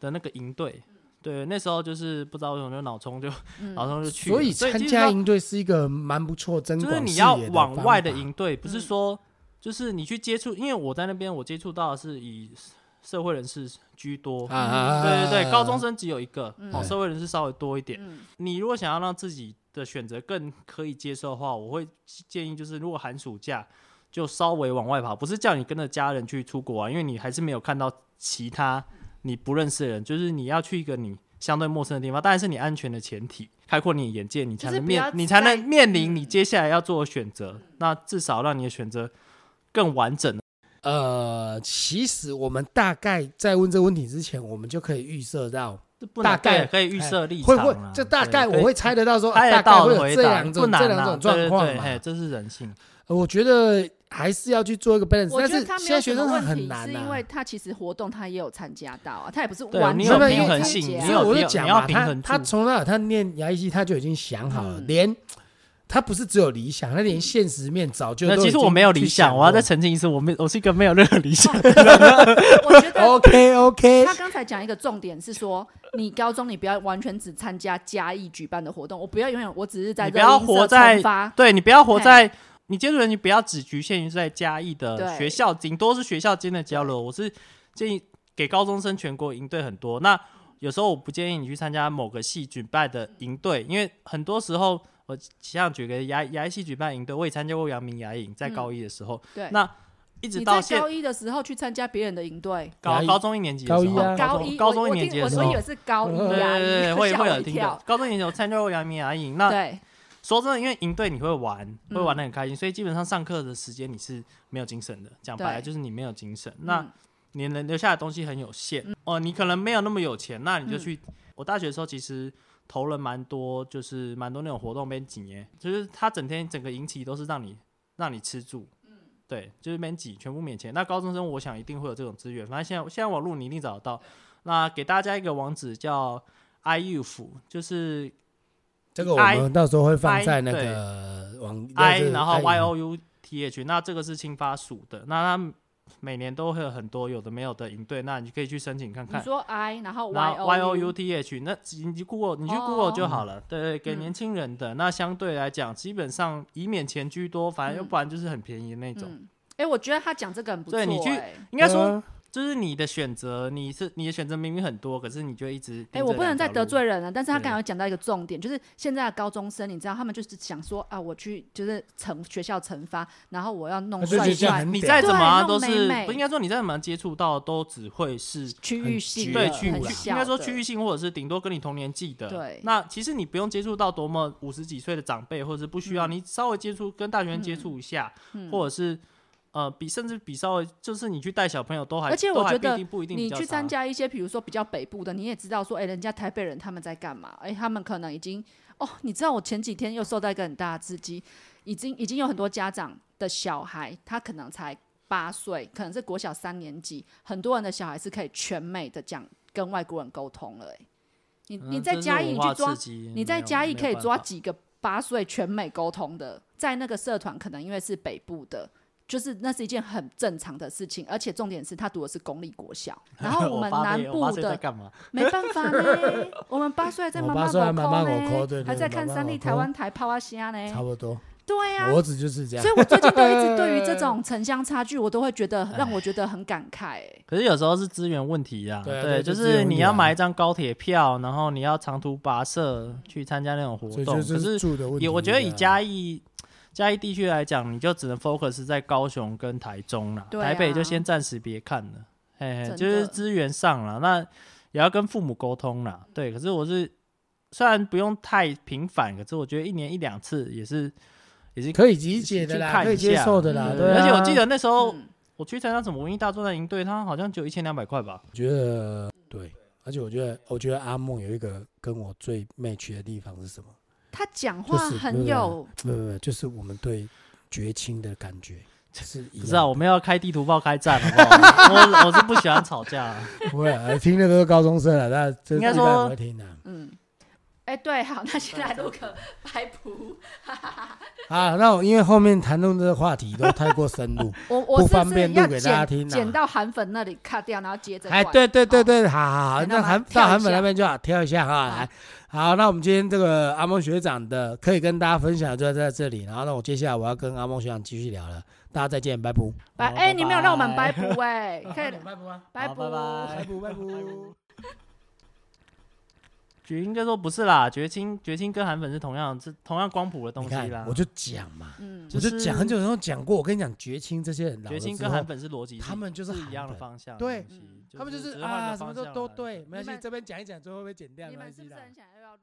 [SPEAKER 2] 的那个营队，对，那时候就是不知道为什么就脑冲就、
[SPEAKER 3] 嗯
[SPEAKER 2] 脑冲就去了，
[SPEAKER 1] 所以参
[SPEAKER 2] 基本
[SPEAKER 1] 加
[SPEAKER 2] 上
[SPEAKER 1] 营队是一个蛮不错增
[SPEAKER 2] 就
[SPEAKER 1] 广
[SPEAKER 2] 是你
[SPEAKER 1] 视
[SPEAKER 2] 要
[SPEAKER 1] 野
[SPEAKER 2] 往外的
[SPEAKER 1] 方法
[SPEAKER 2] 营队，不是
[SPEAKER 3] 嗯
[SPEAKER 2] 说就是你去接触，因为我在那边我接触到的是以社会人士居多，
[SPEAKER 1] 啊啊，啊
[SPEAKER 2] 对对
[SPEAKER 1] 啊
[SPEAKER 2] 对，高中生只有一个，
[SPEAKER 3] 嗯
[SPEAKER 2] 哦，社会人士稍微多一点。
[SPEAKER 3] 嗯
[SPEAKER 2] 你如果想要让自己的选择更可以接受的话，我会建议就是，如果寒暑假就稍微往外跑，不是叫你跟着家人去出国啊，因为你还是没有看到其他你不认识的人，就是你要去一个你相对陌生的地方，当然是你安全的前提，开阔你的眼界，你才
[SPEAKER 3] 就是
[SPEAKER 2] 能
[SPEAKER 3] 不
[SPEAKER 2] 面，
[SPEAKER 3] 要
[SPEAKER 2] 你才能
[SPEAKER 3] 在
[SPEAKER 2] 面临
[SPEAKER 3] 嗯
[SPEAKER 2] 你接下来要做的选择，那至少让你的选择更完整。
[SPEAKER 1] 呃，其实我们大概在问这个问题之前，我们就可以预设到
[SPEAKER 2] 这不难
[SPEAKER 1] 大概
[SPEAKER 2] 对可以预设立场
[SPEAKER 1] 哎会
[SPEAKER 2] 啦，
[SPEAKER 1] 不会，这大
[SPEAKER 2] 啊对
[SPEAKER 1] 概
[SPEAKER 2] 可以
[SPEAKER 1] 我会猜得 到说，
[SPEAKER 2] 猜
[SPEAKER 1] 啊大
[SPEAKER 2] 得到
[SPEAKER 1] 概会
[SPEAKER 2] 的
[SPEAKER 1] 有
[SPEAKER 2] 回
[SPEAKER 1] 这
[SPEAKER 2] 答
[SPEAKER 1] 两
[SPEAKER 2] 不
[SPEAKER 1] 种
[SPEAKER 2] 难
[SPEAKER 1] 这
[SPEAKER 2] 啊
[SPEAKER 1] 两种
[SPEAKER 2] 对
[SPEAKER 1] 状
[SPEAKER 2] 对
[SPEAKER 1] 况
[SPEAKER 2] 对
[SPEAKER 1] 嘛。
[SPEAKER 2] 嘿这是人性。
[SPEAKER 1] 呃我觉得还是要去做一个 balance，
[SPEAKER 3] 我
[SPEAKER 1] 但
[SPEAKER 3] 觉
[SPEAKER 1] 是
[SPEAKER 3] 得他没
[SPEAKER 1] 现在
[SPEAKER 3] 有什
[SPEAKER 1] 学
[SPEAKER 3] 么
[SPEAKER 1] 生
[SPEAKER 3] 问
[SPEAKER 1] 很
[SPEAKER 3] 题，
[SPEAKER 1] 难
[SPEAKER 3] 是因
[SPEAKER 1] 啊
[SPEAKER 3] 为。他其实活动他也有参加到啊，他也不是
[SPEAKER 2] 对
[SPEAKER 3] 完
[SPEAKER 2] 你
[SPEAKER 3] 全
[SPEAKER 1] 有
[SPEAKER 3] 没
[SPEAKER 1] 平衡
[SPEAKER 3] 参
[SPEAKER 2] 性
[SPEAKER 3] 加
[SPEAKER 2] 你
[SPEAKER 1] 所以
[SPEAKER 2] 有
[SPEAKER 1] 我
[SPEAKER 2] 你
[SPEAKER 1] 就
[SPEAKER 2] 有
[SPEAKER 1] 讲
[SPEAKER 2] 你要
[SPEAKER 1] 嘛，
[SPEAKER 2] 平
[SPEAKER 1] 他
[SPEAKER 2] 衡
[SPEAKER 1] 他
[SPEAKER 2] 住
[SPEAKER 1] 从那他念牙医系，他就已经想好了，
[SPEAKER 3] 嗯
[SPEAKER 1] 连他不是只有理想，他连现实面早就
[SPEAKER 2] 那
[SPEAKER 1] 都
[SPEAKER 2] 其
[SPEAKER 1] 已
[SPEAKER 2] 实
[SPEAKER 1] 经
[SPEAKER 2] 我没有
[SPEAKER 1] 去
[SPEAKER 2] 理想，
[SPEAKER 1] 想
[SPEAKER 2] 我要
[SPEAKER 1] 过
[SPEAKER 2] 再澄清一次，我没我是一个没有任何 理想。
[SPEAKER 3] 我觉得
[SPEAKER 1] OK OK，
[SPEAKER 3] 他刚才讲一个重点是说，你高中你不要完全只参加嘉义举办的活动，我不要永远我只是在
[SPEAKER 2] 你不要
[SPEAKER 3] 热音社
[SPEAKER 2] 活在
[SPEAKER 3] 惩罚
[SPEAKER 2] 对你不要活
[SPEAKER 3] 嘿
[SPEAKER 2] 在你接触人，你不要只局限于在嘉义的
[SPEAKER 3] 对
[SPEAKER 2] 学校，顶多是学校间的交流。我是建议给高中生全国营队很多。那有时候我不建议你去参加某个系举办的营队，因为很多时候我像举个牙牙医系举办营队，我也参加过阳明牙医营，在
[SPEAKER 3] 嗯
[SPEAKER 2] 高一的时候，
[SPEAKER 3] 对。
[SPEAKER 2] 那一直
[SPEAKER 3] 你
[SPEAKER 2] 到
[SPEAKER 3] 在
[SPEAKER 2] 现
[SPEAKER 3] 高一的时候去参加别人的营队，
[SPEAKER 2] 高
[SPEAKER 1] 牙医
[SPEAKER 2] 高中一年级的
[SPEAKER 1] 高
[SPEAKER 2] 时
[SPEAKER 1] 一
[SPEAKER 2] 候，
[SPEAKER 1] 啊
[SPEAKER 3] 哦高
[SPEAKER 2] 中
[SPEAKER 3] 一
[SPEAKER 2] 高
[SPEAKER 3] 我
[SPEAKER 2] 中一
[SPEAKER 3] 我
[SPEAKER 2] 年
[SPEAKER 3] 听
[SPEAKER 2] 级的
[SPEAKER 3] 我
[SPEAKER 2] 时
[SPEAKER 3] 所
[SPEAKER 2] 候
[SPEAKER 3] 以。也是高一
[SPEAKER 1] 嗯
[SPEAKER 2] 对
[SPEAKER 3] 啊，
[SPEAKER 2] 对对，会
[SPEAKER 3] 吓
[SPEAKER 2] 会
[SPEAKER 3] 我
[SPEAKER 2] 有
[SPEAKER 3] 一
[SPEAKER 2] 听到
[SPEAKER 3] 跳。。
[SPEAKER 2] 高中以前有参加过阳明牙营，那
[SPEAKER 3] 对，
[SPEAKER 2] 说真的，因为营队你会玩，
[SPEAKER 3] 嗯
[SPEAKER 2] 会玩的很开心，所以基本上上课的时间你是没有精神的。讲白了
[SPEAKER 3] 对
[SPEAKER 2] 就是你没有精神，那
[SPEAKER 3] 嗯
[SPEAKER 2] 你能留下的东西很有限。哦、你可能没有那么有钱，那你就
[SPEAKER 3] 嗯
[SPEAKER 2] 去。我大学的时候其实投了蛮多，就是蛮多那种活动编辑耶，就是他整天整个营期都是让你让你吃住。对，就是免几全部免钱。那高中生我想一定会有这种资源，反正现在现在网络你一定找得到。那给大家一个网址叫 iuf，就是
[SPEAKER 1] 这个我
[SPEAKER 2] I-
[SPEAKER 1] 们到时候会
[SPEAKER 2] I-
[SPEAKER 1] 放在那
[SPEAKER 2] 对
[SPEAKER 1] 个网
[SPEAKER 2] I，
[SPEAKER 1] 就是
[SPEAKER 2] 然后
[SPEAKER 1] I-
[SPEAKER 2] Y O U T H，那这个是青发署的，那它每年都会有很多有的没有的营队，那你可以去申请看
[SPEAKER 3] 你
[SPEAKER 2] 看。
[SPEAKER 3] 说 I，然后
[SPEAKER 2] 然
[SPEAKER 3] Y
[SPEAKER 2] 后 Y O
[SPEAKER 3] O 哦
[SPEAKER 2] U T H，那你去 Google，你去 Google 就好了。对对，给
[SPEAKER 3] 嗯
[SPEAKER 2] 年轻人的，那相对来讲，基本上以免钱居多，反正要
[SPEAKER 3] 嗯
[SPEAKER 2] 不然就是很便宜的那种。
[SPEAKER 3] 嗯，哎，我觉得他讲这个很不错。
[SPEAKER 2] 对你去
[SPEAKER 3] 哎
[SPEAKER 2] 应该说，
[SPEAKER 1] 呃
[SPEAKER 2] 就是你的选择，你是你的选择明明很多，可是你就一直
[SPEAKER 3] 哎、
[SPEAKER 2] 盯
[SPEAKER 3] 我
[SPEAKER 2] 这
[SPEAKER 3] 不能
[SPEAKER 2] 两
[SPEAKER 3] 再
[SPEAKER 2] 条
[SPEAKER 3] 得
[SPEAKER 2] 路
[SPEAKER 3] 罪人了，但是他
[SPEAKER 2] 对
[SPEAKER 3] 刚才有讲到一个重点，就是现在的高中生，你知道他们就是想说啊，我去就是惩学校惩罚，然后我要弄
[SPEAKER 1] 他就觉
[SPEAKER 3] 帅
[SPEAKER 1] 得这样
[SPEAKER 3] 帅
[SPEAKER 1] 很，
[SPEAKER 2] 你
[SPEAKER 1] 屌
[SPEAKER 2] 再怎么啊
[SPEAKER 3] 对
[SPEAKER 2] 都
[SPEAKER 3] 弄
[SPEAKER 2] 是
[SPEAKER 3] 妹妹
[SPEAKER 2] 不应该说你再怎么接触到都只会是
[SPEAKER 3] 区
[SPEAKER 1] 很
[SPEAKER 3] 域
[SPEAKER 1] 绝
[SPEAKER 3] 性的
[SPEAKER 2] 对
[SPEAKER 1] 区
[SPEAKER 2] 区
[SPEAKER 1] 域
[SPEAKER 3] 很
[SPEAKER 2] 域
[SPEAKER 1] 啦
[SPEAKER 2] 性，
[SPEAKER 3] 小
[SPEAKER 2] 应该说
[SPEAKER 3] 的
[SPEAKER 2] 区域性，或者是顶多跟你同年纪的。
[SPEAKER 3] 对
[SPEAKER 2] 那其实你不用接触到多么五十几岁的长辈，或者是不需
[SPEAKER 3] 嗯
[SPEAKER 2] 要，你稍微接触跟大学生接触一下，或者是呃比甚至比稍微就是你去带小朋友都还，
[SPEAKER 3] 而且
[SPEAKER 2] 都
[SPEAKER 3] 我
[SPEAKER 2] 还不
[SPEAKER 3] 觉
[SPEAKER 2] 一
[SPEAKER 3] 得
[SPEAKER 2] 定不一定比
[SPEAKER 3] 你
[SPEAKER 2] 较
[SPEAKER 3] 去参
[SPEAKER 2] 差
[SPEAKER 3] 加一些，比如说比较北部的，你也知道说，哎、人家台北人他们在干嘛？哎、他们可能已经哦，你知道我前几天又受到一个很大的刺激，已经已经有很多家长的小孩，他可能才八岁，可能是国小三年级，很多人的小孩是可以全美的讲跟外国人沟通了、哎，你
[SPEAKER 2] 嗯
[SPEAKER 3] 你在
[SPEAKER 2] 这是
[SPEAKER 3] 嘉
[SPEAKER 2] 文
[SPEAKER 3] 义你
[SPEAKER 2] 化
[SPEAKER 3] 去抓
[SPEAKER 2] 刺激
[SPEAKER 3] 你在
[SPEAKER 2] 没有
[SPEAKER 3] 嘉义
[SPEAKER 2] 没
[SPEAKER 3] 可
[SPEAKER 2] 有
[SPEAKER 3] 以
[SPEAKER 2] 办
[SPEAKER 3] 抓
[SPEAKER 2] 法
[SPEAKER 3] 几个八岁全美沟通的，在那个社团可能因为是北部的，就是那是一件很正常的事情，而且重点是他读的是公立国 小，然 后
[SPEAKER 2] 我
[SPEAKER 3] 们
[SPEAKER 2] 八
[SPEAKER 3] 南
[SPEAKER 2] 岁我
[SPEAKER 3] 部
[SPEAKER 2] 八岁在
[SPEAKER 3] 的
[SPEAKER 2] 干嘛？
[SPEAKER 3] 没办法呢，我们八岁还在
[SPEAKER 1] 我
[SPEAKER 3] 妈
[SPEAKER 1] 八
[SPEAKER 3] 妈
[SPEAKER 1] 岁还妈妈狗
[SPEAKER 3] 口
[SPEAKER 1] 抠
[SPEAKER 3] 抠
[SPEAKER 1] 对对
[SPEAKER 3] 呢，还在看
[SPEAKER 1] 妈妈
[SPEAKER 3] 三
[SPEAKER 1] 狗
[SPEAKER 3] 立台
[SPEAKER 1] 抠
[SPEAKER 3] 湾台泡啊
[SPEAKER 1] 差
[SPEAKER 3] 虾呢，
[SPEAKER 1] 不多。
[SPEAKER 3] 对呀、
[SPEAKER 1] 我儿子就是这样
[SPEAKER 3] 所以，，我最近都一 直对于这种城乡差距，我都会觉得让我觉得很感慨、欸。
[SPEAKER 2] 可是有时候是资源问题呀、
[SPEAKER 1] 对啊对
[SPEAKER 2] 对，
[SPEAKER 1] 就
[SPEAKER 2] 就
[SPEAKER 1] 资源
[SPEAKER 2] 是
[SPEAKER 1] 问
[SPEAKER 2] 你
[SPEAKER 1] 题啊
[SPEAKER 2] 要买一张高铁票，然后你要长途跋涉去参加那种活
[SPEAKER 1] 所以
[SPEAKER 2] 动。
[SPEAKER 1] 就是
[SPEAKER 2] 可是
[SPEAKER 1] 住的问题。
[SPEAKER 2] 也我觉得以
[SPEAKER 1] 对啊
[SPEAKER 2] 嘉义嘉义地区来讲，你就只能 focus 在高雄跟台中啦，
[SPEAKER 3] 对啊
[SPEAKER 2] 台北就先暂时别看了。嘿
[SPEAKER 3] 真
[SPEAKER 2] 嘿，
[SPEAKER 3] 的
[SPEAKER 2] 就是资源上了，那也要跟父母沟通啦。对，可是我是虽然不用太频繁，可是我觉得一年一两次也是也是
[SPEAKER 1] 可以理解的
[SPEAKER 2] 去
[SPEAKER 1] 啦，
[SPEAKER 2] 看
[SPEAKER 1] 可以
[SPEAKER 2] 一
[SPEAKER 1] 接
[SPEAKER 2] 下
[SPEAKER 1] 受的啦。
[SPEAKER 3] 嗯
[SPEAKER 1] 对啊，
[SPEAKER 2] 而且我记得那时候
[SPEAKER 3] 嗯，
[SPEAKER 2] 我去参加什么文艺大作战营队，他好像只有一千两百块吧。
[SPEAKER 1] 我觉得对，而且我觉得，我觉得阿梦有一个跟我最 match 的地方是什么？
[SPEAKER 3] 他讲话
[SPEAKER 1] 就是
[SPEAKER 3] 很有，
[SPEAKER 1] 没有没有没有，就是我们对绝亲的感觉是一样的。
[SPEAKER 2] 不是啊，我们要开地图炮开战，好不好？我我是不喜欢吵架、啊。
[SPEAKER 1] 不会啊，听的都是高中生了，那这
[SPEAKER 2] 应该
[SPEAKER 1] 一般不
[SPEAKER 2] 说
[SPEAKER 1] 会听啊的。
[SPEAKER 3] 嗯，哎、对，好，那现在录个 白谱。
[SPEAKER 1] 啊，那我因为后面谈论这个话题都太过深入，
[SPEAKER 3] 我
[SPEAKER 1] 不
[SPEAKER 3] 我是
[SPEAKER 1] 方
[SPEAKER 3] 不
[SPEAKER 1] 便
[SPEAKER 3] 是
[SPEAKER 1] 录
[SPEAKER 3] 要
[SPEAKER 1] 给大家听
[SPEAKER 3] 剪
[SPEAKER 1] 啊
[SPEAKER 3] 剪到韩粉那里 cut 掉，然后接着
[SPEAKER 1] 哎，
[SPEAKER 3] 换
[SPEAKER 1] 对对对
[SPEAKER 3] 好
[SPEAKER 1] 对，好好好，
[SPEAKER 3] 哎那
[SPEAKER 1] 那
[SPEAKER 3] 么
[SPEAKER 1] 韩
[SPEAKER 3] 跳
[SPEAKER 1] 到
[SPEAKER 3] 一
[SPEAKER 1] 韩粉那
[SPEAKER 3] 下
[SPEAKER 1] 边就好，跳一下哈，来，好，那我们今天这个阿梦学长的可以跟大家分享就在这里，然后那我接下来我要跟阿梦学长继续聊了，大家再见，拜拜，
[SPEAKER 3] 拜
[SPEAKER 2] 好
[SPEAKER 3] 哎，你没有让我们
[SPEAKER 2] 拜
[SPEAKER 3] 掰 补哎，可以
[SPEAKER 1] 拜拜，
[SPEAKER 3] 掰
[SPEAKER 2] 好
[SPEAKER 3] 补
[SPEAKER 2] 拜。啊拜
[SPEAKER 1] 拜拜，拜拜。
[SPEAKER 2] 绝应该说不是啦，绝清绝清跟韩粉是同样是同样光谱的
[SPEAKER 1] 你
[SPEAKER 2] 东西啦
[SPEAKER 1] 看，。我就讲嘛，
[SPEAKER 3] 嗯，
[SPEAKER 1] 我
[SPEAKER 2] 就
[SPEAKER 1] 就讲很
[SPEAKER 2] 是
[SPEAKER 1] 久以后讲过，我跟你讲，绝清这些人老
[SPEAKER 2] 绝
[SPEAKER 1] 了
[SPEAKER 2] 清
[SPEAKER 1] 之
[SPEAKER 2] 跟韩
[SPEAKER 1] 后，
[SPEAKER 2] 粉是逻辑，
[SPEAKER 1] 他们就是
[SPEAKER 2] 不一样
[SPEAKER 1] 韩
[SPEAKER 2] 的
[SPEAKER 1] 粉
[SPEAKER 2] 方向的
[SPEAKER 1] 对
[SPEAKER 2] 东西。
[SPEAKER 1] 他们就
[SPEAKER 2] 只
[SPEAKER 1] 是
[SPEAKER 2] 换个
[SPEAKER 1] 啊，什么
[SPEAKER 2] 方
[SPEAKER 1] 都
[SPEAKER 2] 向
[SPEAKER 1] 都
[SPEAKER 2] 来
[SPEAKER 1] 对，没关
[SPEAKER 3] 你
[SPEAKER 1] 系，
[SPEAKER 3] 们
[SPEAKER 1] 这边讲一讲，最后被剪掉，
[SPEAKER 3] 你
[SPEAKER 1] 没关
[SPEAKER 3] 们是
[SPEAKER 1] 系
[SPEAKER 3] 不是
[SPEAKER 1] 啦。
[SPEAKER 3] 很想要录？